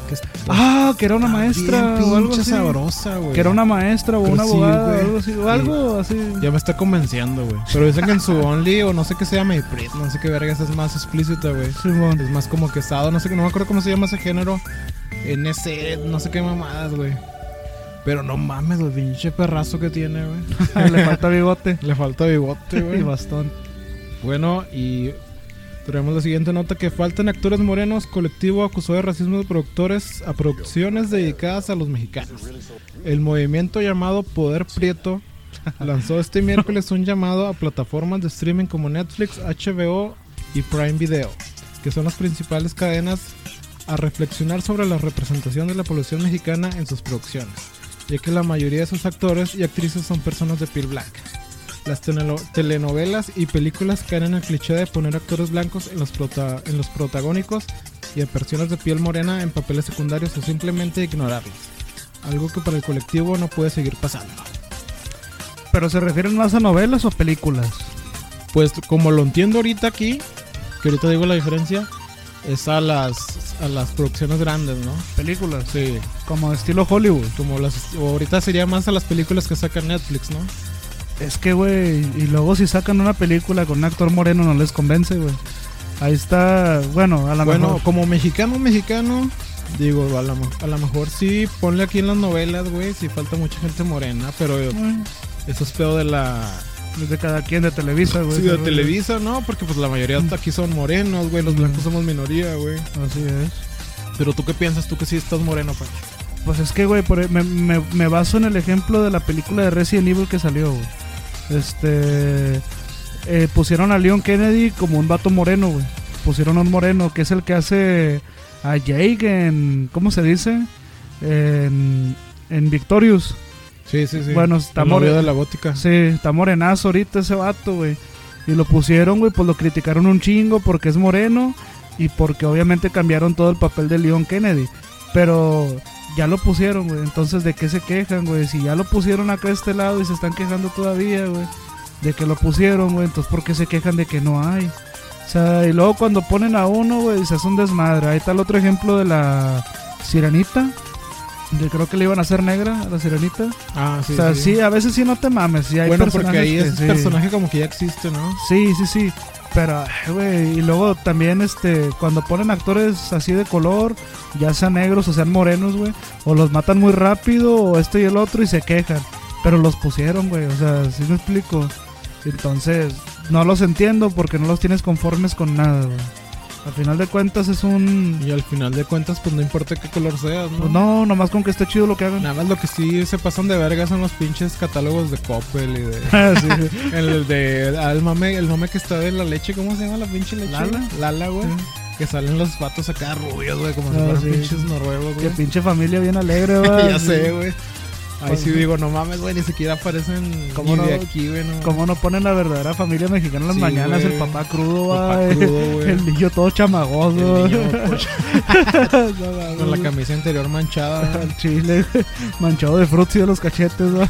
S3: Que es-
S2: Ah, que era una
S3: está
S2: maestra
S3: bien
S2: o algo
S3: pinche
S2: así.
S3: sabrosa, güey.
S2: Que era una maestra o
S3: Creo
S2: una
S3: sí,
S2: abogada
S3: güey.
S2: o algo así. O algo así.
S3: Ya me está convenciendo, güey. Pero dicen que en su Only o no sé qué se llama Iprit, no sé qué vergas es más explícita, güey.
S2: Simón.
S3: Es más como que sado, no sé qué, no me acuerdo cómo se llama ese género. NC, no sé qué mamadas, güey. Pero no mames, el pinche perrazo que tiene, güey.
S2: le Ah, falta bigote
S3: Le falta bigote,
S2: y
S3: güey.
S2: bastón.
S3: Bueno, y tenemos la siguiente nota que faltan actores morenos, colectivo acusó de racismo de productores a producciones dedicadas a los mexicanos. El movimiento llamado Poder Prieto lanzó este miércoles un llamado a plataformas de streaming como Netflix, HBO y Prime Video, que son las principales cadenas a reflexionar sobre la representación de la población mexicana en sus producciones, ya que la mayoría de sus actores y actrices son personas de piel blanca. Las tenelo- telenovelas y películas caen en el cliché de poner actores blancos en los, prota- en los protagónicos y a personas de piel morena en papeles secundarios o simplemente ignorarlos. Algo que para el colectivo no puede seguir pasando.
S2: Pero se refieren más a novelas o películas.
S3: Pues como lo entiendo ahorita aquí, que ahorita digo la diferencia, es a las, a las producciones grandes, ¿no?
S2: Películas,
S3: Sí,
S2: como estilo Hollywood.
S3: como las o ahorita sería más a las películas que saca Netflix, ¿no?
S2: Es que, güey, y luego si sacan una película con un actor moreno no les convence, güey. Ahí está, bueno, a la
S3: bueno,
S2: mejor.
S3: como mexicano, mexicano, digo, a lo, mo- a lo mejor sí, ponle aquí en las novelas, güey, si falta mucha gente morena, pero
S2: Mm,
S3: eso es pedo de la
S2: Es de cada quien de Televisa, güey.
S3: sí, de
S2: Pero,
S3: Televisa, ¿no? Porque pues la mayoría hasta aquí son morenos, güey, los blancos somos minoría, güey.
S2: Así es.
S3: Pero tú qué piensas, tú que sí estás moreno, Pancho.
S2: Pues es que, güey, por- me, me- me baso en el ejemplo de la película de Resident Evil que salió, güey. Este. eh, pusieron a Leon Kennedy como un vato moreno, güey. Pusieron a un moreno, que es el que hace a Jake en. ¿Cómo se dice? En, en Victorious.
S3: Sí, sí, sí.
S2: Bueno, está
S3: El novio
S2: moreno.
S3: de la gótica.
S2: Sí, está morenazo ahorita ese vato, güey. Y lo pusieron, güey, pues lo criticaron un chingo porque es moreno y porque obviamente cambiaron todo el papel de Leon Kennedy. Pero ya lo pusieron, güey. Entonces, ¿de qué se quejan, güey? Si ya lo pusieron acá a este lado y se están quejando todavía, güey. De que lo pusieron, güey. Entonces, ¿por qué se quejan de que no hay? O sea, y luego cuando ponen a uno, güey, se hace un desmadre. Ahí está el otro ejemplo de la sirenita. Yo creo que le iban a hacer negra a la sirenita.
S3: Ah, sí.
S2: O sea, sí. a veces sí no te mames. Sí, hay
S3: bueno, porque
S2: personajes
S3: ahí
S2: que
S3: ese
S2: sí.
S3: personaje como que ya existe, ¿no?
S2: Sí, sí, sí. Pero, ay, güey, y luego también, este, cuando ponen actores así de color, ya sean negros o sean morenos, güey, o los matan muy rápido, o este y el otro, y se quejan. Pero los pusieron, güey, o sea, si me explico. Entonces, no los entiendo porque no los tienes conformes con nada, güey. Al final de cuentas es un...
S3: Y al final de cuentas, pues no importa qué color seas, ¿no?
S2: Pues no, nomás con que esté chido lo que hagan.
S3: Nada más lo que sí se pasan de verga son los pinches catálogos de Coppel y de.
S2: Sí, güey.
S3: El de. ah, El mame, el mame que está de la leche, ¿cómo se llama la pinche leche?
S2: Lala.
S3: Lala, güey.
S2: Sí.
S3: Que salen los patos acá rubios, güey, como si
S2: Ah,
S3: fueran
S2: sí.
S3: pinches noruegos,
S2: Qué
S3: güey.
S2: pinche familia bien alegre, güey.
S3: ya sé, güey. Ahí
S2: Pues,
S3: sí digo, no mames, güey, ni siquiera aparecen
S2: ¿Cómo
S3: ni de
S2: no?
S3: aquí, güey. No.
S2: ¿Cómo no ponen la verdadera familia mexicana en las
S3: Sí,
S2: mañanas?
S3: güey.
S2: El papá crudo,
S3: Papá
S2: ay,
S3: crudo, güey.
S2: el niño todo chamagoso.
S3: El niño, pues,
S2: No mames.
S3: con la camisa interior manchada. güey.
S2: Al chile, güey, manchado de frutas y de los cachetes. ¿no?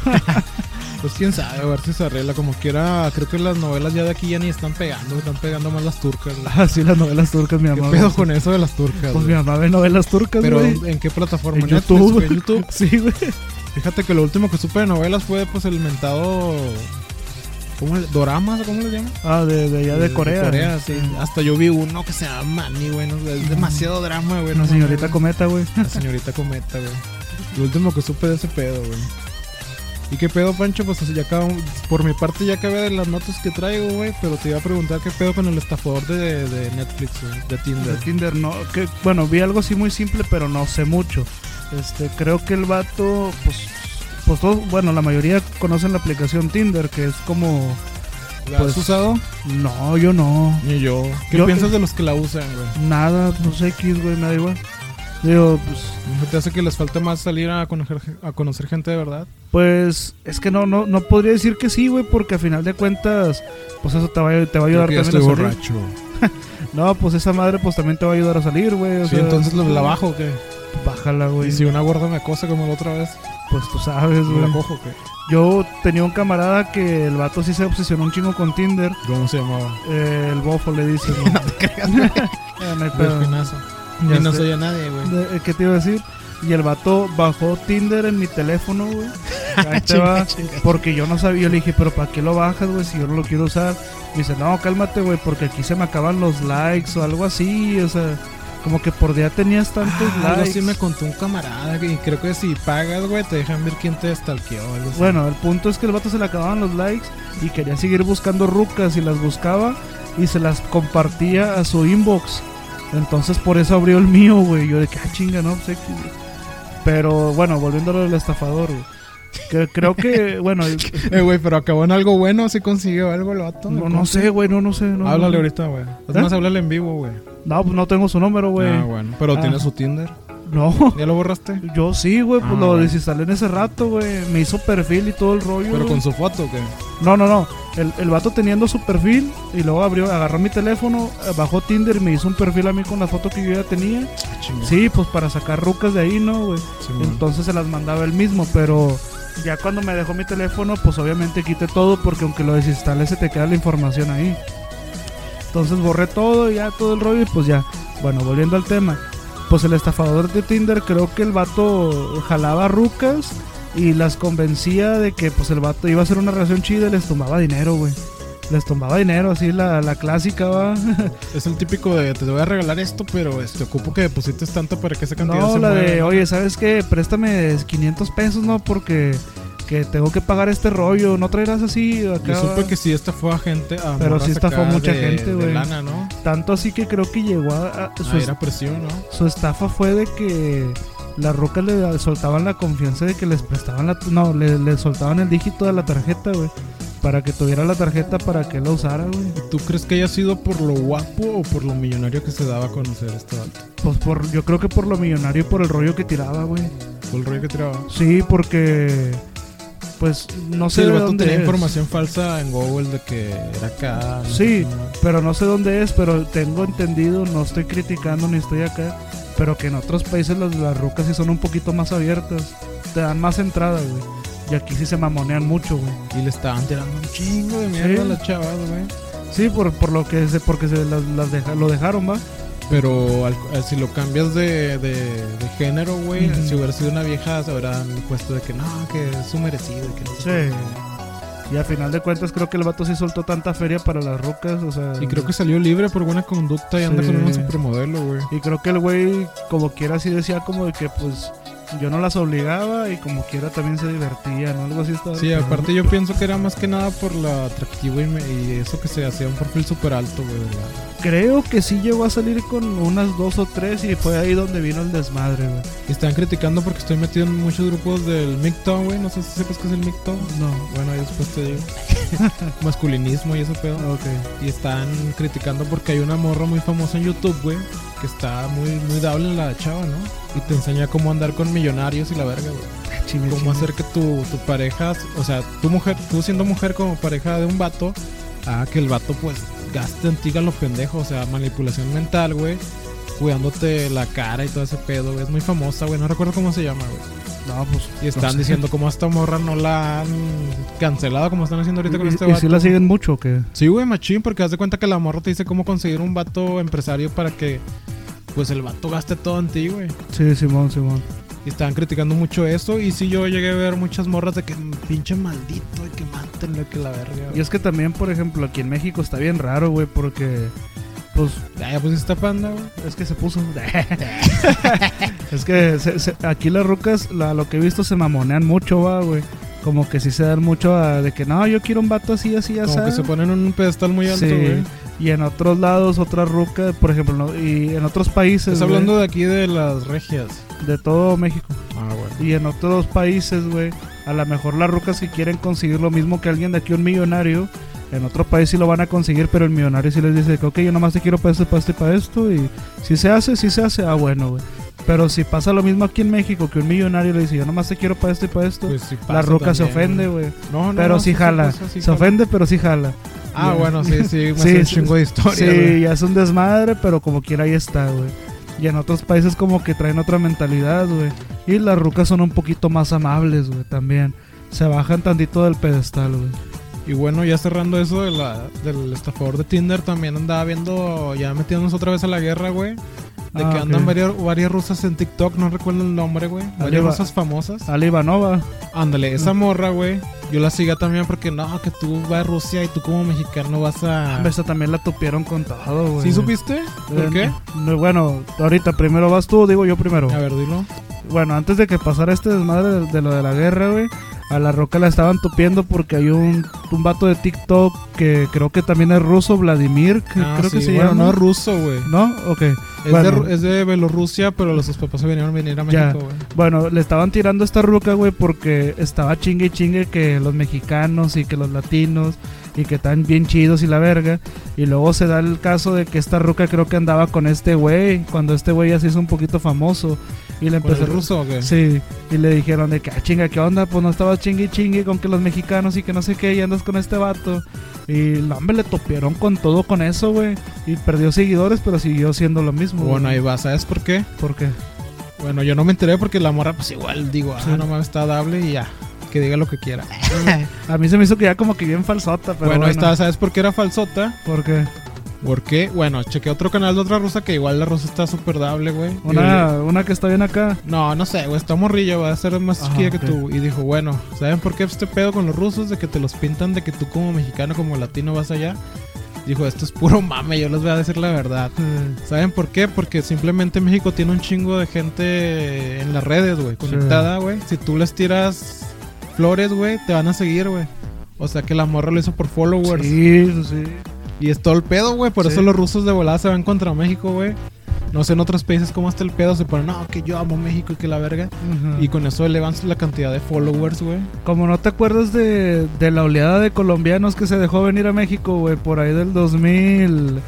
S3: Pues quién sabe, a ver si se arregla. Como quiera, creo que las novelas ya de aquí ya ni están pegando, están pegando más las turcas. güey.
S2: Así las novelas turcas, mi
S3: ¿Qué
S2: mamá.
S3: pedo
S2: güey.
S3: con eso de las turcas?
S2: Ah, Pues mi
S3: güey?
S2: mamá ve novelas turcas,
S3: Pero
S2: güey.
S3: ¿en qué plataforma?
S2: En
S3: Netflix,
S2: YouTube.
S3: güey, ¿en YouTube.
S2: Sí, güey.
S3: Fíjate que lo último que supe de novelas fue pues el mentado ¿Cómo le, ¿Doramas? ¿Cómo le llaman?
S2: Ah, de, de allá de, Corea.
S3: Corea, sí. Ah, Hasta yo vi uno que se llama Manny, güey. no sé, es demasiado drama, güey.
S2: Una
S3: no
S2: señorita
S3: mames.
S2: cometa, güey.
S3: La señorita cometa, güey. Lo último que supe de ese pedo, güey. ¿Y qué pedo, Pancho? Pues así ya acabo. Por mi parte ya acabé de las notas que traigo, güey. Pero te iba a preguntar qué pedo con el estafador de, de Netflix, güey. De
S2: De
S3: Tinder.
S2: Tinder, no. Que, bueno, vi algo así muy simple, pero no sé mucho. Este, creo que el vato, pues, pues todos, bueno, la mayoría conocen la aplicación Tinder, que es como,
S3: ¿La
S2: Pues-
S3: has usado?
S2: no, yo no,
S3: Ni yo. ¿Qué
S2: Yo-
S3: piensas de los que la usan, güey?
S2: nada, no sé X, güey, me da igual. Digo, pues,
S3: ¿No te hace que les falta más salir a conocer, a conocer gente de verdad?
S2: pues, es que no, no, no podría decir que sí, güey, porque a final de cuentas, pues eso te va, te va a ayudar
S3: Creo que ya
S2: también a salir.
S3: estoy borracho.
S2: No, pues esa madre, pues también te va a ayudar a salir, güey. o
S3: Sí,
S2: sea,
S3: entonces lo- la bajo, o ¿qué?
S2: Bájala, güey.
S3: Y si una gorda me acosa como la otra vez,
S2: Pues tú sabes,
S3: ¿me
S2: güey.
S3: la cojo, o ¿qué?
S2: Yo tenía un camarada que el vato sí se obsesionó un chingo con Tinder.
S3: ¿Cómo se llamaba?
S2: Eh, el bofo le dice. ¿no? Eh, no hay pedo.
S3: Delfinazo.
S2: Ya
S3: Y no
S2: sé.
S3: soy a nadie, güey.
S2: De- eh, ¿Qué te iba a decir? Y el vato bajó Tinder en mi teléfono, güey. Ahí te va. Porque yo no sabía, yo le dije, pero ¿para qué lo bajas, güey? Si yo no lo quiero usar. Me dice, no, cálmate, güey, porque aquí se me acaban los likes o algo así. O sea, Como que por día tenías tantos
S3: Ah, algo
S2: likes.
S3: así me contó un camarada y creo que si pagas, güey, te dejan ver quién te stalkeó. algo así.
S2: Bueno, el punto es que el vato se le acababan los likes y quería seguir buscando rucas y las buscaba y se las compartía a su inbox. Entonces por eso abrió el mío, güey. Yo de que, ah, chinga, no, pues, X, güey". Pero bueno, volviendo a lo del estafador, güey. Que, creo que, bueno, el-
S3: Eh, güey, pero acabó en algo bueno, si consiguió algo el vato.
S2: no, no sé, güey, no, no sé. No,
S3: Háblale
S2: no,
S3: ahorita, güey. Es más, háblale en vivo, güey.
S2: No, pues no tengo su número, güey.
S3: Ah, bueno. Pero
S2: Ajá.
S3: tiene su Tinder.
S2: No,
S3: ¿Ya lo borraste?
S2: yo sí, güey, pues
S3: Ah,
S2: lo
S3: bueno.
S2: desinstalé en ese rato, güey. Me hizo perfil y todo el rollo.
S3: Pero
S2: güey.
S3: con su foto, güey.
S2: No, no, no. El, el vato teniendo su perfil y luego abrió, agarró mi teléfono, eh, bajó Tinder y me hizo un perfil a mí con la foto que yo ya tenía. Sí, pues para sacar rucas de ahí, ¿no, güey? Entonces se las mandaba él mismo, pero ya cuando me dejó mi teléfono, pues obviamente quité todo porque aunque lo desinstales se te queda la información ahí. Entonces borré todo, ya todo el rollo y pues ya. Bueno, volviendo al tema. Pues el estafador de Tinder creo que el vato jalaba rucas y las convencía de que pues el vato iba a hacer una relación chida y les tomaba dinero, güey. Les tomaba dinero, así la, la clásica, va.
S3: Es el típico de te voy a regalar esto, pero este, ocupo que deposites tanto para que esa cantidad
S2: No,
S3: se
S2: la de,
S3: mueva.
S2: oye, ¿sabes qué? Préstame 500 pesos, ¿no? Porque que tengo que pagar este rollo. No traerás así acá.
S3: Yo supe que sí estafó a gente. a
S2: Pero
S3: morras
S2: sí estafó
S3: acá
S2: mucha
S3: de-
S2: gente,
S3: de
S2: güey. Pues
S3: lana, ¿no?
S2: Tanto así que creo que llegó a... a- su,
S3: Ah,
S2: es-
S3: era presión, ¿no?
S2: su estafa fue de que las rocas le soltaban la confianza de que les prestaban la... No, le, le soltaban el dígito de la tarjeta, güey. Para que tuviera la tarjeta para que la usara, güey.
S3: ¿Tú crees que haya sido por lo guapo o por lo millonario que se daba a conocer este vato?
S2: Pues por, yo creo que por lo millonario y por el rollo que tiraba, güey.
S3: Fue el rollo que tiraba.
S2: Sí, porque... Pues no
S3: Sí,
S2: sé
S3: el
S2: de
S3: vato
S2: dónde
S3: tenía
S2: es.
S3: información falsa en Google de que era acá. no sé
S2: Sí.
S3: cómo.
S2: pero no sé dónde es, pero tengo entendido, no estoy criticando ni estoy acá, pero que en otros países las, las rucas sí son un poquito más abiertas, te dan más entrada, güey. Y aquí sí se mamonean mucho, güey.
S3: Y le estaban tirando un chingo de mierda
S2: Sí.
S3: a las chavas, güey.
S2: Sí, por, por lo que se, porque se las, las deja- lo dejaron, va.
S3: Pero al- al- si lo cambias de, de, de género, güey,
S2: Ujú.
S3: si hubiera sido una vieja, se habrán puesto de que no, que es su merecido. Que no sé
S2: Sí. Y a final de cuentas creo que el vato sí soltó tanta feria para las rucas, o sea.
S3: qué. Y creo que salió libre por buena conducta y anda
S2: Sí.
S3: con una supermodelo, güey.
S2: Y creo que el güey, como quiera, sí decía como de que pues yo no las obligaba y como quiera también se divertía, ¿no? Algo así estaba.
S3: Sí, aparte yo pienso que era más que nada por la atractiva y, me- y eso que se hacía un perfil súper alto, güey. ¿verdad?
S2: Creo que sí llegó a salir con unas dos o tres y fue ahí donde vino el desmadre, güey.
S3: Y están criticando porque estoy metido en muchos grupos del MGTOW, güey. No sé si sepas qué es el MGTOW.
S2: No,
S3: Bueno, yo después te digo. Masculinismo y eso pedo.
S2: ok.
S3: Y están criticando porque hay una morra muy famosa en YouTube, güey. Que está muy, muy dable en la chava, ¿no? Y te enseña cómo andar con millonarios y la verga, güey.
S2: Chime,
S3: Cómo
S2: chime.
S3: hacer que tu, tu pareja, o sea, tu mujer, tú siendo mujer como pareja de un vato, a que el vato pues gaste en ti a los pendejos, o sea, manipulación mental, güey. Cuidándote la cara y todo ese pedo, güey. Es muy famosa, güey. No recuerdo cómo se llama, güey.
S2: No, pues.
S3: Y están
S2: no sé.
S3: diciendo cómo a esta morra no la han cancelado, como están haciendo ahorita con
S2: ¿Y-
S3: este
S2: ¿Y,
S3: vato.
S2: si la siguen mucho o qué?
S3: Sí, güey, machín, porque haz de cuenta que la morra te dice cómo conseguir un vato empresario para que pues el vato gaste todo en ti, güey.
S2: Sí, Simón, Simón.
S3: Y estaban criticando mucho eso. Y sí, yo llegué a ver muchas morras de que "Mm, pinche maldito, y que mátenlo, que la verga.
S2: Y
S3: güey".
S2: es que también, por ejemplo, aquí en México está bien raro, güey, porque. Pues
S3: Ah, ya pusiste panda, güey.
S2: es que se puso. es que se- se- aquí las rucas, la- lo que he visto, se mamonean mucho, va, güey. Como que sí se dan mucho a- de que no, yo quiero un vato así, así, así.
S3: Como que se ponen en un pedestal muy alto,
S2: Sí,
S3: güey.
S2: Y en otros lados, otras rucas, por ejemplo, ¿no? y en otros países.
S3: Estás
S2: güey,
S3: hablando de aquí de las regias.
S2: de todo México.
S3: Ah, bueno.
S2: Y en otros países, güey, a lo mejor las rucas que quieren conseguir lo mismo que alguien de aquí, un millonario, en otro país sí lo van a conseguir, pero el millonario sí les dice que, ok, yo nomás te quiero para esto, para esto y para esto. Y si se hace, si se hace, ah, bueno, güey. Pero si pasa lo mismo aquí en México, que un millonario le dice, yo nomás te quiero para esto y para esto,
S3: Pues sí pasa
S2: la ruca se
S3: también,
S2: ofende, güey.
S3: No, no,
S2: Pero
S3: no,
S2: sí
S3: sí
S2: jala.
S3: pasa, sí
S2: Se
S3: jala.
S2: ofende, pero sí jala.
S3: Ah, bueno, sí, sí. Me
S2: Sí,
S3: hace un
S2: sí,
S3: chingo de historia,
S2: Sí, ya es un desmadre, pero como quiera ahí está, güey. Y en otros países como que traen otra mentalidad, güey. Y las rucas son un poquito más amables, güey, también. Se bajan tantito del pedestal, güey.
S3: Y bueno, ya cerrando eso de la, del estafador de Tinder, también andaba viendo, ya metiéndonos otra vez a la guerra, güey. De
S2: Ah,
S3: que
S2: ok.
S3: andan varias, varias rusas en TikTok, no recuerdo el nombre, güey. Varias
S2: Iva-
S3: rusas famosas.
S2: Ale Ivanova.
S3: Ándale, esa morra, güey. Yo la siga también porque no, que tú vas a Rusia y tú como mexicano vas a.
S2: Esa también la topieron con todo, Ah, güey.
S3: Ah. ¿Sí supiste? ¿Por
S2: Eh,
S3: qué?
S2: no, Bueno, ahorita primero vas tú, digo yo primero.
S3: A ver, dilo.
S2: Bueno, antes de que pasara este desmadre de, de lo de la guerra, güey, a la roca la estaban tupiendo porque hay un, un vato de TikTok que creo que también es ruso, Vladimir, que
S3: Ah,
S2: creo que
S3: sí,
S2: se
S3: bueno,
S2: llama.
S3: no es ruso, güey.
S2: ¿No? Ok.
S3: Es,
S2: Bueno.
S3: de, Ru- es de Bielorrusia, pero los sus papás se vinieron a venir a
S2: Ya.
S3: México, güey.
S2: Bueno, le estaban tirando esta ruca, güey, porque estaba chingue y chingue que los mexicanos y que los latinos y que están bien chidos y la verga. Y luego se da el caso de que esta ruca creo que andaba con este güey, cuando este güey ya se hizo un poquito famoso. Y le
S3: ¿Con
S2: empezó
S3: el ruso o qué?
S2: Sí, y le dijeron de que, ah, chinga, ¿qué onda? Pues no estabas chingue y chingue con que los mexicanos y que no sé qué, y andas con este vato. Y la hombre le topieron con todo con eso, güey. Y perdió seguidores, pero siguió siendo lo mismo.
S3: Bueno,
S2: güey.
S3: ahí va, ¿sabes por qué?
S2: ¿Por qué?
S3: Bueno, yo no me enteré porque la morra, pues igual, digo, ah, no mames, está dable y ya. Que diga lo que quiera.
S2: A mí se me hizo que ya como que bien falsota, pero.
S3: bueno,
S2: Bueno,
S3: ahí está, ¿sabes por qué era falsota?
S2: ¿Por qué?
S3: Porque, bueno, chequé otro canal de otra rusa que igual la rusa está súper dable, güey.
S2: Una, una que está bien acá.
S3: No, no sé, güey, está morrilla, va a ser más
S2: Ajá,
S3: chiquilla que
S2: Ah, ok.
S3: tú. Y dijo, bueno, ¿saben por qué este pedo con los rusos de que te los pintan de que tú como mexicano, como latino vas allá? Dijo, esto es puro mame, yo les voy a decir la verdad.
S2: eh,
S3: ¿Saben por qué? Porque simplemente México tiene un chingo de gente en las redes, güey, conectada, güey. Si tú les tiras flores, güey, te van a seguir, güey. O sea que la morra lo hizo por followers.
S2: Sí, sí.
S3: Y es todo el pedo, güey. Por
S2: Sí.
S3: eso los rusos de volada se van contra México, güey. No sé en otros países cómo está el pedo. Se ponen, no, que yo amo México y que la verga.
S2: Ujú.
S3: Y con eso elevan la cantidad de followers, güey.
S2: Como no te acuerdas de, de la oleada de colombianos que se dejó venir a México, güey, por ahí del 2000,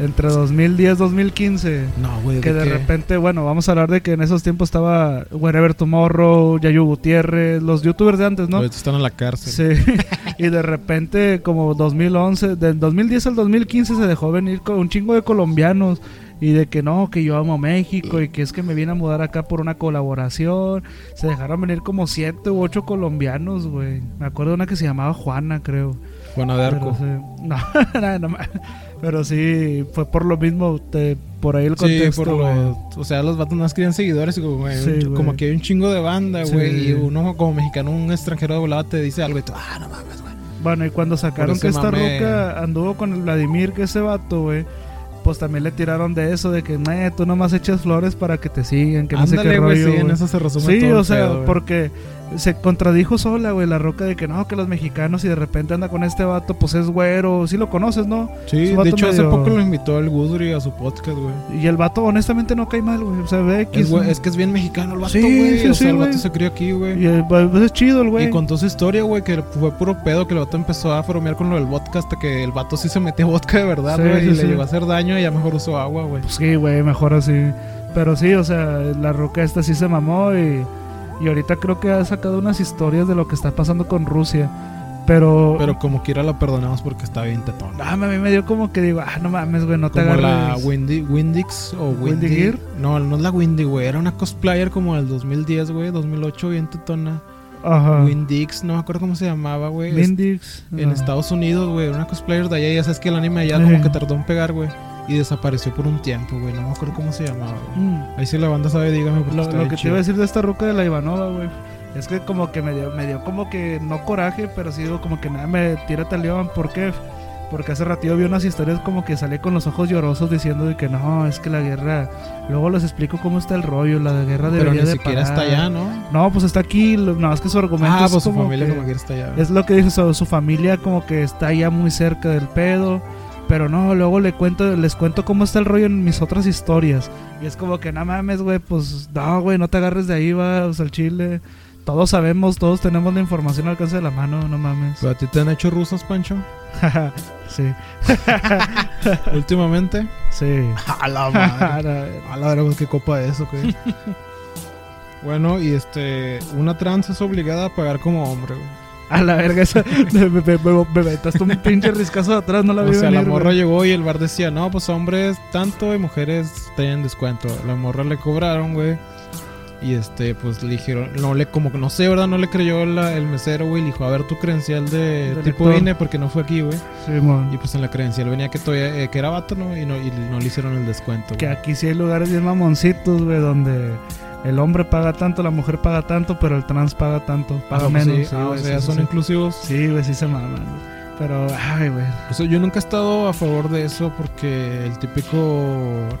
S2: entre 2010 2015.
S3: No, güey.
S2: Que de repente, bueno, vamos a hablar de que en esos tiempos estaba Wherever Tomorrow, Yayu Gutiérrez, los youtubers de antes, ¿no?
S3: Están en la cárcel.
S2: Sí. y de repente, como 2011, del 2010 al 2015 se dejó venir con un chingo de colombianos. Y de que no, que yo amo México y que es que me vine a mudar acá por una colaboración. Se dejaron venir como siete u ocho colombianos, güey. Me acuerdo de una que se llamaba Juana, creo.
S3: Bueno, de
S2: Pero
S3: arco.
S2: sí, no, nada, no más. Pero sí, fue por lo mismo, te- por ahí el
S3: Sí,
S2: contexto.
S3: por
S2: güey.
S3: lo- O sea, los vatos más querían seguidores. y Como, güey,
S2: Sí,
S3: un-
S2: güey.
S3: como que hay un chingo de banda,
S2: Sí.
S3: güey. Y uno como mexicano, un extranjero de volada te dice algo y tú, ah, no mames, güey.
S2: Bueno, y cuando sacaron
S3: ese
S2: que esta
S3: mame.
S2: roca anduvo con el Vladimir, que ese vato, güey, pues también le tiraron de eso, de que, "Nah, tú nomás echas flores para que te sigan, que no sé
S3: Ándale,
S2: qué
S3: güey.
S2: rollo,
S3: Sí, en
S2: güey".
S3: eso se resume
S2: Sí,
S3: todo. el
S2: o sea,
S3: pedo, güey.
S2: porque se contradijo sola, güey, la roca de que no, que los mexicanos y de repente anda con este vato, pues es güero, sí lo conoces, ¿no?
S3: Sí,
S2: su
S3: de
S2: vato
S3: hecho, hace
S2: medio-
S3: poco lo invitó el Gudri a su podcast, güey.
S2: Y el vato honestamente no cae mal, güey, o sea, ve
S3: Es,
S2: X,
S3: güey,
S2: ¿no?
S3: es que es bien mexicano el vato,
S2: Sí,
S3: güey.
S2: sí,
S3: o sea,
S2: sí,
S3: el vato
S2: güey.
S3: se crió aquí,
S2: y
S3: güey.
S2: el- pues, es chido el
S3: Y
S2: güey.
S3: contó su historia, güey, que fue puro pedo que el vato empezó a fromear con lo del vodka hasta que el vato sí se metió vodka de verdad,
S2: Sí,
S3: güey. y
S2: sí,
S3: le
S2: sí.
S3: llegó a hacer daño y ya mejor usó agua, güey.
S2: Pues sí, güey, mejor así. Pero sí, o sea, la roca esta sí se mamó y, y ahorita creo que ha sacado unas historias de lo que está pasando con Rusia. Pero,
S3: Pero como quiera la perdonamos porque está bien tetón.
S2: ah, a mí me dio como que digo, ah, no mames, güey, no te
S3: Como
S2: agarres.
S3: la Windy, Windix o
S2: Windy
S3: Windy.
S2: Gear.
S3: No, no es la Windy, güey. Era una cosplayer como del 2010, güey. 2008, bien tetona.
S2: Ajá.
S3: Windix, no me acuerdo cómo se llamaba, güey.
S2: Windix.
S3: en
S2: no.
S3: Estados Unidos, güey. Una cosplayer de allá, ya sabes que el anime allá
S2: Sí.
S3: como que tardó en pegar, güey. Y desapareció por un tiempo, güey. No me acuerdo cómo se llamaba, güey.
S2: Mm.
S3: Ahí sí la banda sabe, dígame. porque
S2: Lo,
S3: Pues está
S2: lo
S3: bien
S2: que te
S3: chido.
S2: iba a decir de esta ruca de la Ivanova, güey. Es que como que me dio, me dio como que no coraje, pero sí digo como que nada, me tira tal león. ¿Por qué? Porque hace ratito vi unas historias como que salí con los ojos llorosos diciendo de que no, es que la guerra. Luego les explico cómo está el rollo, la guerra
S3: Pero
S2: debería
S3: ni
S2: de
S3: siquiera
S2: parar.
S3: está allá, ¿no?
S2: No, pues está aquí, lo- no, es que su argumento
S3: Ah,
S2: es
S3: pues su
S2: como
S3: familia
S2: que-
S3: como quiera está allá.
S2: es lo que dice su, su familia como que está ya muy cerca del pedo. Pero no, luego le cuento, les cuento cómo está el rollo en mis otras historias. Y es como que no mames, güey, pues no, güey, no te agarres de ahí, va, o sea, el chile. Todos sabemos, todos tenemos la información al alcance de la mano, no mames.
S3: ¿Pero a ti te han hecho rusas, Pancho?
S2: sí,
S3: Últimamente.
S2: sí.
S3: A la
S2: Ahora,
S3: A la verdad, qué copa de eso, güey. bueno, y este. Una trans es obligada a pagar como hombre, güey.
S2: A la verga, esa, me, me, me, me metaste un pinche riscazo de atrás, no la vi
S3: O sea, la
S2: venir,
S3: morra
S2: güey.
S3: llegó y el bar decía, no, pues hombres tanto y mujeres tienen descuento. La morra le cobraron, güey. Y este, pues le dijeron, no le, como que no sé, ¿verdad? No le creyó la- el mesero, güey. Le dijo, a ver tu credencial de
S2: De
S3: tipo
S2: lector.
S3: INE porque no fue aquí, güey.
S2: Simón.
S3: Y pues en la credencial venía que todavía, eh, que era vato, ¿no? Y no, y no le hicieron el descuento.
S2: Que
S3: güey.
S2: aquí sí hay lugares bien mamoncitos, güey, donde el hombre paga tanto, la mujer paga tanto, pero el trans paga tanto,
S3: Ah,
S2: paga
S3: pues sí,
S2: menos. sí,
S3: ah, o
S2: güey,
S3: sea,
S2: sí,
S3: son
S2: sí.
S3: inclusivos.
S2: Sí, güey, sí se maman. güey. Pero, ay, güey.
S3: O sea, yo nunca he estado a favor de eso porque el típico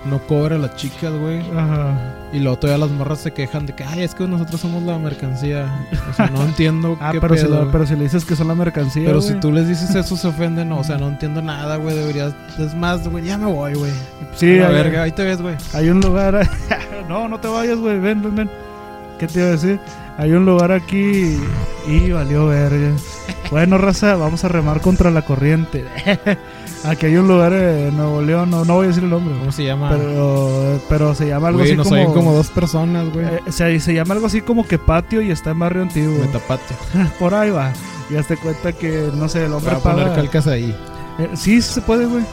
S3: no cobra a las chicas, güey.
S2: Ajá.
S3: Y luego todavía las morras se quejan de que, ay, es que nosotros somos la mercancía. O sea, no entiendo
S2: Ah,
S3: qué
S2: pero si,
S3: pedo,
S2: lo-
S3: güey.
S2: pero si le dices que son la mercancía.
S3: Pero
S2: güey.
S3: si tú les dices eso, se ofenden. O sea, no entiendo nada, güey. Deberías. Es más, güey, ya me voy, güey.
S2: Sí,
S3: a
S2: hay-
S3: verga, ahí te ves, güey.
S2: Hay un lugar. no, no te vayas, güey. Ven, ven, ven. ¿Qué te iba a decir? Hay un lugar aquí. Y valió verga. Bueno, raza, vamos a remar contra la corriente. aquí hay un lugar en Nuevo León. No, no voy a decir el nombre.
S3: ¿Cómo se llama?
S2: Pero, pero se llama algo
S3: Güey,
S2: así
S3: nos oyen
S2: como.
S3: como dos personas, güey.
S2: eh, se, se llama algo así como que patio y está en barrio antiguo.
S3: me tapaste.
S2: Por ahí va. Y hazte cuenta que, no sé, el
S3: Voy
S2: hombre
S3: a poner
S2: paga.
S3: calcas ahí.
S2: Eh, sí, sí se puede, güey.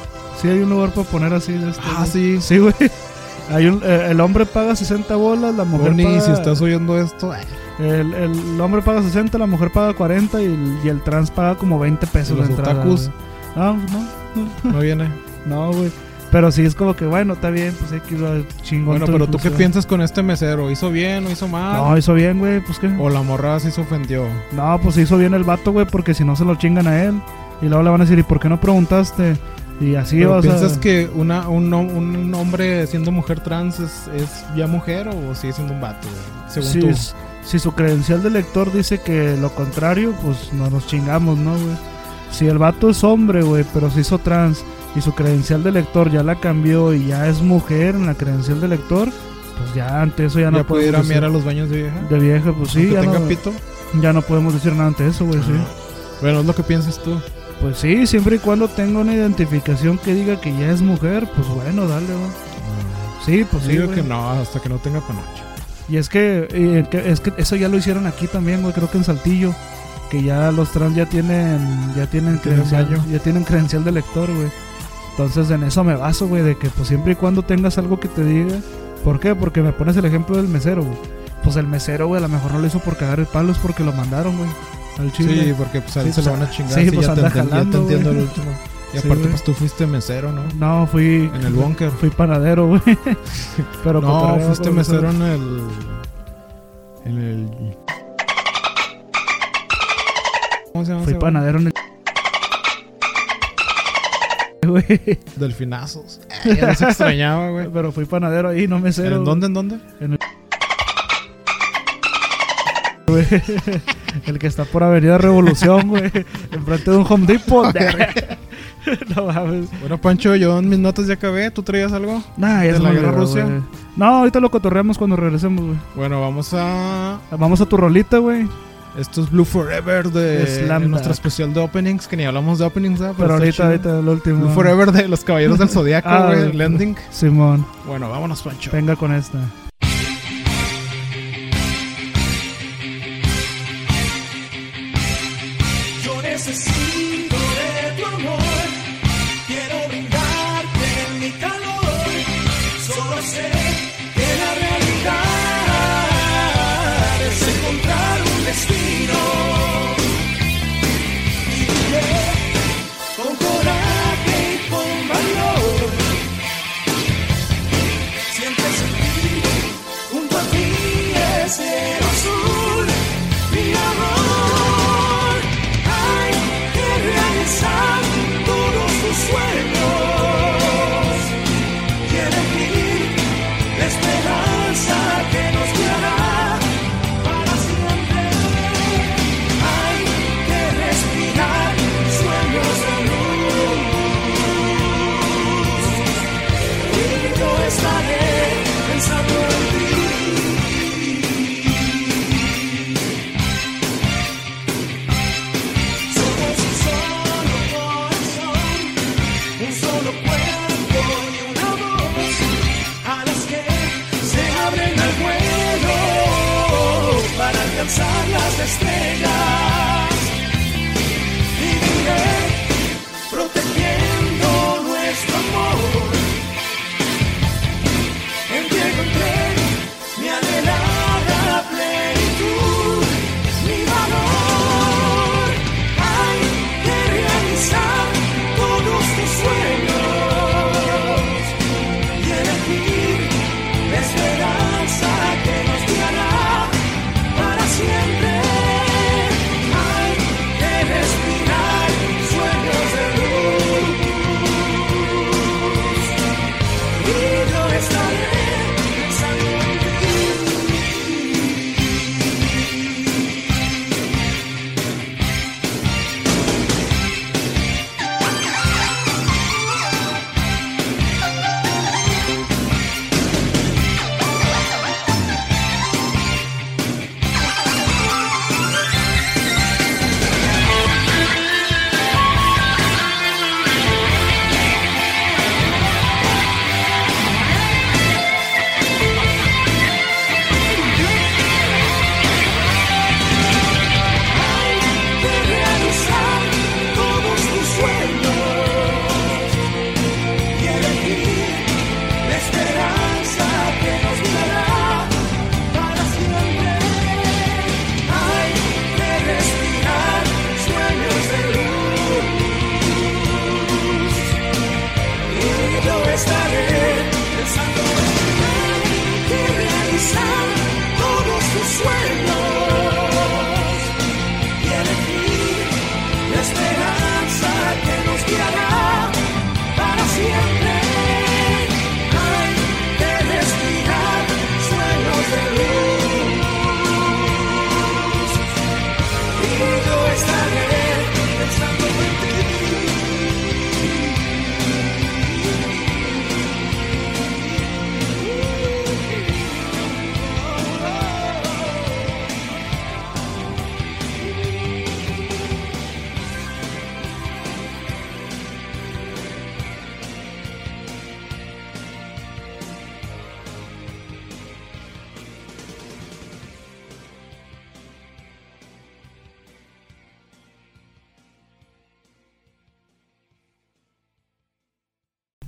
S2: Sí, hay un lugar para poner así. de este,
S3: Ah,
S2: güey.
S3: sí.
S2: Sí, güey. Hay un- eh, el hombre paga 60 bolas, la mujer
S3: Bonnie,
S2: paga...
S3: si estás oyendo esto, eh,
S2: el, el hombre paga 60, la mujer paga 40 y el, y el trans paga como 20 pesos
S3: ¿Y los
S2: la entrada,
S3: otakus?
S2: güey. Ah, no,
S3: no viene.
S2: no, güey. Pero sí es como que, bueno, está bien, pues hay que ir a chingón.
S3: Bueno,
S2: tu
S3: pero tú qué
S2: inclusión.
S3: piensas con este mesero? ¿Hizo bien o hizo mal?
S2: No, hizo bien, güey, pues qué.
S3: O la morra sí se ofendió.
S2: No, pues hizo bien el vato, güey, porque si no se lo chingan a él. Y luego le van a decir, ¿y por qué no preguntaste? Y así
S3: Pero
S2: vas
S3: ¿Piensas
S2: a...
S3: que una, un, hom- un hombre siendo mujer trans es, es ya mujer o sigue siendo un vato? güey? Según
S2: si,
S3: tú.
S2: s- si su credencial de lector dice que lo contrario, pues no nos chingamos, ¿no, güey? Si el vato es hombre, güey, pero se hizo trans y su credencial de lector ya la cambió y ya es mujer en la credencial de lector, pues ya ante eso ya
S3: ¿Ya
S2: no
S3: puede ir a
S2: podemos
S3: mirar a
S2: decir-
S3: los baños de vieja?
S2: de vieja, pues sí,
S3: ¿Que
S2: ya
S3: tenga
S2: no,
S3: pito?
S2: ya no podemos decir nada ante eso, güey, sí.
S3: Bueno, es lo que piensas tú.
S2: Pues sí, siempre y cuando tenga una identificación que diga que ya es mujer, pues bueno, dale, güey. Sí, pues
S3: Yo
S2: sí,
S3: Ah. digo
S2: güey.
S3: que no, hasta que no tenga panoche.
S2: Y es que, eh, que- es que eso ya lo hicieron aquí también, güey, creo que en Saltillo, que ya los trans ya tienen ya
S3: Tienen
S2: tienen credencial,
S3: baño.
S2: ya tienen credencial de lector, güey. Entonces en eso me baso, güey, de que pues siempre y cuando tengas algo que te diga, ¿por qué? Porque me pones el ejemplo del mesero, güey. Pues el mesero, güey, a lo mejor no lo hizo por cagar el palo, es porque lo mandaron, güey, al chile.
S3: Sí, porque pues a él
S2: Sí,
S3: se
S2: pues,
S3: lo van a chingar.
S2: sí,
S3: Sí,
S2: pues,
S3: ya, te
S2: anda
S3: enten- ya te
S2: jalando,
S3: entiendo
S2: güey.
S3: el último. Y
S2: Sí,
S3: aparte,
S2: güey.
S3: pues tú fuiste mesero, ¿no?
S2: No, fui
S3: En el búnker.
S2: fui panadero, güey. Pero
S3: No,
S2: cotorreo
S3: fuiste
S2: con los
S3: mesero en el. En el. ¿Cómo se llama?
S2: Fui
S3: ese güey?
S2: panadero en el... Güey,
S3: Delfinazos. Eh, ya los extrañaba, güey.
S2: pero fui panadero ahí, no
S3: ¿En
S2: mesero. güey.
S3: dónde? ¿En dónde?
S2: El que está por Avenida Revolución, güey. Enfrente de un Home Depot. no mames.
S3: Bueno, Pancho, yo en mis notas ya acabé. ¿Tú traías algo?
S2: Nah, ya
S3: ¿De
S2: se
S3: la
S2: me
S3: guerra
S2: olvidó,
S3: Rusia?
S2: güey. No, ahorita lo cotorreamos cuando regresemos, güey.
S3: Bueno, vamos a.
S2: Vamos a tu rolita, güey.
S3: Estos Blue Forever de
S2: Slam
S3: en nuestro
S2: Dunk.
S3: especial de openings, que ni hablamos de openings, ¿verdad?
S2: Pero ahorita,
S3: está chido.
S2: ahorita, lo último.
S3: Blue Forever de los Caballeros del Zodiaco,
S2: Ah,
S3: güey,
S2: güey.
S3: el ending.
S2: Simón,
S3: Bueno, vámonos, Pancho.
S2: venga con esta.
S5: Yo necesito de tu amor, quiero brindarte mi calor, solo sé que la realidad es encontrar un destino. Y viviré con coraje y con valor, siempre sentir junto a ti ese azul, mi amor. Hay que realizar todos tus sueños. Quiere vivir la esperanza que nos guiará para siempre. Hay que respirar sueños de luz. Y yo estaré pensando en ti. Somos un solo corazón, un solo cuerpo y una voz a las que se abren al vuelo para alcanzar las estrellas. Viviré protegiendo nuestro amor. Entrego en mi anhelada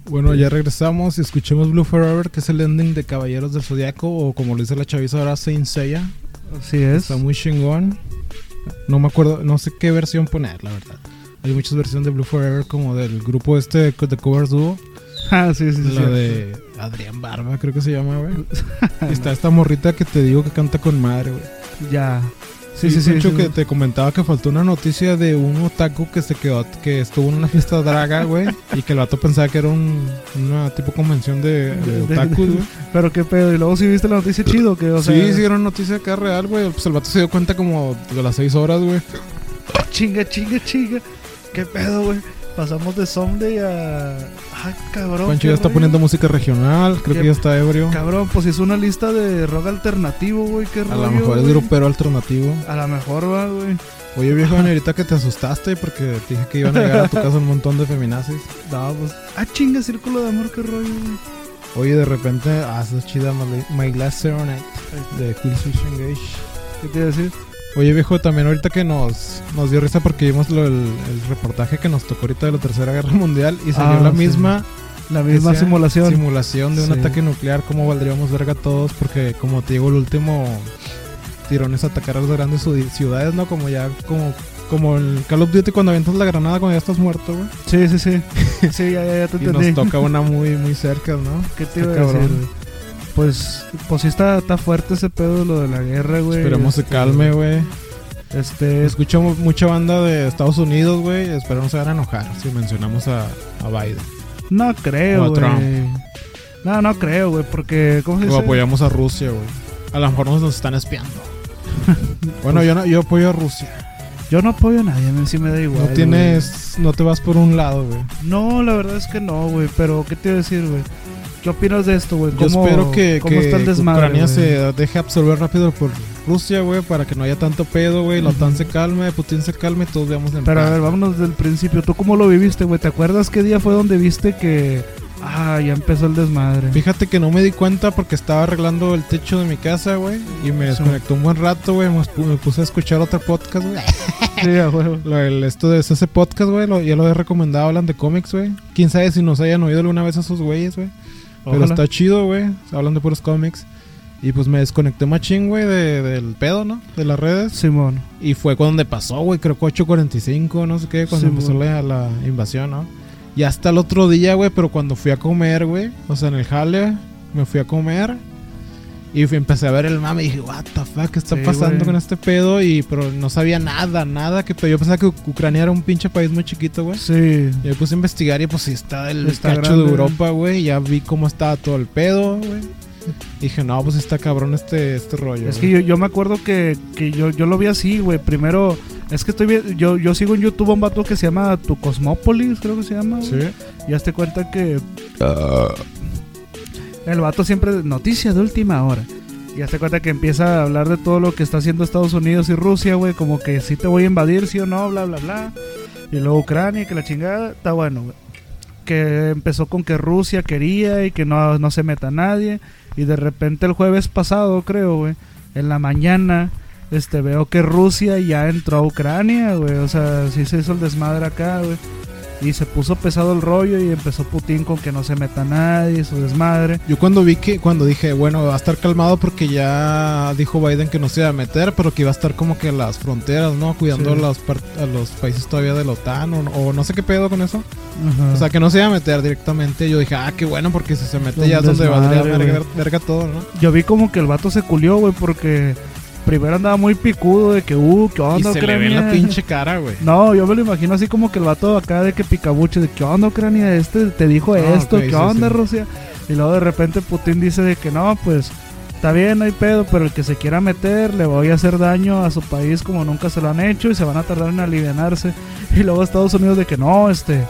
S3: Bueno, ya regresamos y escuchemos Blue Forever, que es el ending de Caballeros del Zodiaco, o como lo dice la chaviza ahora, Saint Seiya.
S2: Así es.
S3: Está muy chingón. No me acuerdo, no sé qué versión poner, la verdad. Hay muchas versiones de Blue Forever, como del grupo este de, de covers dúo.
S2: Ah, sí, sí, sí.
S3: La de Adrián Barba, creo que se llama, güey. Y está esta morrita que te digo que canta con madre, güey.
S2: Ya. Sí,
S3: Y
S2: sí, sí.
S3: Pancho,
S2: sí,
S3: que te comentaba que faltó una noticia de un otaku que se quedó, que estuvo en una fiesta draga, güey. y que el vato pensaba que era un, una tipo convención de, de
S2: De- de-
S3: otakus, güey.
S2: Pero qué pedo. Y luego si viste la noticia chido, que o sea,
S3: sí, sí, era una noticia acá real, güey. Pues el vato se dio cuenta como de las 6 horas, güey.
S2: chinga, chinga, chinga. Qué pedo, güey. Pasamos de Someday a. Ay, cabrón.
S3: Pancho
S2: qué
S3: ya está
S2: rollo.
S3: poniendo música regional, creo
S2: Qué-
S3: que ya está ebrio.
S2: Cabrón, pues es una lista de rock alternativo, güey. Qué
S3: A
S2: rollo.
S3: lo mejor es
S2: güey.
S3: grupero alternativo.
S2: A lo mejor va, güey.
S3: Oye, viejo, ahorita que te asustaste porque te dije que iban a llegar a tu casa un montón de feminazis.
S2: No, pues. Ah, chinga, círculo de amor, qué rollo, güey.
S3: Oye, de repente, ah, está chida My My Last Serenade de Queen Switch Engage.
S2: ¿Qué te iba a decir?
S3: Oye viejo, también ahorita que nos, nos dio risa porque vimos lo- el, el reportaje que nos tocó ahorita de la Tercera Guerra Mundial y salió
S2: Ah,
S3: la
S2: sí.
S3: misma,
S2: La misma
S3: decía,
S2: simulación.
S3: simulación de un
S2: Sí.
S3: ataque nuclear, cómo valdríamos verga todos, porque como te digo, el último tirón es atacar a las grandes ciud- ciudades, ¿no? Como ya, como, como el Call of Duty cuando avientas la granada cuando ya estás muerto, güey.
S2: Sí, sí, sí. Sí, ya, ya, ya te
S3: Y nos
S2: entendí.
S3: toca una muy, muy cerca, ¿no?
S2: ¿Qué te iba a
S3: Está
S2: decir,
S3: cabrón.
S2: güey? Pues, pues sí está, está fuerte ese pedo de lo de la guerra, güey.
S3: Esperemos se
S2: Este,
S3: calme, güey.
S2: Este,
S3: Escuchamos mucha banda de Estados Unidos, güey. Espero no se van a enojar si mencionamos a, a Biden.
S2: no
S3: O a
S2: creo, güey.
S3: Trump.
S2: No, no creo, güey, porque ¿cómo se
S3: O
S2: dice?
S3: apoyamos a Rusia, güey. A lo mejor nos, nos están espiando. Bueno, yo, no, yo apoyo a Rusia.
S2: Yo no apoyo a nadie, a mí sí me da igual.
S3: No tienes. No te vas por un lado, güey.
S2: güey. No, la verdad es que no, güey, pero ¿qué te iba a decir, güey? ¿Qué opinas de esto, güey?
S3: Yo
S2: ¿Cómo-
S3: espero que,
S2: cómo
S3: que
S2: está el desmadre,
S3: Ucrania
S2: güey?
S3: se deje absorber rápido por Rusia, güey, para que no haya tanto pedo, güey. La OTAN se calme, Putin se calme, todos veamos en
S2: Pero a
S3: paz.
S2: ver, vámonos del principio. ¿Tú cómo lo viviste, güey? ¿Te acuerdas qué día fue donde viste que ah, ya empezó el desmadre?
S3: Fíjate que no me di cuenta porque estaba arreglando el techo de mi casa, güey. Y me
S2: Sí.
S3: desconectó un buen rato, güey. Me pu- me puse a escuchar otro podcast, güey.
S2: Sí, a huevo.
S3: Lo del- esto de ese podcast, güey, lo- ya lo he recomendado, hablan de cómics, güey. Quién sabe si nos hayan oído alguna vez a esos güeyes, güey. Pero
S2: Ojalá.
S3: está chido, güey. Hablan de puros cómics. Y pues me desconecté machín, güey, de- del pedo, ¿no? De las redes.
S2: Simón.
S3: Y fue cuando pasó, güey, creo que 8.45, no sé qué, cuando
S2: Sí,
S3: empezó
S2: güey.
S3: la, la invasión, ¿no? Y hasta el otro día, güey, pero cuando fui a comer, güey, o sea, en el jale, me fui a comer. Y fui- empecé a ver el mame y dije, what the fuck, ¿qué está
S2: Sí,
S3: pasando
S2: güey.
S3: con este pedo? Y pero no sabía nada, nada. que pero Yo pensaba que Uc- Ucrania era un pinche país muy chiquito, güey.
S2: Sí.
S3: Y me puse a investigar y pues sí está el
S2: Está
S3: cacho
S2: grande,
S3: de Europa, güey. Ya vi cómo estaba todo el pedo, güey. Dije, no, pues está cabrón este, este rollo.
S2: Es
S3: güey".
S2: que yo, yo me acuerdo que, que yo, yo lo vi así, güey. Primero, es que estoy vi- yo, yo sigo en YouTube a un vato que se llama Tu Cosmópolis, creo que se llama. güey.
S3: Sí.
S2: Y hazte cuenta que. ah, El vato siempre. Noticias de última hora. Y hazte cuenta que empieza a hablar de todo lo que está haciendo Estados Unidos y Rusia, güey. Como que si te voy a invadir, sí o no, bla, bla, bla. Y luego Ucrania, que la chingada. Está bueno, güey. Que empezó con que Rusia quería y que no, no se meta nadie. Y de repente el jueves pasado, creo, güey. En la mañana. Este, veo que Rusia ya entró a Ucrania, güey. O sea, sí se hizo el desmadre acá, güey. Y se puso pesado el rollo y empezó Putin con que no se meta nadie, su desmadre.
S3: Yo cuando vi que, cuando dije, bueno, va a estar calmado porque ya dijo Biden que no se iba a meter, pero que iba a estar como que las fronteras, ¿no? Cuidando
S2: Sí.
S3: las par- a los países todavía de la OTAN o, o no sé qué pedo con eso. O sea, que no se iba a meter directamente. Yo dije, ah, qué bueno, porque si se mete
S2: Un
S3: ya es donde
S2: desmadre,
S3: valdría verga,
S2: güey.
S3: verga todo, ¿no?
S2: Yo vi como que el vato se culió, güey, porque primero andaba muy picudo de que, uh, ¿qué
S3: y
S2: onda,
S3: se le ve en
S2: Ucrania?
S3: la pinche cara, güey.
S2: No, yo me lo imagino así como que el vato acá de que picabuche, de que onda Ucrania, este te dijo
S3: Ah,
S2: esto,
S3: ok,
S2: qué
S3: sí,
S2: onda
S3: sí.
S2: Rusia. Y luego de repente Putin dice de que no, pues está bien, no hay pedo, pero el que se quiera meter le voy a hacer daño a su país como nunca se lo han hecho y se van a tardar en alivianarse. Y luego Estados Unidos de que no, este,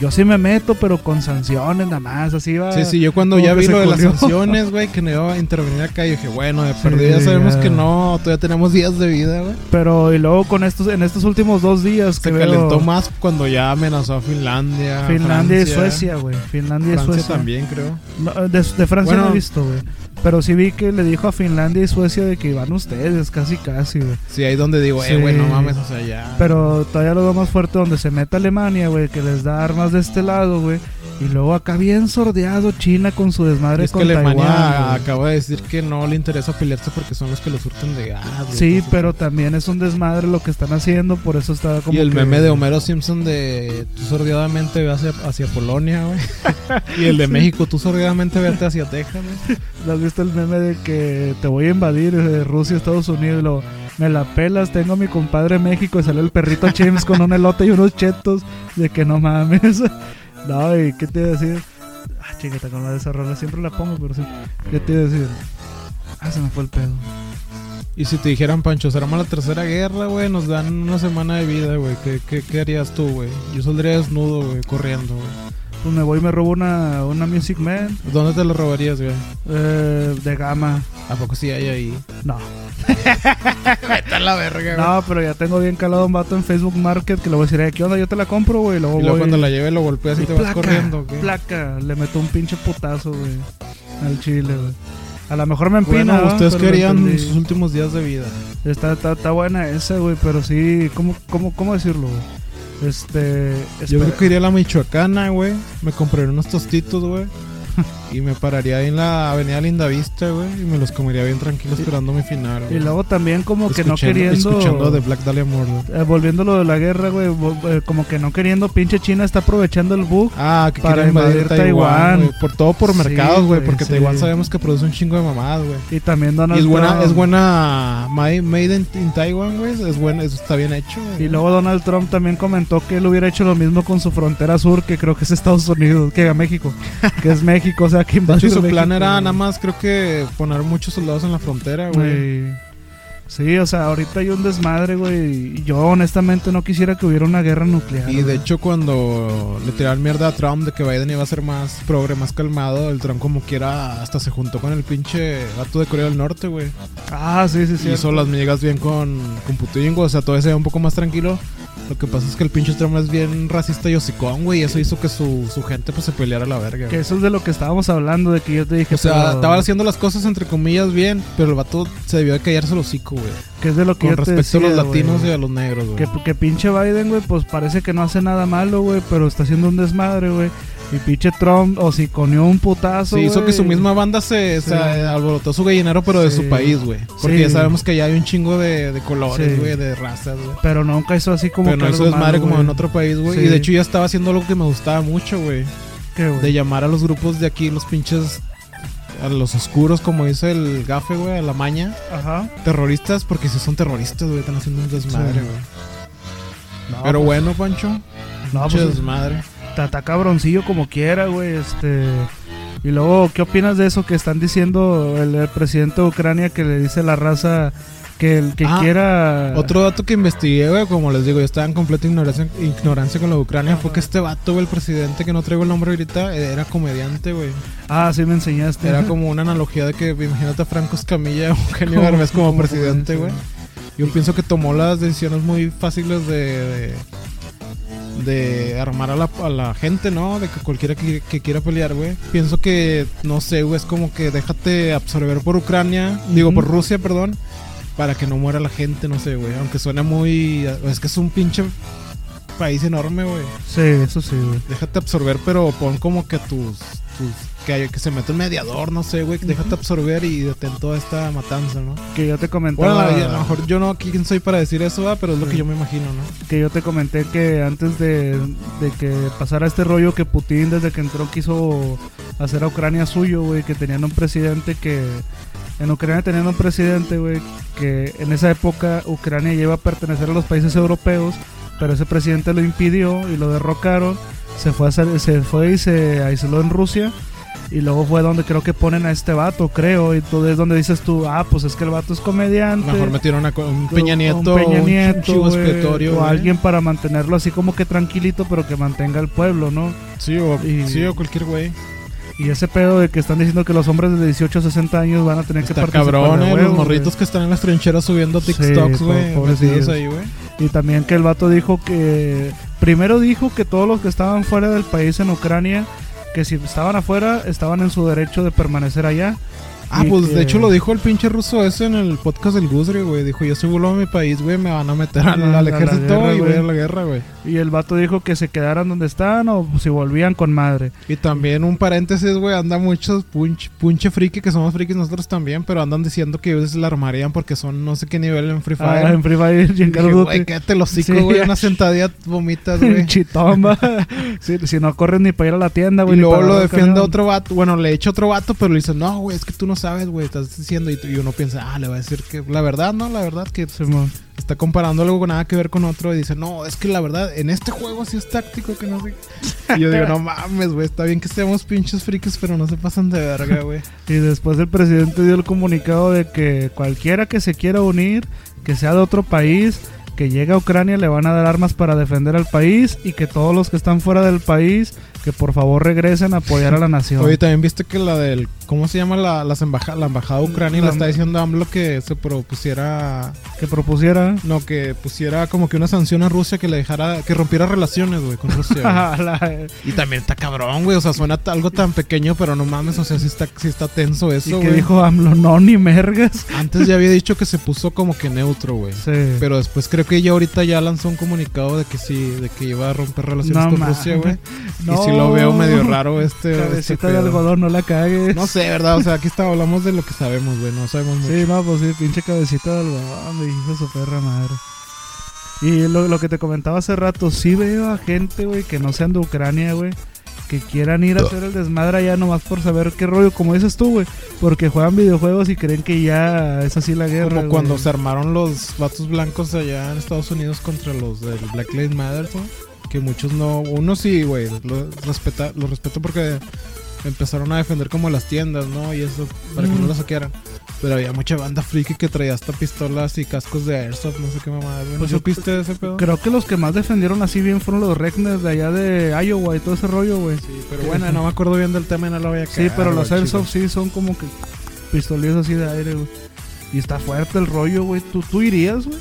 S2: yo sí me meto, pero con sanciones nada más, así va.
S3: Sí, sí, yo cuando
S2: Como
S3: ya
S2: que
S3: vi
S2: se
S3: lo de las
S2: culió.
S3: sanciones, güey, que no iba a intervenir acá, yo dije, bueno, de perdida
S2: Sí,
S3: sabemos
S2: ya.
S3: que no, todavía tenemos días de vida, güey.
S2: Pero y luego con estos, en estos últimos dos días que
S3: Se
S2: veo
S3: calentó más cuando ya amenazó a Finlandia.
S2: Finlandia y
S3: Francia,
S2: Suecia, güey. Finlandia y
S3: Francia
S2: Suecia.
S3: también, creo.
S2: No, de, de Francia
S3: Bueno.
S2: no he visto, güey. Pero sí vi que le dijo a Finlandia y Suecia de que iban ustedes, casi, casi, güey.
S3: Sí, ahí donde digo, eh,
S2: Sí.
S3: güey, no mames, o sea, ya.
S2: Pero todavía lo veo más fuerte donde se mete Alemania, güey, que les da armas de este lado, güey. Y luego acá bien sordeado China con su desmadre
S3: es que
S2: con
S3: Alemania
S2: Taiwán. güey.
S3: acaba de decir que no le interesa pelearse porque son los que los surten de gas. güey.
S2: Sí,
S3: Entonces,
S2: pero también es un desmadre lo que están haciendo, por eso está como
S3: Y el
S2: que-
S3: meme de Homero Simpson de tú sordiadamente ve hacia, hacia Polonia, güey. y el de México, tú sordiadamente vete hacia Texas, güey.
S2: ¿Has visto el meme de que te voy a invadir eh, Rusia, Estados Unidos? y luego, me la pelas, tengo a mi compadre en México y sale el perrito James con un elote y unos chetos. De que no mames. No, y qué te iba a decir. Ah, chiquita, con la de esa rola siempre la pongo, pero sí. ¿Qué te iba a decir? Ah, se me fue el pedo.
S3: Y si te dijeran, Pancho, se arma la tercera guerra, güey, nos dan una semana de vida, güey. ¿Qué, qué, qué harías tú, güey? Yo saldría desnudo, güey, corriendo, güey.
S2: Pues me voy y me robo una, una Music Man
S3: ¿Dónde te lo robarías, güey?
S2: eh, de gama.
S3: ¿A poco sí hay ahí?
S2: No,
S3: Está la verga,
S2: no, pero ya tengo bien calado un vato en Facebook Market que le voy a decir, "Eh, ¿qué onda? Yo te la compro, güey. y Luego
S3: Y luego
S2: voy-
S3: cuando la lleve lo golpeas y te vas
S2: placa,
S3: corriendo, ¿ok?
S2: placa, le meto un pinche putazo, güey, al chile, güey. A lo mejor me empina.
S3: Bueno,
S2: ¿va?
S3: ustedes
S2: Pero lo
S3: querían
S2: entendí.
S3: sus últimos días de vida.
S2: Está, está, está buena esa, güey, pero sí, ¿cómo, cómo, cómo decirlo, güey? Este.
S3: Yo
S2: espera.
S3: creo que iría a la Michoacana, güey. Me compraría unos tostitos, güey. y me pararía ahí en la avenida Lindavista, güey. Y me los comería bien tranquilo esperando mi final,
S2: Y
S3: güey.
S2: luego también, como que no
S3: Escuchando-
S2: queriendo.
S3: Escuchando de Black Dahlia Murder.
S2: eh, volviendo a lo de la guerra, güey, vo- eh, como que no queriendo, pinche China está aprovechando el bug.
S3: Ah, que
S2: Para
S3: quieren invadir
S2: invadir
S3: Taiwán,
S2: Taiwán.
S3: güey. Por todo por
S2: Sí,
S3: mercados, güey.
S2: güey,
S3: porque
S2: sí.
S3: Taiwán sabemos que produce un chingo de mamadas, güey.
S2: Y también Donald
S3: Y es buena,
S2: Trump.
S3: es buena ma- Made in, in Taiwan, güey. Es buena, eso está bien hecho, güey.
S2: Y luego Donald Trump también comentó que él hubiera hecho lo mismo con su frontera sur, que creo que es Estados Unidos, que a México, que es México, o sea, que
S3: De
S2: invadió
S3: hecho, su plan
S2: México,
S3: era
S2: güey.
S3: nada más, creo que poner muchos soldados en la frontera, güey.
S2: Güey. Sí, o sea, ahorita hay un desmadre, güey. y Yo honestamente no quisiera que hubiera una guerra nuclear.
S3: Y de
S2: güey.
S3: hecho cuando le tiraron mierda a Trump de que Biden iba a ser más progre, más calmado, el Trump como quiera hasta se juntó con el pinche gato de Corea del Norte, güey.
S2: Ah, sí, sí, sí.
S3: Hizo las migas bien con, con Putin, güey, o sea, todo ese un poco más tranquilo. Lo que pasa es que el pinche Trump es bien racista y hocicón, güey, y eso hizo que su, su gente pues se peleara a la verga.
S2: Que
S3: güey.
S2: eso es de lo que estábamos hablando, de que yo te dije.
S3: O sea,
S2: pero-
S3: estaba haciendo las cosas entre comillas bien, pero el vato se debió de callarse el hocico, güey.
S2: Que es de lo que
S3: Con
S2: yo te
S3: respecto a los
S2: decía,
S3: latinos
S2: güey.
S3: y a los negros, güey.
S2: Que, que pinche Biden, güey, pues parece que no hace nada malo, güey, pero está haciendo un desmadre, güey. Y pinche Trump, o si conió un putazo.
S3: Sí, hizo
S2: güey.
S3: que su misma banda se, se
S2: Sí.
S3: alborotó su gallinero, pero de
S2: Sí.
S3: su país, güey. Porque
S2: Sí.
S3: ya sabemos que ya hay un chingo de, de colores,
S2: Sí.
S3: güey, de razas, güey.
S2: Pero nunca hizo así como
S3: Pero no
S2: que
S3: hizo
S2: algo
S3: desmadre
S2: malo,
S3: como
S2: güey.
S3: en otro país, güey.
S2: Sí.
S3: Y de hecho ya estaba haciendo algo que me gustaba mucho, güey.
S2: ¿Qué, güey?
S3: De llamar a los grupos de aquí, los pinches... A los oscuros, como dice el gafe, güey, a la maña.
S2: Ajá.
S3: Terroristas, porque si son terroristas, güey, están haciendo un desmadre,
S2: Sí.
S3: güey.
S2: No,
S3: Pero
S2: pues-
S3: bueno, Pancho.
S2: No,
S3: pinche
S2: pues
S3: desmadre.
S2: está está cabroncillo como quiera, güey. Este. Y luego, ¿qué opinas de eso que están diciendo el, el presidente de Ucrania que le dice a la raza que el que
S3: Ah,
S2: quiera.
S3: Otro dato que investigué, güey, como les digo, yo estaba en completa ignorancia, ignorancia con la Ucrania, fue que este vato, güey, el presidente, que no traigo el nombre ahorita, eh, era comediante, güey.
S2: Ah, sí me enseñaste.
S3: este, Era como una analogía de que, imagínate a Franco Escamilla, Eugenio
S2: Como-
S3: Derbez como
S2: como
S3: presidente, güey.
S2: presidente.
S3: Yo pienso que tomó las decisiones muy fáciles de... de, de armar a la, a la gente, ¿no? De que cualquiera que, que quiera pelear, güey. Pienso que, no sé, güey, es como que déjate absorber por Ucrania, digo,
S2: Ujú.
S3: por Rusia, perdón, para que no muera la gente, no sé, güey. Aunque suena muy... Es que es un pinche país enorme, güey.
S2: Sí, eso sí, güey.
S3: Déjate absorber, pero pon como que tus. tus que, hay- que se meta un mediador, no sé, güey. que Déjate absorber y detén toda esta matanza, ¿no?
S2: Que yo te
S3: Bueno,
S2: comentaba.
S3: a lo mejor yo no, ¿quién soy para decir eso, ah? Pero es lo que yo me imagino, ¿no?
S2: que yo te comenté que antes de, de que pasara este rollo que Putin desde que entró quiso hacer a Ucrania suyo, güey, que tenían un presidente que... En Ucrania tenían un presidente, güey, que en esa época Ucrania ya iba a pertenecer a los países europeos, pero ese presidente lo impidió y lo derrocaron, se fue, a hacer- se fue y se aisló en Rusia. Y luego fue donde creo que ponen a este vato, creo. Y tú es donde dices tú, ah, pues es que el vato es comediante.
S3: Mejor metieron a co- un Peña
S2: Un
S3: Nieto,
S2: Peña
S3: un
S2: Nieto,
S3: chivo
S2: güey,
S3: expiatorio,
S2: o
S3: güey.
S2: alguien para mantenerlo así como que tranquilito, pero que mantenga el pueblo, ¿no?
S3: Sí, o,
S2: y-
S3: sí, o cualquier güey.
S2: Y ese pedo de que están diciendo que los hombres de 18 a 60 años van a tener que
S3: Está
S2: participar
S3: cabrón,
S2: de
S3: eh,
S2: huevo,
S3: los
S2: güey.
S3: morritos que están en las trincheras subiendo
S2: Sí,
S3: TikToks,
S2: po-
S3: güey.
S2: pobrecillos.
S3: metidos ahí, güey.
S2: Y también que el vato dijo que primero dijo que todos los que estaban fuera del país en Ucrania que si estaban afuera estaban en su derecho de permanecer allá.
S3: Ah,
S2: Y
S3: pues
S2: que-
S3: de hecho lo dijo el pinche ruso ese en el podcast del Guzri, güey. Dijo, yo si vuelvo a mi país, güey, me van a meter al,
S2: Ah,
S3: al
S2: a la
S3: ejército
S2: guerra,
S3: y voy
S2: güey.
S3: a la guerra, güey.
S2: Y el vato dijo que se quedaran donde estaban o si volvían con madre.
S3: Y también un paréntesis, güey, anda muchos punch, punche friki, que somos frikis nosotros también, pero andan diciendo que ellos la armarían porque son no sé qué nivel en Free
S2: Ah,
S3: Fire.
S2: en Free Fire y en Call
S3: Dije,
S2: of Duty.
S3: güey, cállate los hocico,
S2: Sí.
S3: güey, una sentadilla vomitas, güey.
S2: Chitomba. si, si no corres ni para ir a la tienda,
S3: Y
S2: güey. ni
S3: luego
S2: para
S3: lo
S2: agarrar el
S3: defiende
S2: camión.
S3: otro vato. Bueno, le echa otro vato, pero le dice, no, güey, es que tú no sabes, güey, estás diciendo. Y, tú- y uno piensa, ah, le va a decir que la verdad, no, la verdad, que
S2: Simón.
S3: está comparando algo con nada que ver con otro. Y dice, no, es que la verdad, en este juego sí es táctico, que no sé. qué". Y yo digo, no mames, güey, está bien que seamos pinches frikis, pero no se pasan de verga, güey.
S2: Y después el presidente dio el comunicado de que cualquiera que se quiera unir, que sea de otro país, que llegue a Ucrania, le van a dar armas para defender al país y que todos los que están fuera del país, que por favor regresen a apoyar a la nación.
S3: Oye, también viste que la del. ¿Cómo se llama la, las embaja- la embajada ucrania?
S2: La-
S3: Le
S2: em-
S3: está diciendo a AMLO que se propusiera.
S2: Que propusiera...
S3: No, que pusiera como que una sanción a Rusia que le dejara. Que rompiera relaciones, güey, con Rusia. güey.
S2: La-
S3: y también está cabrón, güey. O sea, suena t- algo tan pequeño, pero no mames. O sea, sí está, sí está tenso
S2: y
S3: eso,
S2: que
S3: güey.
S2: dijo AMLO, no, ni mergas.
S3: Antes ya había dicho que se puso como que neutro, güey.
S2: Sí.
S3: Pero después creo que ya ahorita ya lanzó un comunicado de que sí, de que iba a romper relaciones
S2: No
S3: con
S2: mames.
S3: Rusia, güey.
S2: No.
S3: Y si lo veo medio raro este. este
S2: Cabecita de
S3: pedo.
S2: algodón, no la cagues.
S3: No sé, ¿verdad? O sea, aquí está, hablamos de lo que sabemos, güey. No sabemos mucho.
S2: Sí, no, pues sí, pinche cabecita de algodón, güey, hijo de su perra madre. Y lo, lo que te comentaba hace rato, sí veo a gente, güey, que no sean de Ucrania, güey, que quieran ir a hacer el desmadre allá nomás por saber qué rollo, como dices tú, güey, porque juegan videojuegos y creen que ya es así la guerra.
S3: Como
S2: güey.
S3: cuando se armaron los vatos blancos allá en Estados Unidos contra los del Black Lives Matter, güey, que muchos no, uno sí, güey, lo, respeta, lo respeto porque empezaron a defender como las tiendas, ¿no? Y eso, para que
S2: Mm.
S3: no lo saquearan. Pero había mucha banda friki que traía hasta pistolas y cascos de airsoft, no sé qué mamada, güey. ¿No
S2: Pues yo-
S3: supiste de ese pedo?
S2: Creo que los que más defendieron así bien fueron los Regners de allá de Iowa y todo ese rollo, güey.
S3: Sí, pero bueno, no me acuerdo bien del tema y no lo voy a
S2: Sí, pero los Airsoft sí son como que pistolillos así de aire, güey. Y está fuerte el rollo, güey. ¿Tú, tú irías, güey?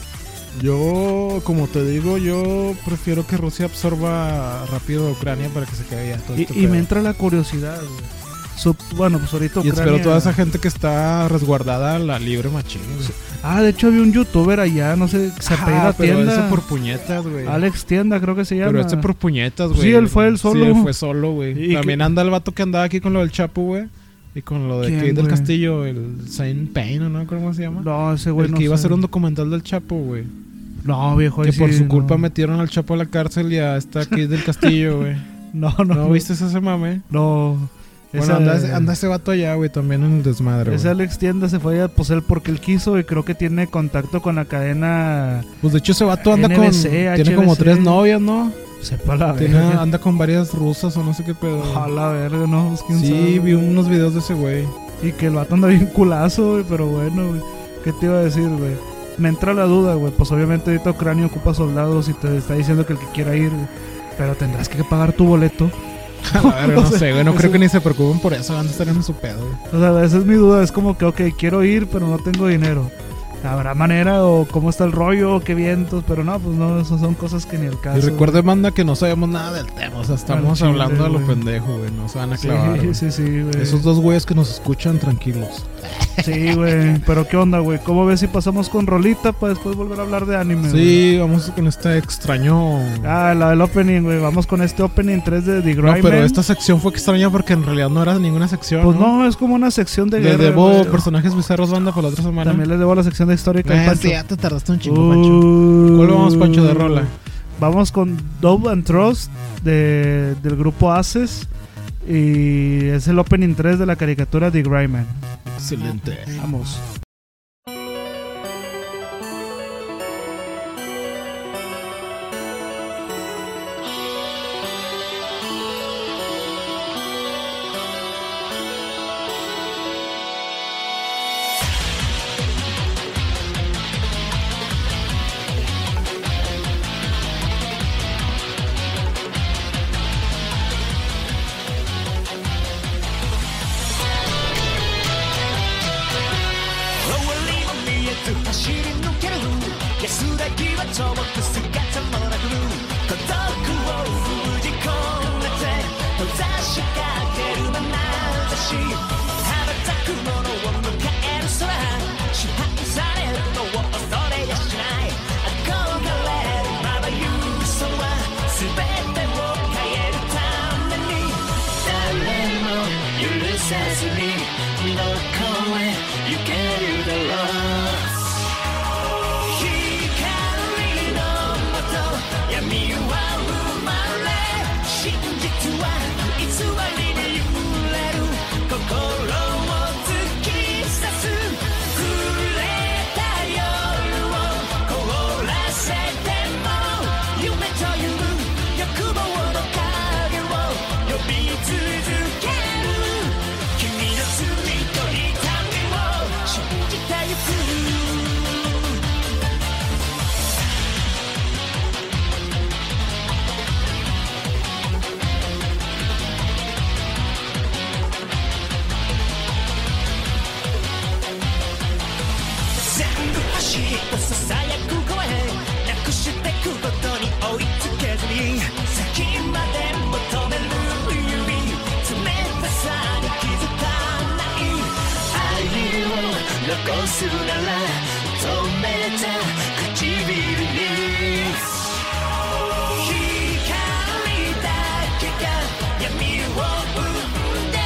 S3: Yo, como te digo, yo prefiero que Rusia absorba rápido a Ucrania para que se quede ya todo
S2: Y,
S3: este
S2: y me
S3: pedo.
S2: entra la curiosidad, güey. Sup- bueno, pues ahorita
S3: Y
S2: Ucrania...
S3: espero toda esa gente que está resguardada la libre machín. güey.
S2: Ah, de hecho había un youtuber allá, no sé, se
S3: Ah,
S2: apellida
S3: pero
S2: Tienda.
S3: ese por puñetas, güey.
S2: Alex Tienda, creo que se llama.
S3: Pero este por puñetas, güey.
S2: Sí, él fue el solo.
S3: Sí, él fue solo, güey.
S2: Y
S3: También
S2: que-
S3: anda el vato que andaba aquí con lo del Chapo, güey. Y con lo de
S2: ¿Quién,
S3: Kate del
S2: güey?
S3: Castillo, el Saint Payne, ¿no? ¿Cómo se llama?
S2: No, ese güey
S3: el
S2: no
S3: que iba a
S2: sé.
S3: hacer un documental del Chapo, güey.
S2: No, viejo, ahí
S3: Que por
S2: sí,
S3: su culpa
S2: no.
S3: metieron al Chapo a la cárcel y a esta Kate del Castillo, güey.
S2: No, no,
S3: ¿No viste ese mame?
S2: No.
S3: Bueno,
S2: Esa-
S3: anda, ese- anda ese vato allá, güey, también en el desmadre,
S2: Ese
S3: güey.
S2: Alex Tienda se fue a poseer porque él quiso y creo que tiene contacto con la cadena...
S3: Pues de hecho ese vato anda con...
S2: NBC,
S3: Tiene como
S2: HBC.
S3: tres novias, ¿no?
S2: Sepa la
S3: Tiene-
S2: verga.
S3: anda con varias rusas o no sé qué pedo.
S2: A la verga, no, pues, quién
S3: Sí,
S2: sabe.
S3: vi unos videos de ese güey.
S2: Y que el vato anda bien culazo, güey, pero bueno, güey. ¿Qué te iba a decir, güey? Me entra la duda, güey. Pues obviamente ahorita Ucrania ocupa soldados y te está diciendo que el que quiera ir, güey. Pero tendrás que pagar tu boleto.
S3: A ver, no sé, güey, no
S2: Ese-
S3: creo que ni se preocupen por eso, van a estar en su pedo. güey.
S2: O sea, esa es mi duda. Es como que, ok, quiero ir, pero no tengo dinero. ¿Habrá manera o cómo está el rollo? ¿Qué vientos? Pero no, pues no, esas son cosas que ni el caso.
S3: Y recuerden, manda que no sabemos nada del tema, o sea, estamos
S2: Al chile,
S3: hablando a lo
S2: güey.
S3: pendejo, güey, no se van a
S2: Sí,
S3: clavar. güey.
S2: sí, sí, güey.
S3: Esos dos güeyes que nos escuchan tranquilos.
S2: Sí, güey. Pero ¿qué onda, güey? ¿Cómo ves si pasamos con Rolita para después volver a hablar de anime? güey?
S3: Sí, vamos con este extraño.
S2: Ah, la del opening, güey. Vamos con este opening 3 de The
S3: no,
S2: Grind.
S3: pero esta sección fue extraña porque en realidad no era ninguna sección.
S2: Pues no, es como una sección de
S3: Le
S2: guerra.
S3: debo
S2: güey.
S3: personajes bizarros banda para la otra semana.
S2: También le debo la sección de histórica. al
S3: Eh,
S2: Pancho.
S3: sí, ya te tardaste un chingo, Pancho.
S2: Uh,
S3: ¿Cuál vamos, Pancho, de rola?
S2: Vamos con Dove and Trust de, del grupo Aces. Y es el opening 3 de la caricatura The Greyman.
S3: Excelente.
S2: Vamos.
S5: Oh, well, even me at the Hashiri no Keru. Yes, that give a top of the Sugata Monaglu. Kotoku of Fujikon, the Ted, Hozashi Kakeru, the Nazashi. Have a Takumono, one of
S4: 愛する全部走りとささやく声なくしてくことに追いつけずに先まで求める指冷たさに気づかない愛を残すなら止めた唇に光だけが闇を生んで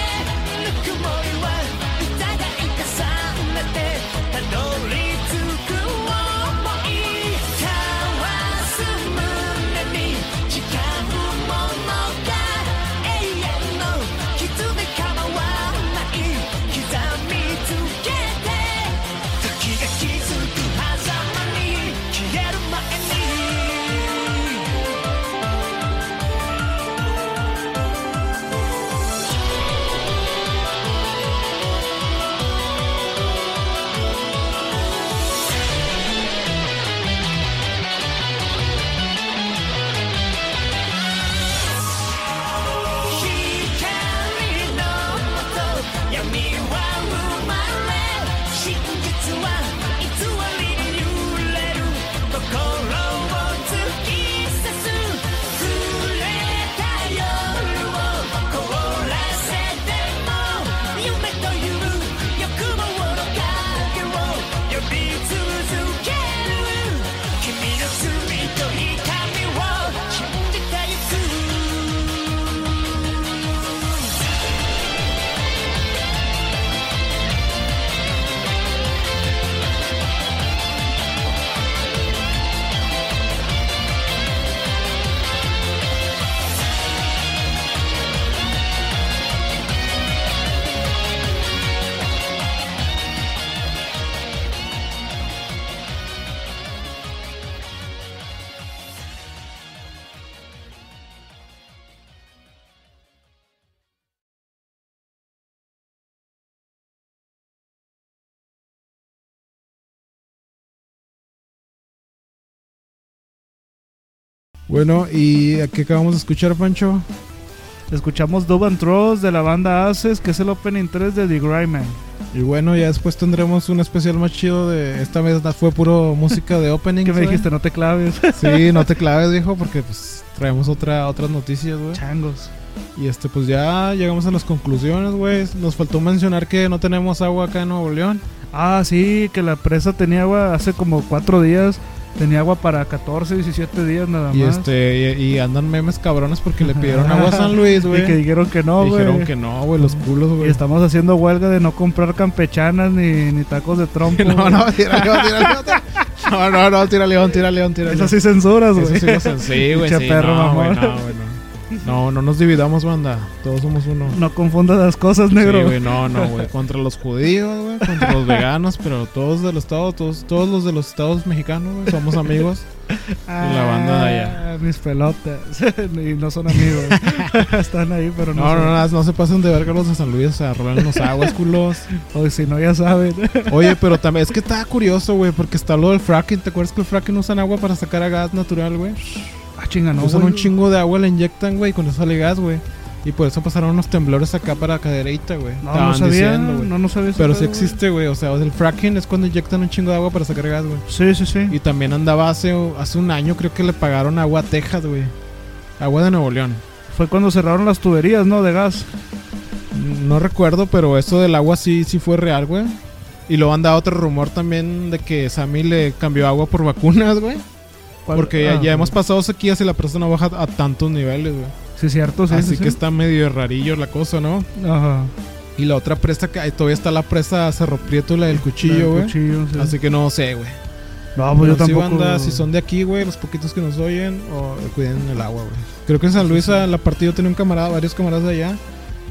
S4: ぬくもりは疑い重ねてたどり着く想い交わす胸に誓うものが永遠の傷で構わない刻み続けて時が気づく狭間に消える前に光のもと闇は生まれ真実は偽りに揺れる心を突き刺す触れた夜を凍らせても夢という欲望の影を呼び続ける君の罪と痛みを信じてゆく
S3: Bueno, ¿y a qué acabamos de escuchar, Pancho?
S2: Escuchamos Dove and Trust de la banda Aces, que es el opening 3 de The Greyman.
S3: Y bueno, ya después tendremos un especial más chido de... Esta vez la- fue puro música de opening.
S2: Que me
S3: ¿sabes?
S2: dijiste, no te claves.
S3: Sí, no te claves, viejo, porque pues traemos otra, otras noticias, güey.
S2: Changos.
S3: Y este, pues ya llegamos a las conclusiones, güey. Nos faltó mencionar que no tenemos agua acá en Nuevo León.
S2: Ah, sí, que la presa tenía agua hace como 4 días. Tenía agua para 14, 17 días nada más.
S3: Y este, y, y andan memes cabrones porque le pidieron agua a San Luis,
S2: Y
S3: güey.
S2: que dijeron que no,
S3: Y
S2: güey.
S3: dijeron que no, Ah, güey, los culos,
S2: Y
S3: güey.
S2: estamos haciendo huelga de no comprar campechanas ni, ni tacos de trompo.
S3: No,
S2: güey.
S3: no, tira león, tira león. tira- No, no, no, tira león, tira león, tira león.
S2: Eso sí censuras,
S3: Eso
S2: güey.
S3: sí lo sen- sí, güey.
S2: Pinche
S3: sí,
S2: perro,
S3: no, güey,
S2: mamón.
S3: no, güey, no. No, no nos dividamos, banda. Todos somos uno.
S2: No confundas las cosas, negro.
S3: Sí, güey, no, no, güey. Contra los judíos, güey. Contra los veganos, pero todos del estado, todos, todos los de los estados mexicanos, güey. Somos amigos.
S2: Ah,
S3: Y la banda de allá.
S2: Mis pelotas. y no son amigos. Están ahí, pero no,
S3: No,
S2: son.
S3: no, no, no se pasen de verga los de San Luis, o sea, rolan los aguas, culos.
S2: O Pues si no, ya saben.
S3: Oye, pero también, es que está curioso, güey, porque está lo del fracking. ¿Te acuerdas que el fracking usan agua para sacar a gas natural, güey?
S2: ah, chinga, no,
S3: usan
S2: güey.
S3: un chingo de agua, le inyectan, güey, y con eso sale gas, güey. Y por eso pasaron unos temblores acá para cadereita, güey.
S2: No, no
S3: Estaban
S2: sabía.
S3: diciendo, güey.
S2: no, no sabía. ese
S3: Pero sí
S2: pedo, güey.
S3: existe, güey. O sea, el fracking es cuando inyectan un chingo de agua para sacar gas, güey.
S2: Sí, sí, sí.
S3: Y también andaba hace, hace un año, creo que le pagaron agua a Texas, güey. Agua de Nuevo León.
S2: Fue cuando cerraron las tuberías, ¿no? De gas.
S3: No recuerdo, pero eso del agua sí, sí fue real, güey. Y luego anda otro rumor también de que Sammy le cambió agua por vacunas, güey.
S2: ¿Cuál-
S3: Porque ya,
S2: ah,
S3: ya hemos pasado sequías y la persona baja a tantos niveles, güey.
S2: Sí, cierto, sí.
S3: Así
S2: sí,
S3: que
S2: sí.
S3: está medio rarillo la cosa, ¿no?
S2: Ajá.
S3: Y la otra presa que ahí todavía está la presa Cerro Prieto, la del cuchillo,
S2: El
S3: güey.
S2: cuchillo, sí.
S3: Así que no sé, güey.
S2: No, pues yo
S3: Pero sí,
S2: tampoco.
S3: banda, si son de aquí, güey, los poquitos que nos oyen, o cuiden el agua, güey. Creo que en San Luis, a la partida, yo tenía un camarada, varios camaradas de allá,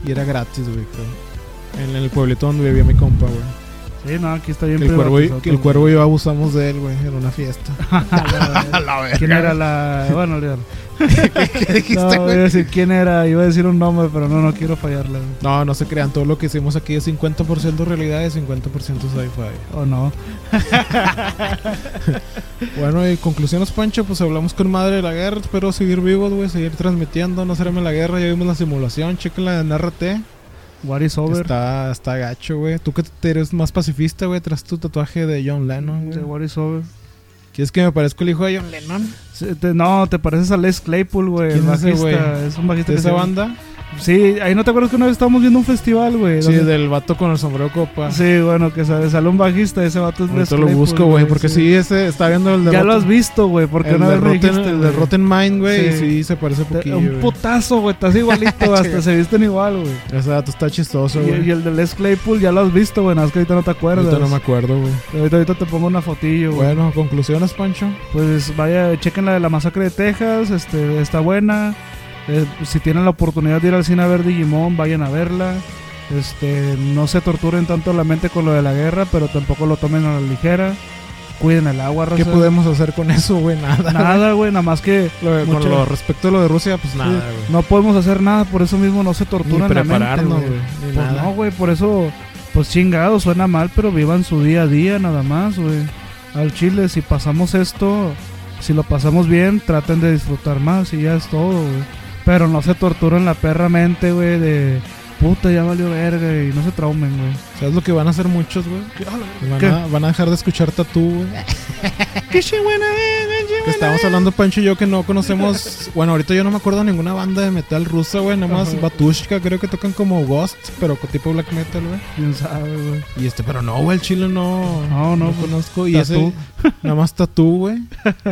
S3: y era gratis, güey, creo. En el pueblito donde vivía mi compa, güey.
S2: Sí, no, aquí está bien
S3: Que el, cuervo y,
S2: privatizado
S3: que el
S2: todo.
S3: cuervo y yo abusamos de él, güey, en una fiesta.
S2: ¿Quién era la.? Ah, Bueno, olvídalo.
S3: ¿Qué dijiste,
S2: No, voy a
S3: güey?
S2: decir quién era, iba a decir un nombre, pero no, no quiero fallarle. güey.
S3: No, no se crean, todo lo que hicimos aquí es 50% realidad y 50% sci-fi.
S2: O Oh, no.
S3: Bueno, y conclusiones, Pancho, pues hablamos con madre de la guerra, espero seguir vivos, güey, seguir transmitiendo, no seremos la guerra, ya vimos la simulación, chequenla en RT.
S2: What is over.
S3: Está, está gacho, güey. Tú que te eres más pacifista, güey, tras tu tatuaje de John Lennon,
S2: Sí,
S3: güey.
S2: what is over.
S3: ¿Quieres que me parezca el hijo de John Lennon?
S2: Sí, te- no, te pareces a Les Claypool, güey. el
S3: ¿Quién es ese
S2: bajista.
S3: güey?
S2: Es un bajista
S3: ¿De
S2: que
S3: esa
S2: se llama-
S3: banda?
S2: Sí, ahí no te acuerdas que una vez estábamos viendo un festival, güey.
S3: Sí,
S2: donde-
S3: del vato con el sombrero copa.
S2: Sí, bueno, que sale, sale un bajista, ese vato es Les
S3: Ahorita lo
S2: Claypool,
S3: busco, güey, porque sí, ese está viendo el de
S2: Ya lo has
S3: Rotten-
S2: visto, güey, porque
S3: el
S2: una
S3: de
S2: vez me
S3: Rotten-
S2: dijiste,
S3: el de
S2: güey.
S3: Rotten Mind, este, güey,
S2: Sí.
S3: sí. se parece un
S2: Te-
S3: poquillo.
S2: un
S3: güey.
S2: putazo, güey, estás igualito, hasta se visten igual, güey.
S3: Ese dato está chistoso,
S2: Y, y
S3: güey.
S2: el de Les Claypool ya lo has visto, güey, nada más que ahorita no te acuerdas.
S3: Ahorita no me acuerdo, güey.
S2: ahorita, ahorita te pongo una fotillo, güey.
S3: Bueno, conclusiones, Pancho.
S2: Pues vaya, chequen la de la masacre de Texas, este, está buena. Eh, si tienen la oportunidad de ir al cine a ver Digimon, vayan a verla. Este, no se torturen tanto la mente con lo de la guerra, pero tampoco lo tomen a la ligera. Cuiden el agua,
S3: ¿Qué
S2: raza.
S3: podemos hacer con eso, güey? Nada.
S2: Nada, güey, nada más que
S3: Lo de-
S2: Mucho-
S3: con lo respecto a lo de Rusia, pues nada, güey.
S2: no podemos hacer nada, por eso mismo no se torturan la mente,
S3: prepararnos,
S2: güey.
S3: güey, ni
S2: Pues
S3: nada.
S2: no, güey, por eso, pues chingado, suena mal, pero vivan su día a día nada más, güey. Al chile, si pasamos esto, si lo pasamos bien, traten de disfrutar más y ya es todo, güey. Pero no se torturen la perra mente, güey, de puta, ya valió verga y no se traumen, güey.
S3: ¿Sabes lo que van a hacer muchos, güey? Van
S2: ¿Qué?
S3: a, van a dejar de escuchar tatú, güey. Que estábamos hablando, Pancho y yo, que no conocemos. Bueno, ahorita yo no me acuerdo de ninguna banda de metal rusa, güey. Nada más
S2: Ajá.
S3: Batushka, creo que tocan como Ghost, pero con tipo black metal, güey.
S2: Quién sabe, güey.
S3: Y este, pero no, güey, el chile no.
S2: No, no, pues,
S3: conozco. Y
S2: tatú.
S3: ese, nada más tatú, güey.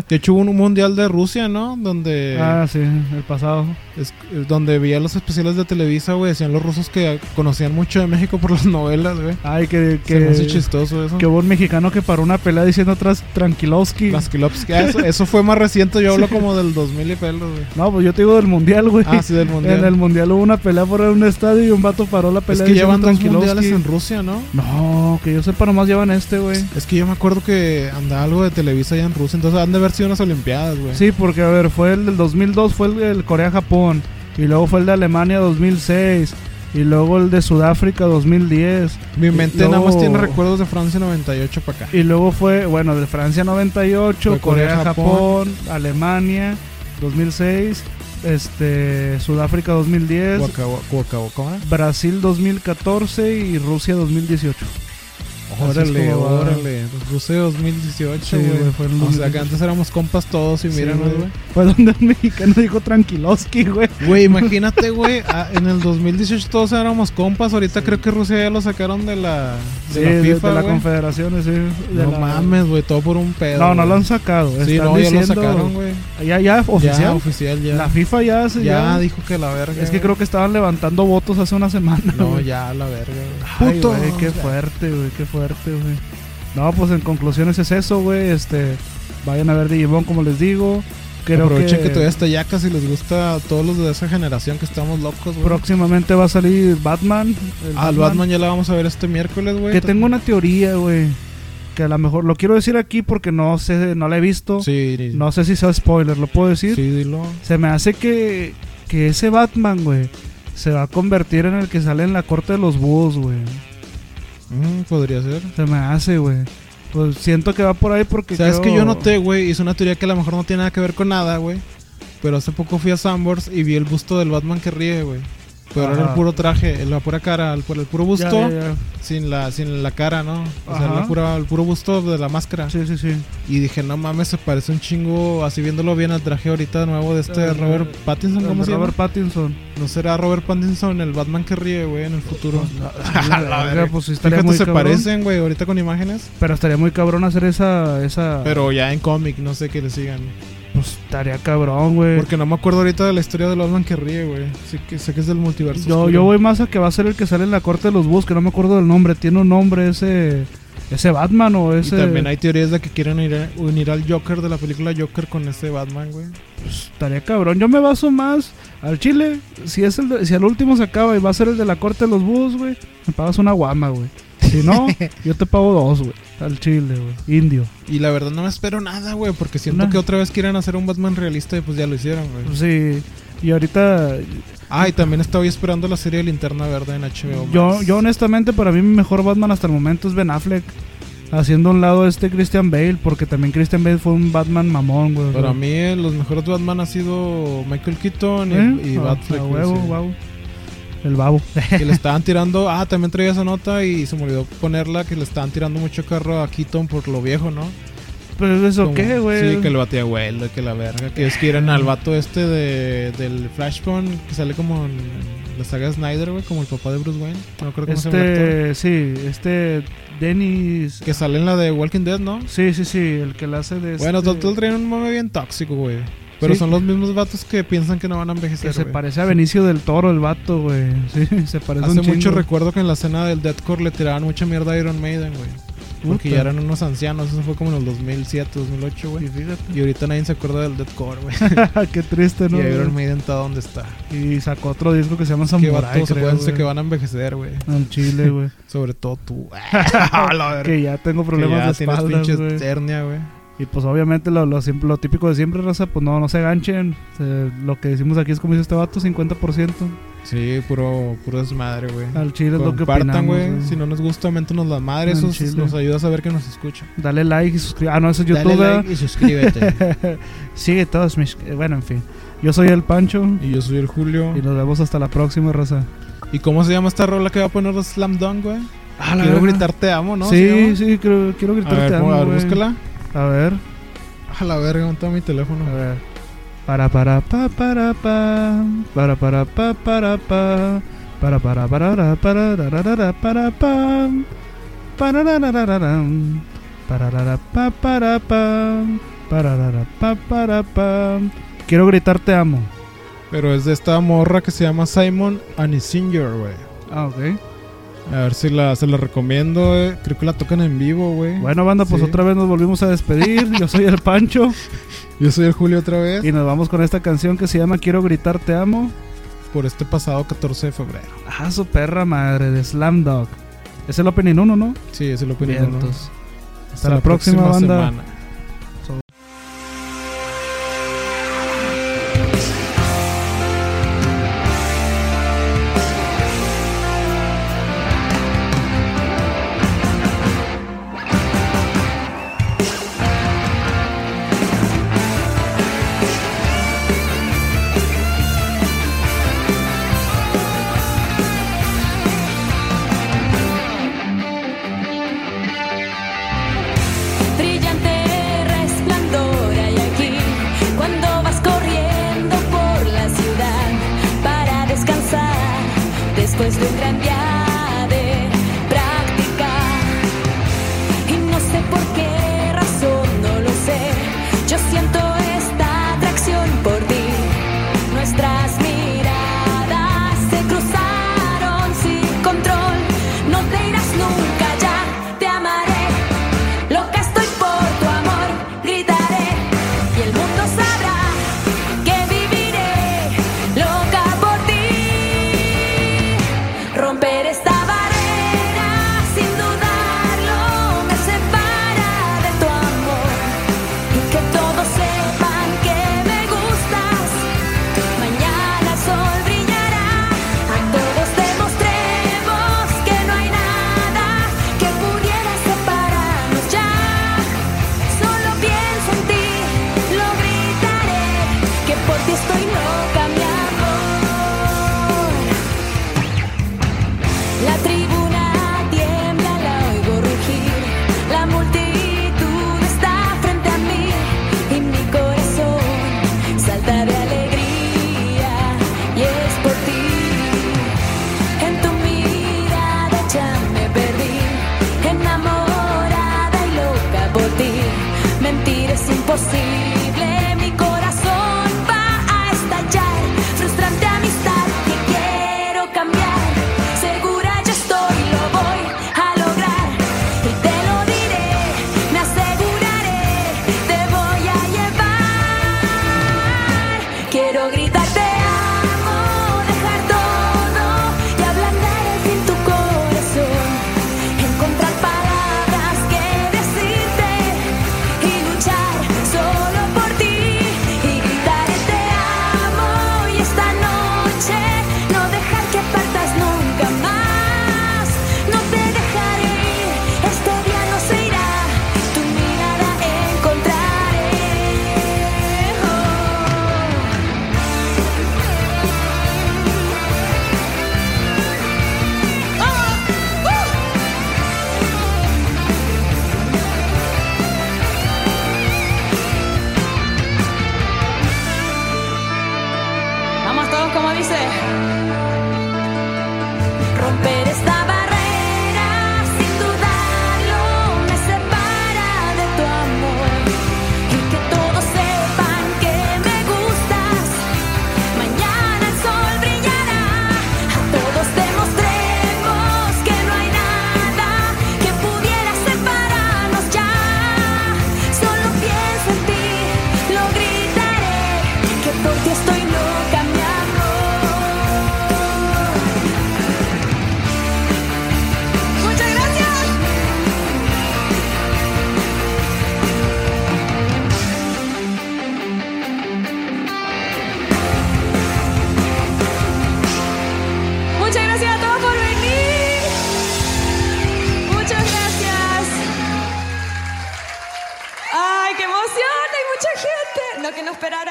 S3: De hecho, hubo un mundial de Rusia, ¿no? Donde.
S2: Ah, sí, el pasado.
S3: Es, eh, donde veía los especiales de Televisa, güey, decían los rusos que conocían mucho de México por las novelas, güey.
S2: Ay, que,
S3: Se me hace
S2: que,
S3: chistoso eso.
S2: que hubo un mexicano que paró una pelea diciendo atrás Tranquilovsky.
S3: Las Kilovsky. Ah, eso, eso fue más reciente, yo hablo como del 2000 y pelos, güey.
S2: No, pues yo te digo del mundial, güey.
S3: Ah, sí, del mundial.
S2: En el mundial hubo una pelea por un estadio y un vato paró la
S3: Es
S2: pelea.
S3: que llevan
S2: diciendo
S3: dos
S2: Tranquilovsky.
S3: mundiales en Rusia, ¿no?
S2: No, que yo sepa, nomás llevan este, güey.
S3: Es que yo me acuerdo que andaba algo de Televisa allá en Rusia, entonces han de haber sido unas Olimpiadas, güey.
S2: Sí, porque a ver, fue el del 2002, fue el, del Corea-Japón. Y luego fue el de Alemania 2006. Y luego el de Sudáfrica 2010.
S3: Mi mente nada más
S2: Luego-
S3: tiene recuerdos de Francia 98 para acá.
S2: Y luego fue, bueno, de Francia 98,
S3: Fue
S2: Corea-Japón,
S3: Corea-Japón.
S2: Alemania 2006, este, Sudáfrica 2010,
S3: Guaca- guaca- guaca- guaca-
S2: Brasil 2014 y Rusia 2018.
S3: Órale,
S2: como va.
S3: órale. Rusia 2018,
S2: Sí,
S3: güey.
S2: güey, fue en
S3: o sea
S2: 2018.
S3: que antes éramos compas todos y míranos,
S2: güey.
S3: güey.
S2: Fue donde un mexicano dijo Tranquiloski, güey.
S3: Güey, imagínate, güey, a- en el 2018 todos éramos compas, ahorita creo que Rusia ya lo sacaron de la, de
S2: Sí,
S3: la
S2: de,
S3: FIFA,
S2: de la
S3: güey.
S2: confederación, sí. de
S3: No
S2: la-
S3: mames, güey, todo por un pedo.
S2: No, no lo
S3: güey.
S2: han sacado.
S3: Sí, no,
S2: Están
S3: ya lo
S2: diciendo-
S3: sacaron, güey.
S2: Ya, ya, oficial.
S3: Ya, oficial, ya.
S2: La FIFA ya se.
S3: ya
S2: Ya,
S3: dijo que la verga.
S2: Es que
S3: güey.
S2: creo que estaban levantando votos hace una semana.
S3: No,
S2: güey.
S3: ya, la verga, güey.
S2: Ay,
S1: Puto.
S2: güey, qué fuerte, güey, qué fuerte, güey. No, pues en conclusiones es eso, güey. Este, vayan a ver Digimon, como les digo. Creo
S3: Aprovechen que... todavía está Yaka si les gusta a todos los de esa generación que estamos locos, güey.
S2: próximamente va a salir Batman. el
S3: Al Ah, Batman ya la vamos a ver este miércoles, güey.
S2: Que tengo una teoría, güey. Que a lo mejor lo quiero decir aquí porque no sé, no la he visto.
S3: Sí, di-
S2: No sé si sea spoiler, lo puedo decir.
S3: sí, dilo.
S2: Se me hace que, que ese Batman, güey, se va a convertir en el que sale en la corte de los búhos, güey.
S3: Mm, podría ser.
S2: Se me hace, güey. Pues siento que va por ahí porque.
S3: ¿Sabes
S2: creo-
S3: que yo noté, güey? Hice una teoría que a lo mejor no tiene nada que ver con nada, güey. Pero hace poco fui a Sanborns y vi el busto del Batman que ríe, güey. Pero era el
S2: Ajá.
S3: puro traje, la pura cara, el, pu- el puro
S2: Ya,
S3: busto,
S2: ya,
S3: Sin, la, sin la cara, ¿no? O sea,
S2: Ajá.
S3: la pura- el puro busto de la máscara.
S2: ya. Sí, sí, sí.
S3: Y dije, no mames, se parece un chingo, así viéndolo bien, al traje ahorita nuevo de este
S2: Eh,
S3: Robert
S2: eh,
S3: Pattinson, ¿cómo
S2: El
S3: se
S2: de
S3: llama?
S2: Robert Pattinson.
S3: ¿No será Robert Pattinson el Batman que ríe, güey, en el futuro?
S2: La verga, pues sí estaría
S3: Fíjate,
S2: muy
S3: se
S2: cabrón.
S3: parecen, güey, ahorita con imágenes.
S2: Pero estaría muy cabrón hacer esa. esa
S3: Pero ya en cómic, no sé qué le sigan.
S2: Pues estaría cabrón, güey.
S3: Porque no me acuerdo ahorita de la historia del Batman que ríe, güey. Sé que, sé que es del multiverso.
S2: Yo,
S3: oscuro.
S2: yo voy más a que va a ser el que sale en la corte de los búhos, que no me acuerdo del nombre. Tiene un nombre ese. Ese Batman o
S3: Y
S2: ese.
S3: también hay teorías de que quieren ir- unir al Joker de la película Joker con ese Batman, güey.
S2: Estaría cabrón. Yo me baso más al chile. Si es el de- si al último se acaba y va a ser el de la corte de los búhos, güey, me pagas una guama, güey. Si no, yo te pago dos, güey. Al chile, güey. Indio.
S3: Y la verdad no me espero nada, güey, porque siento
S2: No.
S3: que otra vez quieren hacer un Batman realista y pues ya lo hicieron, güey.
S2: Sí. Y ahorita,
S3: Ah, y también estaba yo esperando la serie de Linterna Verde en HBO.
S2: yo,
S3: Max.
S2: yo honestamente, para mí mi mejor Batman hasta el momento es Ben Affleck. Haciendo a un lado este Christian Bale, porque también Christian Bale fue un Batman mamón, güey.
S3: Para mí eh, los mejores Batman ha sido Michael Keaton y,
S2: ¿Eh?
S3: y
S2: A-
S3: Batfleck.
S2: a
S3: güey,
S2: huevo,
S3: sí.
S2: guau. El babo.
S3: Que le estaban tirando... Ah, también traía esa nota y se me olvidó ponerla que le estaban tirando mucho carro a Keaton por lo viejo, ¿no?
S2: Pero eso
S3: Como-
S2: qué, güey.
S3: Sí, que el batiabuelo, que la verga. Que ellos quieren al vato este de, del Flashpoint que sale como en la saga Snyder, güey, como el papá de Bruce Wayne. No creo que se llama el actor.
S2: Este, sí, este Dennis.
S3: Que sale en la de Walking Dead, ¿no?
S2: Sí, sí, sí, el que la hace de.
S3: Bueno,
S2: este-
S3: Total traen un mame bien tóxico, güey. Pero
S2: Sí.
S3: son los mismos vatos que piensan que no van a
S2: Que
S3: envejecer.
S2: se
S3: güey.
S2: parece a Benicio del Toro, el vato, güey. Sí, se parece
S3: Hace
S2: un chingo.
S3: mucho recuerdo que en la escena del Deadcore le tiraban mucha mierda a Iron Maiden, güey. Porque
S2: Puta.
S3: ya eran unos ancianos, eso fue como en el 2007, 2008, güey.
S2: Y fíjate.
S3: Y ahorita nadie se acuerda del Deadcore, güey.
S2: Qué triste, ¿no?
S3: y Iron Maiden está donde está.
S2: Y sacó otro disco que se llama
S3: Que
S2: Samurai.
S3: vatos se
S2: creo,
S3: piensa
S2: güey.
S3: pues, que van a envejecer, güey.
S2: Al Chile, güey.
S3: Sobre todo tú. güey.
S2: que ya tengo
S3: Que ya
S2: problemas de
S3: tienes
S2: espalda,
S3: pinches
S2: güey.
S3: hernia, güey.
S2: Y pues obviamente lo, lo, siempre- lo típico de siempre, raza, pues no, no se ganchen. lo que decimos aquí es como dice este vato, 50%.
S3: Sí, puro, puro desmadre, güey.
S2: Al Chile es lo que
S3: Compartan,
S2: opinamos.
S3: güey.
S2: güey.
S3: Si no nos gusta, méntenos las madres.
S2: Al
S3: Eso
S2: chile.
S3: nos ayuda a saber que nos escuchan.
S2: Dale like y suscríbete. Ah, no, eso es YouTube.
S3: Dale
S2: ¿verdad?
S3: like y suscríbete.
S2: Sigue todos mis... eh, Bueno, en fin. Yo soy el Pancho
S3: y yo soy el Julio.
S2: y nos vemos hasta la próxima, raza.
S3: ¿Y cómo se llama esta rola que va a poner Slam Dunk, güey?
S2: Ah,
S3: Quiero gritar te amo, ¿no? ¿Se
S2: Sí,
S3: llama?
S2: sí, creo- quiero
S3: A ver,
S2: gritarte
S3: a ver,
S2: algo, güey.
S3: búscala.
S2: A ver,
S3: A la verga, monta mi
S2: a
S3: teléfono.
S2: ver. Para para pa para pa para para pa para pa para para para ra, para ra, ra, ra, ra, para pa para ra, ra, ra, ra, ram. para ra, ra, pa para pa para ra, ra, pa para pa Quiero gritar te amo.
S3: Pero es de esta morra que se llama Simon Anisinger, güey.
S2: Ah, ok.
S3: A ver si la, se la recomiendo, güey. Creo que la tocan en vivo, güey.
S2: Bueno, banda, pues
S3: Sí.
S2: otra vez nos volvimos a despedir. Yo soy el Pancho
S3: Yo soy el Julio otra vez
S2: y nos vamos con esta canción que se llama Quiero gritar te amo.
S3: por este pasado 14 de febrero.
S2: Ah, su perra madre de Slam Dog. Es el opening 1, ¿no?
S3: Sí, esa es la opinión. ¿no?
S2: Vientos. Hasta la próxima, banda.
S3: semana.
S6: brillante resplandor hay aquí cuando vas corriendo por la ciudad para descansar después de un gran día de práctica y no sé por qué razón no lo sé yo siento esta atracción por ti nuestras miradas se cruzaron sin control no te irás nunca ya te amaré Loca estoy por tu amor, gritaré y el mundo sabrá que viviré loca por ti. Romperé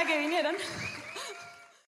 S6: este quedan.